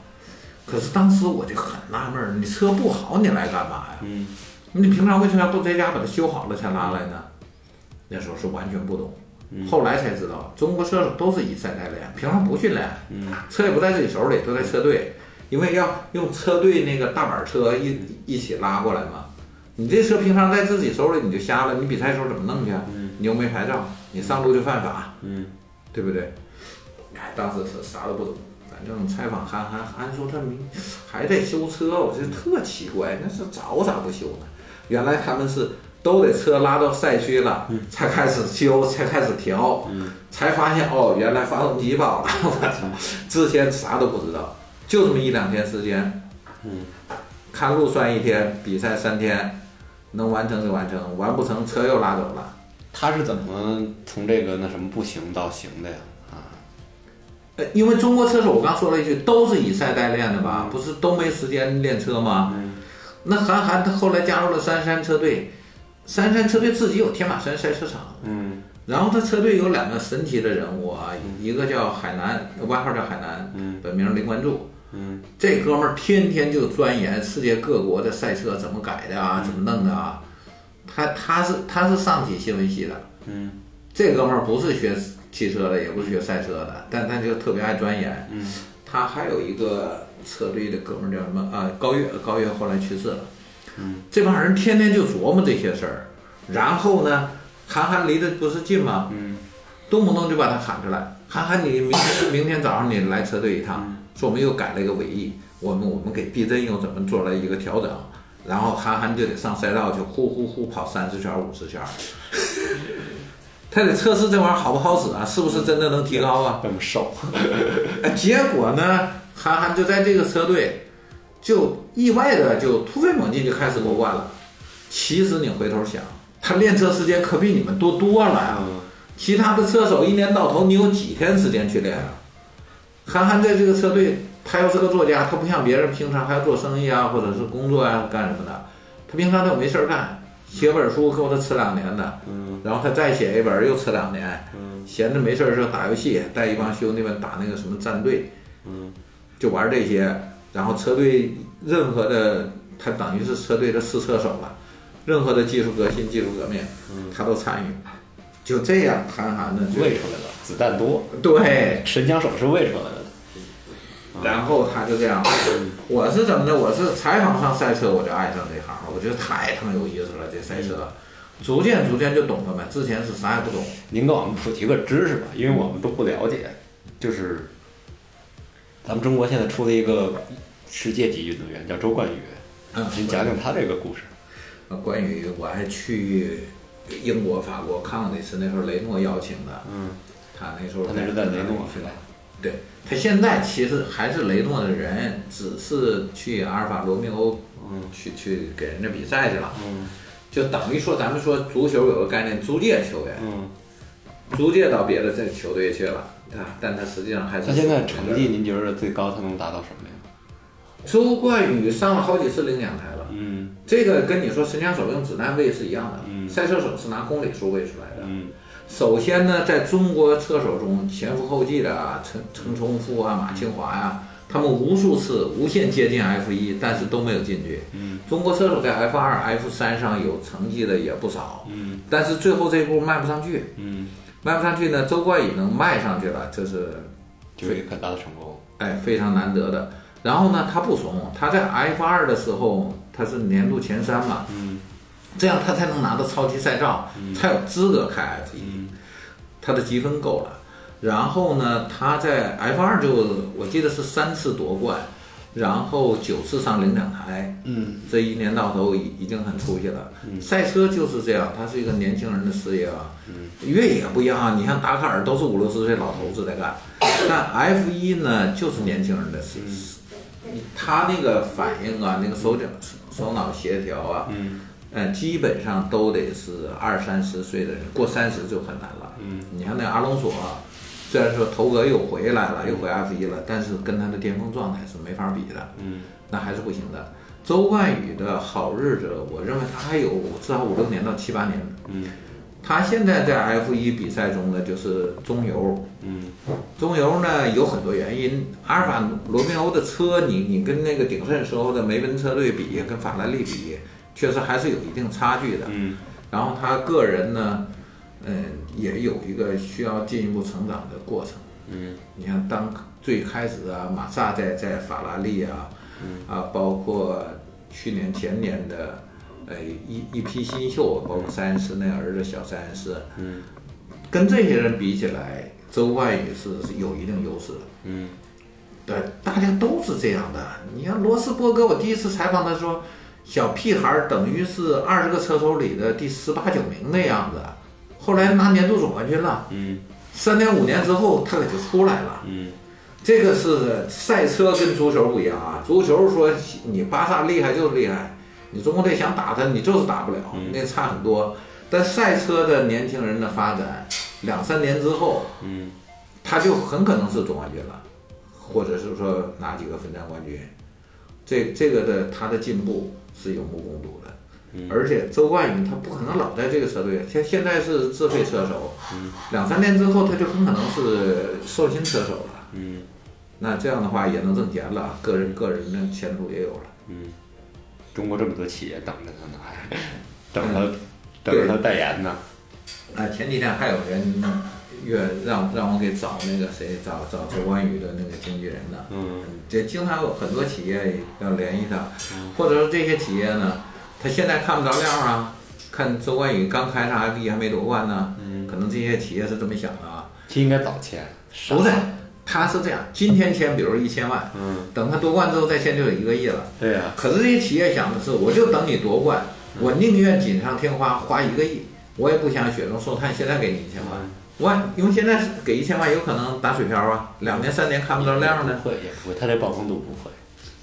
[SPEAKER 3] 可是当时我就很纳闷儿，你车不好你来干嘛呀？
[SPEAKER 2] 嗯
[SPEAKER 3] 你平常为什么不在家把它修好了才拉来呢？那时候是完全不懂，
[SPEAKER 2] 嗯
[SPEAKER 3] 后来才知道，中国车手都是以赛代练，平常不训练，
[SPEAKER 2] 嗯
[SPEAKER 3] 车也不在自己手里，都在车队，因为要用车队那个大板车一一起拉过来嘛。你这车平常在自己手里你就瞎了，你比赛时候怎么弄去啊？你又没牌照，你上路就犯法，
[SPEAKER 2] 嗯
[SPEAKER 3] 对不对？哎，当时是啥都不懂，反正采访韩寒，韩寒说他明还在修车，我就特奇怪，那是早咋不修呢？原来他们是都得车拉到赛区了，才开始修，才开始调，才发现哦，原来发动机爆了，我操，之前啥都不知道，就这么一两天时间，
[SPEAKER 2] 嗯，
[SPEAKER 3] 看路算一天，比赛三天，能完成就完成，完不成车又拉走了。
[SPEAKER 2] 他是怎么从这个那什么不行到行的呀？啊，
[SPEAKER 3] 呃，因为中国车手，我刚说了一句，都是以赛代练的吧，不是都没时间练车吗？那韩寒他后来加入了杉杉车队，杉杉车队自己有天马山赛车场，
[SPEAKER 2] 嗯
[SPEAKER 3] 然后他车队有两个神奇的人物啊，一个叫海南，外号叫海南，本名林关柱。
[SPEAKER 2] 嗯
[SPEAKER 3] 这哥们儿天天就钻研世界各国的赛车怎么改的啊，
[SPEAKER 2] 嗯
[SPEAKER 3] 怎么弄的啊。他他是他是上体新闻系的，
[SPEAKER 2] 嗯
[SPEAKER 3] 这哥们儿不是学汽车的，也不是学赛车的，但他就特别爱钻研。
[SPEAKER 2] 嗯
[SPEAKER 3] 他还有一个车队的哥们儿叫什么啊？高月，高月后来去世了。
[SPEAKER 2] 嗯，
[SPEAKER 3] 这帮人天天就琢磨这些事儿，然后呢，韩寒离得不是近吗？
[SPEAKER 2] 嗯
[SPEAKER 3] 动不动就把他喊出来，涵涵，你 明天明天早上你来车队一趟，说我们又改了一个尾翼，我们我们给避震又怎么做了一个调整，然后涵涵就得上赛道去呼呼呼跑三十圈五十 圈，他得测试这玩意儿好不好使啊，是不是真的能提高啊？
[SPEAKER 2] 这么瘦，
[SPEAKER 3] 哎结果呢，韩寒就在这个车队就意外的就突飞猛进，就开始夺冠了。其实你回头想，他练车时间可比你们多多了呀、
[SPEAKER 2] 嗯
[SPEAKER 3] 其他的车手一年到头，你有几天时间去练啊？韩寒在这个车队，他要是个作家，他不像别人平常还要做生意啊，或者是工作啊干什么的，他平常他有没事儿干，写本书够他吃两年的，
[SPEAKER 2] 嗯
[SPEAKER 3] 然后他再写一本又吃两年，
[SPEAKER 2] 嗯
[SPEAKER 3] 闲着没事儿就打游戏，带一帮兄弟们打那个什么战队，
[SPEAKER 2] 嗯
[SPEAKER 3] 就玩这些，然后车队任何的，他等于是车队的试车手了，任何的技术革新、技术革命，
[SPEAKER 2] 嗯
[SPEAKER 3] 他都参与。就这样，韩寒呢，就
[SPEAKER 2] 喂出来了，子弹多，
[SPEAKER 3] 对，
[SPEAKER 2] 神枪手是喂出来的，
[SPEAKER 3] 然后他就这样。
[SPEAKER 2] 嗯
[SPEAKER 3] 我是怎么的？我是采访上赛车，我就爱上这行了，我觉得太他妈有意思了，这赛车。
[SPEAKER 2] 嗯
[SPEAKER 3] 逐渐逐渐就懂了呗，之前是啥也不懂。
[SPEAKER 2] 您给我们普及个知识吧，因为我们都不了解。就是咱们中国现在出了一个世界级运动员，叫周冠宇，
[SPEAKER 3] 嗯，
[SPEAKER 2] 您讲讲他这个故事。
[SPEAKER 3] 呃关于我还去英国、法国看过一次，那时候雷诺邀请的，
[SPEAKER 2] 嗯，
[SPEAKER 3] 他那时候
[SPEAKER 2] 他那是在雷诺
[SPEAKER 3] 去的。对他现在其实还是雷诺的人，只是去阿尔法罗密欧，
[SPEAKER 2] 嗯，
[SPEAKER 3] 去去给人家比赛去了，
[SPEAKER 2] 嗯
[SPEAKER 3] 就等于说咱们说足球有个概念，租借球员，
[SPEAKER 2] 嗯，
[SPEAKER 3] 租借到别的这球队去了，啊，但他实际上还是
[SPEAKER 2] 他现在成绩您觉得最高他能达到什么呀？
[SPEAKER 3] 周冠宇上了好几次领奖台了，
[SPEAKER 2] 嗯
[SPEAKER 3] 这个跟你说神枪手用子弹喂是一样的，
[SPEAKER 2] 嗯
[SPEAKER 3] 赛车手是拿公里数喂出来的。
[SPEAKER 2] 嗯
[SPEAKER 3] 首先呢，在中国车手中前赴后继的啊，
[SPEAKER 2] 嗯
[SPEAKER 3] 陈陈冲富啊、马清华呀、他们无数次无限接近 F 一，但是都没有进去。
[SPEAKER 2] 嗯，
[SPEAKER 3] 中国车手在 F 二、F 三上有成绩的也不少，
[SPEAKER 2] 嗯
[SPEAKER 3] 但是最后这一步迈不上去，
[SPEAKER 2] 嗯，
[SPEAKER 3] 迈不上去呢，周冠宇能迈上去了，这是
[SPEAKER 2] 就是一个很大的成功。
[SPEAKER 3] 哎非常难得的。然后呢，他不怂，他在 F 二的时候他是年度前三嘛，
[SPEAKER 2] 嗯
[SPEAKER 3] 这样他才能拿到超级赛照，才有资格开 F 一、他的积分够了。然后呢，他在 F 二就我记得是三次夺冠，然后九次上领奖台，
[SPEAKER 2] 嗯
[SPEAKER 3] 这一年到头已已经很出息了。赛车就是这样，它是一个年轻人的事业啊。
[SPEAKER 2] 嗯
[SPEAKER 3] 越野不一样啊，你像达喀尔都是五六十岁老头子在干，
[SPEAKER 2] 嗯
[SPEAKER 3] 但 F 一呢就是年轻人的事。
[SPEAKER 2] 嗯
[SPEAKER 3] 他那个反应啊，那个手脚、手脑协调啊，
[SPEAKER 2] 嗯
[SPEAKER 3] 呃，基本上都得是二三十岁的人，过三十就很难了。
[SPEAKER 2] 嗯，
[SPEAKER 3] 你看那阿隆索啊，虽然说头哥又回来了，又回 F 一了，但是跟他的巅峰状态是没法比的，
[SPEAKER 2] 嗯
[SPEAKER 3] 那还是不行的。周冠宇的好日子，我认为他还有至少五六年到七八年。
[SPEAKER 2] 嗯
[SPEAKER 3] 他现在在 F 一比赛中呢，就是中游，
[SPEAKER 2] 嗯
[SPEAKER 3] 中游呢有很多原因，阿尔法罗密欧的车你，你跟那个鼎盛时候的梅温车队比，跟法拉利比，确实还是有一定差距的。
[SPEAKER 2] 嗯
[SPEAKER 3] 然后他个人呢，嗯，也有一个需要进一步成长的过程。
[SPEAKER 2] 嗯
[SPEAKER 3] 你看，当最开始啊，马萨在在法拉利啊，
[SPEAKER 2] 嗯
[SPEAKER 3] 啊，包括去年前年的，呃，一一批新秀，包括塞恩斯那儿子小塞恩斯，
[SPEAKER 2] 嗯
[SPEAKER 3] 跟这些人比起来，周冠宇是是有一定优势的。
[SPEAKER 2] 嗯
[SPEAKER 3] 对，大家都是这样的。你看罗斯伯格，我第一次采访他说，小屁孩儿等于是二十个车手里的第十八九名那样子，后来拿年度总冠军了。
[SPEAKER 2] 嗯
[SPEAKER 3] 三点五年之后，他可就出来了。
[SPEAKER 2] 嗯
[SPEAKER 3] 这个是赛车跟足球不一样啊，足球说你巴萨厉害就是厉害，你中国队想打他你就是打不了，
[SPEAKER 2] 嗯
[SPEAKER 3] 那差很多。但赛车的年轻人的发展，两三年之后，
[SPEAKER 2] 嗯，
[SPEAKER 3] 他就很可能是总冠军了，或者是说拿几个分站冠军。这这个的他的进步是有目共睹的，而且周冠宇他不可能老在这个车队，像现在是自费车手，两三年之后他就很可能是寿星车手了。
[SPEAKER 2] 嗯
[SPEAKER 3] 那这样的话也能挣钱了，个人个人的前途也有了。
[SPEAKER 2] 嗯，中国这么多企业等着他呢，还 等他等着他代言呢。
[SPEAKER 3] 啊，前几天还有人约让让我给找那个谁，找找周冠宇的那个经纪人呢。
[SPEAKER 2] 嗯
[SPEAKER 3] 这经常有很多企业要联系他，或者说这些企业呢，他现在看不着量啊，看周冠宇刚开上 F 一还没夺冠呢，可能这些企业是这么想的啊。
[SPEAKER 2] 其实应该早签。
[SPEAKER 3] 不是，他是这样，今天签，比如一千万，
[SPEAKER 2] 嗯，
[SPEAKER 3] 等他夺冠之后再签就有一个亿了。
[SPEAKER 2] 对啊呀、
[SPEAKER 3] 可是这些企业想的是，我就等你夺冠，我宁愿锦上添花，花一个亿，我也不想雪中送炭。现在给你
[SPEAKER 2] 嗯
[SPEAKER 3] 一千万，万因为现在是给一千万有可能打水漂啊，两年三年看不着亮呢。
[SPEAKER 2] 不会也不会，他这曝光度不会。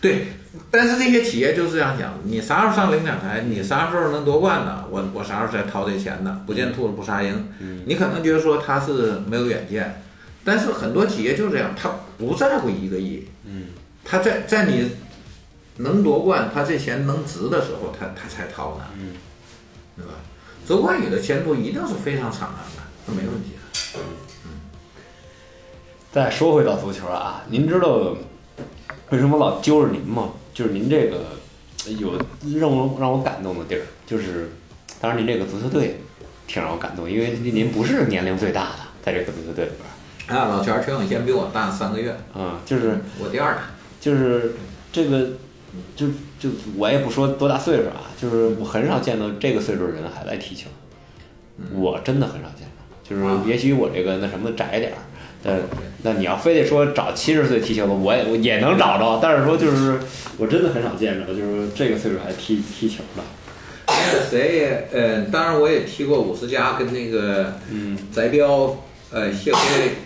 [SPEAKER 3] 对，但是这些企业就是这样想，你啥时候上领奖台，你啥时候能夺冠呢？我我啥时候才掏这钱呢？不
[SPEAKER 2] 嗯
[SPEAKER 3] 见兔子不撒鹰。你可能觉得说他是没有远见，但是很多企业就这样，他不在乎一个亿，
[SPEAKER 2] 嗯
[SPEAKER 3] 他在在你能夺冠，他这钱能值的时候，他他才掏呢，
[SPEAKER 2] 嗯，
[SPEAKER 3] 对吧？周冠宇的前途一定是非常敞亮的，这没问题啊的。
[SPEAKER 2] 再说回到足球啊，您知道为什么老揪着您吗？就是您这个有让我让我感动的地儿，就是当然您这个足球队挺让我感动，因为您不是年龄最大的，在这个足球队里边儿，
[SPEAKER 3] 啊，老乔陈永先比我大三个月，
[SPEAKER 2] 嗯，就是
[SPEAKER 3] 我第二大。
[SPEAKER 2] 就是这个，就就我也不说多大岁数啊，就是我很少见到这个岁数的人还在踢球，我真的很少见到。就是也许我这个那什么窄点儿，但那你要非得说找七十岁踢球的，我也我也能找着，但是说就是我真的很少见着，就是这个岁数还踢踢球的。
[SPEAKER 3] 那个谁，呃，当然我也踢过五十加，跟那个
[SPEAKER 2] 嗯
[SPEAKER 3] 翟彪，呃，谢辉，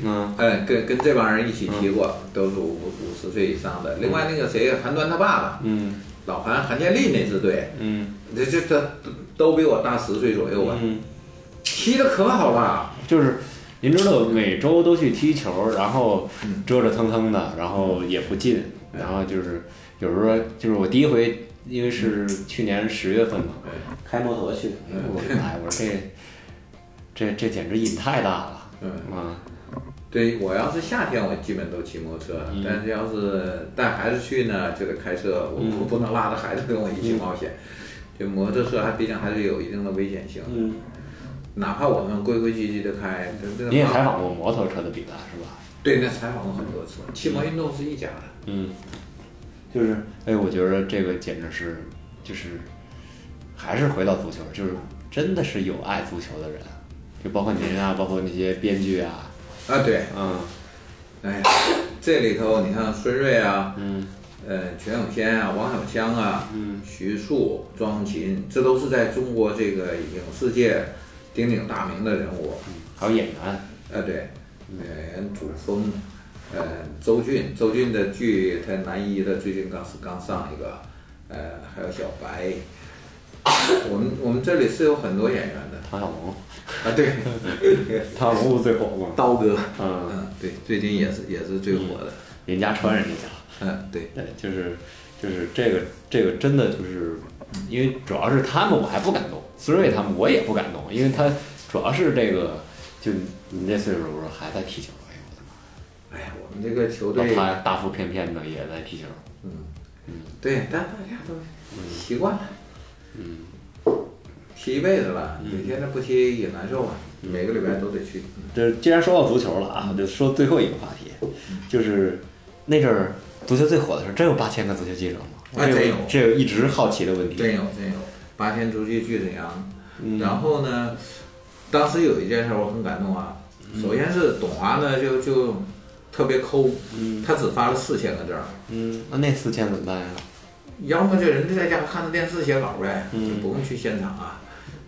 [SPEAKER 2] 嗯
[SPEAKER 3] 呃，跟跟这帮人一起踢过，都是五五十岁以上的。另外那个谁，韩端他爸爸，
[SPEAKER 2] 嗯
[SPEAKER 3] 老韩韩建立那支队，
[SPEAKER 2] 嗯
[SPEAKER 3] 这这这都比我大十岁左右吧，啊
[SPEAKER 2] 嗯，
[SPEAKER 3] 踢的可好了。
[SPEAKER 2] 就是。嗯您知道每周都去踢球，然后折折腾腾的，然后也不进，然后就是有时候就是我第一回，因为是去年十月份嘛，嗯开摩托去，我哎，我说这这这简直瘾太大了，
[SPEAKER 3] 嗯
[SPEAKER 2] 啊，
[SPEAKER 3] 对我要是夏天，我基本都骑摩托车，但是要是带孩子去呢，就得开车，我我不能拉着孩子跟我一起冒险。就摩托车还毕竟还是有一定的危险性，
[SPEAKER 2] 嗯，
[SPEAKER 3] 哪怕我们规规矩矩的开，这这
[SPEAKER 2] 你也采访过摩托车的比赛是吧？
[SPEAKER 3] 对，那采访过很多次，骑摩运动是一家的，
[SPEAKER 2] 嗯，就是哎，我觉得这个简直是就是还是回到足球，就是真的是有爱足球的人，啊就包括您啊，包括那些编剧啊，
[SPEAKER 3] 啊对，
[SPEAKER 2] 嗯
[SPEAKER 3] 哎， 这里头你看孙瑞啊，
[SPEAKER 2] 嗯
[SPEAKER 3] 呃，全永先啊，王小江啊，
[SPEAKER 2] 嗯，
[SPEAKER 3] 徐庶、庄琴，这都是在中国这个影视界鼎鼎大名的人物，
[SPEAKER 2] 还有演员，
[SPEAKER 3] 啊，对，
[SPEAKER 2] 嗯
[SPEAKER 3] 呃，祖峰，呃，周俊，周俊的剧他男一的最近刚刚上一个，呃，还有小白，我们我们这里是有很多演员的
[SPEAKER 2] 唐小龙，
[SPEAKER 3] 啊，对，
[SPEAKER 2] 唐小龙不是最火吗？
[SPEAKER 3] 刀哥，
[SPEAKER 2] 嗯，
[SPEAKER 3] 嗯，对，最近也是也是最火的，
[SPEAKER 2] 人家传人家去了。
[SPEAKER 3] 嗯，对，
[SPEAKER 2] 对，就是就是这个这个真的就是，因为主要是他们我还不敢动，孙瑞他们我也不敢动，因为他主要是这个就你这岁数我说还在踢球，哎呦我的妈！
[SPEAKER 3] 哎呀，我们这个球
[SPEAKER 2] 然后
[SPEAKER 3] 队，
[SPEAKER 2] 他大腹便便的也在踢球，
[SPEAKER 3] 嗯
[SPEAKER 2] 嗯，
[SPEAKER 3] 对，但大家都习惯了，
[SPEAKER 2] 嗯，
[SPEAKER 3] 踢一辈子了，你现在不踢也难受啊，每个礼拜都得去，嗯
[SPEAKER 2] 就是既然说到足球了啊，我就说最后一个话题，就是那阵儿足球最火的时候，真有八千个足球记者吗？
[SPEAKER 3] 哎
[SPEAKER 2] 这
[SPEAKER 3] 真
[SPEAKER 2] 有
[SPEAKER 3] 有，
[SPEAKER 2] 这有一直好奇的问题。
[SPEAKER 3] 真有真有，八天足迹巨沈阳。
[SPEAKER 2] 嗯，
[SPEAKER 3] 然后呢，当时有一件事儿我很感动啊。首先是董华呢，就就特别抠，他只发了四千个字儿，
[SPEAKER 2] 嗯，那那四千怎么办呀？
[SPEAKER 3] 要么就人家在家看着电视写稿呗，
[SPEAKER 2] 嗯
[SPEAKER 3] 就不用去现场啊。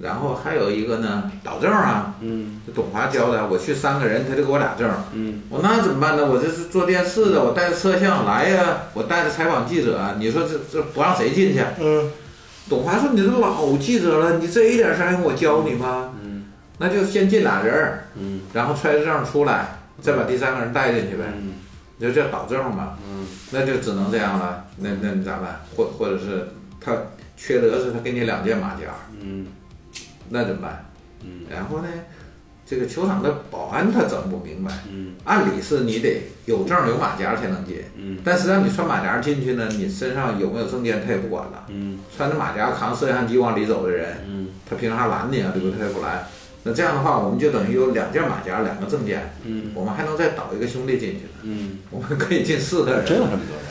[SPEAKER 3] 然后还有一个呢，打证啊，
[SPEAKER 2] 嗯
[SPEAKER 3] 这董华教的，我去三个人，他就给我打证，
[SPEAKER 2] 嗯
[SPEAKER 3] 我那怎么办呢？我这是做电视的，我带着摄像来呀、我带着采访记者、啊你说这这不让谁进去？
[SPEAKER 2] 嗯
[SPEAKER 3] 董华说：“你都老记者了，你这一点事儿还用我教你吗？
[SPEAKER 2] 嗯
[SPEAKER 3] 那就先进俩人儿，
[SPEAKER 2] 嗯
[SPEAKER 3] 然后揣着证出来，再把第三个人带进去呗，
[SPEAKER 2] 嗯
[SPEAKER 3] 就叫导证嘛。
[SPEAKER 2] 嗯
[SPEAKER 3] 那就只能这样了。那那你咋办？或或者是他缺德是他给你两件马甲，
[SPEAKER 2] 嗯
[SPEAKER 3] 那怎么办？
[SPEAKER 2] 嗯
[SPEAKER 3] 然后呢，这个球场的保安他整不明白，
[SPEAKER 2] 嗯
[SPEAKER 3] 按理是你得有证有马甲才能进，
[SPEAKER 2] 嗯
[SPEAKER 3] 但实际上你穿马甲进去呢，你身上有没有证件他也不管了。
[SPEAKER 2] 嗯
[SPEAKER 3] 穿着马甲扛摄像机往里走的人，
[SPEAKER 2] 嗯
[SPEAKER 3] 他凭啥拦你啊？对不对？他也不拦。那这样的话，我们就等于有两件马甲，两个证件，
[SPEAKER 2] 嗯
[SPEAKER 3] 我们还能再倒一个兄弟进去呢，
[SPEAKER 2] 嗯，
[SPEAKER 3] 我们可以进四个人。
[SPEAKER 2] 真有这么多人。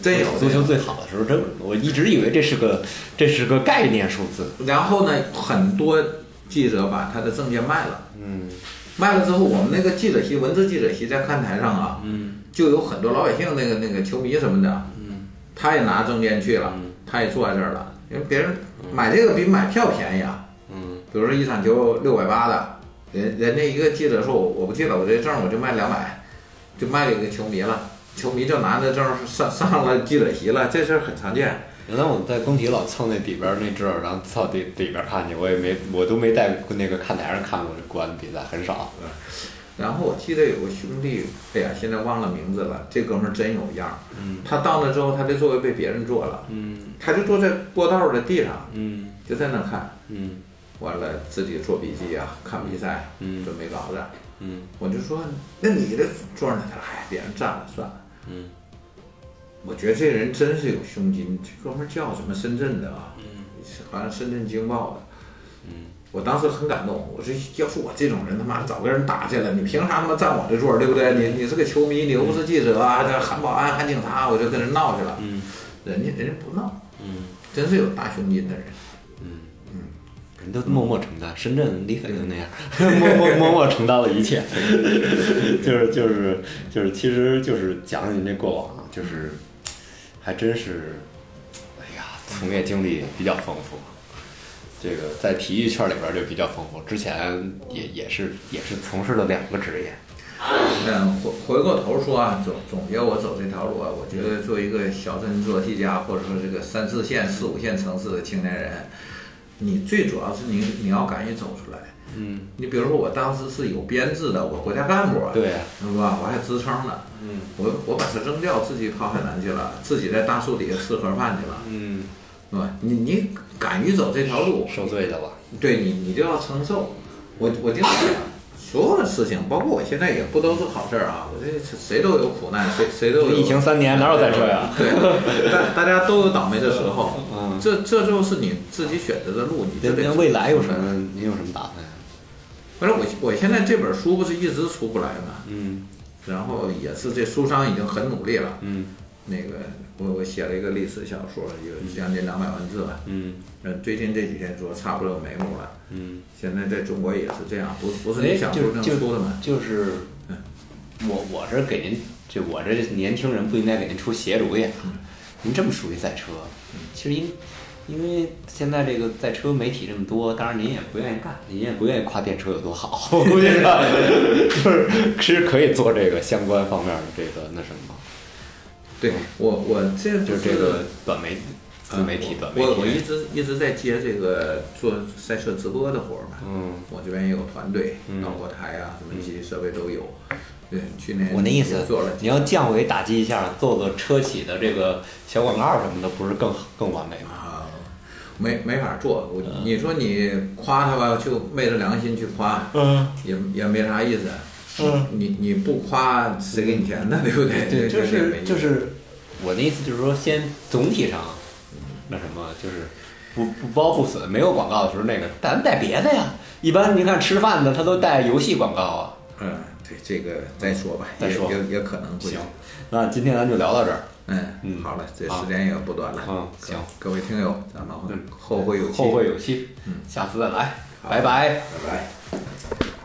[SPEAKER 3] 真有
[SPEAKER 2] 足球最好的时候，真有我一直以为这是个这是个概念数字。
[SPEAKER 3] 然后呢，很多记者把他的证件卖了，
[SPEAKER 2] 嗯
[SPEAKER 3] 卖了之后，我们那个记者席、文字记者席在看台上啊，
[SPEAKER 2] 嗯
[SPEAKER 3] 就有很多老百姓那个那个球迷什么的，
[SPEAKER 2] 嗯
[SPEAKER 3] 他也拿证件去了
[SPEAKER 2] 嗯，
[SPEAKER 3] 他也坐在这儿了，因为别人买这个比买票便宜啊。
[SPEAKER 2] 嗯
[SPEAKER 3] 比如说一场球六百八的，人人家一个记者说我我不去了，我这证我就卖两百，就卖给球迷了，球迷就拿着证上上了记者席了，这事儿很常见。
[SPEAKER 2] 原来我在工体老蹭那底边儿那知道，然后操底底边儿看去，我也没我都没在那个看台上看过这国安比赛，很少。
[SPEAKER 3] 然后我记得有个兄弟，哎呀，现在忘了名字了，这哥们儿真有样儿。
[SPEAKER 2] 嗯
[SPEAKER 3] 他到那之后，他的座位被别人坐了，
[SPEAKER 2] 嗯
[SPEAKER 3] 他就坐在过道的地上，
[SPEAKER 2] 嗯
[SPEAKER 3] 就在那看，
[SPEAKER 2] 嗯
[SPEAKER 3] 完了自己做笔记啊，看比赛，
[SPEAKER 2] 嗯
[SPEAKER 3] 准备稿子。
[SPEAKER 2] 嗯
[SPEAKER 3] 我就说，那你的座呢？他说，哎，别人占了算了。
[SPEAKER 2] 嗯
[SPEAKER 3] 我觉得这人真是有胸襟，这哥们儿叫什么深圳的啊？好像深圳经报的。
[SPEAKER 2] 嗯
[SPEAKER 3] 我当时很感动，我说要是我这种人，他妈早跟人打起来了，你凭啥他妈占我这座儿，对不对？你你是个球迷，你又不是记者啊，这喊保安喊警察，我就跟人闹去了。
[SPEAKER 2] 嗯
[SPEAKER 3] 人家人家不闹，
[SPEAKER 2] 嗯
[SPEAKER 3] 真是有大胸襟的人。
[SPEAKER 2] 嗯，人都默默承担，深圳李斐就那样， 默默默默承担了一切， 就是就是就是，其实就是讲你那过往，就是还真是，哎呀，从业经历比较丰富。这个在体育圈里边就比较丰富，之前也也是也是从事了两个职业，
[SPEAKER 3] 但嗯回回过头说啊，总总结我走这条路啊，我觉得做一个小镇做题家，或者说这个三四线、四五线城市的青年人，你最主要是你你要敢于走出来。
[SPEAKER 2] 嗯，
[SPEAKER 3] 你比如说，我当时是有编制的，我国家干部，，啊
[SPEAKER 2] 对啊呀、
[SPEAKER 3] 是吧？我还职称呢，
[SPEAKER 2] 嗯
[SPEAKER 3] 我我把它扔掉，自己跑海南去了，自己在大树底下吃盒饭去了，
[SPEAKER 2] 嗯，
[SPEAKER 3] 是吧？你你敢于走这条路，
[SPEAKER 2] 受罪的吧，
[SPEAKER 3] 对你你就要承受。我我经常讲，所有的事情，包括我现在也不都是好事儿啊，我这谁都有苦难，谁谁都有
[SPEAKER 2] 疫情三年哪有再这样？
[SPEAKER 3] 对，大大家都有倒霉的时候，
[SPEAKER 2] 嗯，
[SPEAKER 3] 这这就是你自己选择的路，你
[SPEAKER 2] 那
[SPEAKER 3] 就得
[SPEAKER 2] 那未来有什么？您有什么打算呀？
[SPEAKER 3] 反正我我现在这本书不是一直出不来嘛，
[SPEAKER 2] 嗯
[SPEAKER 3] 然后也是这书商已经很努力了。
[SPEAKER 2] 嗯
[SPEAKER 3] 那个我我写了一个历史小说，有将近两百万字吧。
[SPEAKER 2] 嗯。
[SPEAKER 3] 嗯，最近这几天说差不多有眉目了。
[SPEAKER 2] 嗯，
[SPEAKER 3] 现在在中国也是这样，不不是
[SPEAKER 2] 哎
[SPEAKER 3] 你想出
[SPEAKER 2] 就
[SPEAKER 3] 能
[SPEAKER 2] 就
[SPEAKER 3] 出的嘛？嗯
[SPEAKER 2] 就是我我这给您，这我这年轻人不应该给您出邪主意啊。
[SPEAKER 3] 嗯
[SPEAKER 2] 您这么熟悉赛车，其实因因为现在这个赛车媒体这么多，当然您也不愿意干，您也不愿意夸电车有多好， 我估计是吧？就是其实可以做这个相关方面的这个那什么，
[SPEAKER 3] 对我我这
[SPEAKER 2] 哦就是这个短媒自媒体
[SPEAKER 3] 的
[SPEAKER 2] 短。媒
[SPEAKER 3] 嗯呃我我一
[SPEAKER 2] 体，
[SPEAKER 3] 直一直在接这个做赛车直播的活儿嘛。
[SPEAKER 2] 嗯，
[SPEAKER 3] 我这边也有团队，
[SPEAKER 2] 嗯
[SPEAKER 3] 导播台啊，什么机器设备都有。对，去年
[SPEAKER 2] 我那意
[SPEAKER 3] 也
[SPEAKER 2] 思
[SPEAKER 3] 做了，几
[SPEAKER 2] 你要降维打击一下，做做车企的这个小广告什么的，不是更更完美吗？
[SPEAKER 3] 啊，没没法做。我
[SPEAKER 2] 嗯
[SPEAKER 3] 你说你夸他吧，就昧着良心去夸，
[SPEAKER 2] 嗯，
[SPEAKER 3] 也也没啥意思。
[SPEAKER 2] 嗯，
[SPEAKER 3] 你你不夸谁给你钱呢？对不对？
[SPEAKER 2] 对，就
[SPEAKER 3] 这这也没
[SPEAKER 2] 是
[SPEAKER 3] 意思
[SPEAKER 2] 就是，我的意思就是说，先总体上那什么，就是不不包不损，没有广告的时候，那个咱带别的呀。一般你看吃饭的，他都带游戏广告啊。
[SPEAKER 3] 嗯，对，这个再说吧，
[SPEAKER 2] 嗯再说
[SPEAKER 3] 也也也可能会
[SPEAKER 2] 行，那今天咱就聊到这儿。嗯
[SPEAKER 3] 嗯，好了，这时间也不短了，
[SPEAKER 2] 嗯
[SPEAKER 3] 各
[SPEAKER 2] 行，
[SPEAKER 3] 各位听友，咱们会
[SPEAKER 2] 嗯
[SPEAKER 3] 后会有期，
[SPEAKER 2] 后会有期，
[SPEAKER 3] 嗯
[SPEAKER 2] 下次再来，
[SPEAKER 3] 好
[SPEAKER 2] 拜拜。
[SPEAKER 3] 拜拜。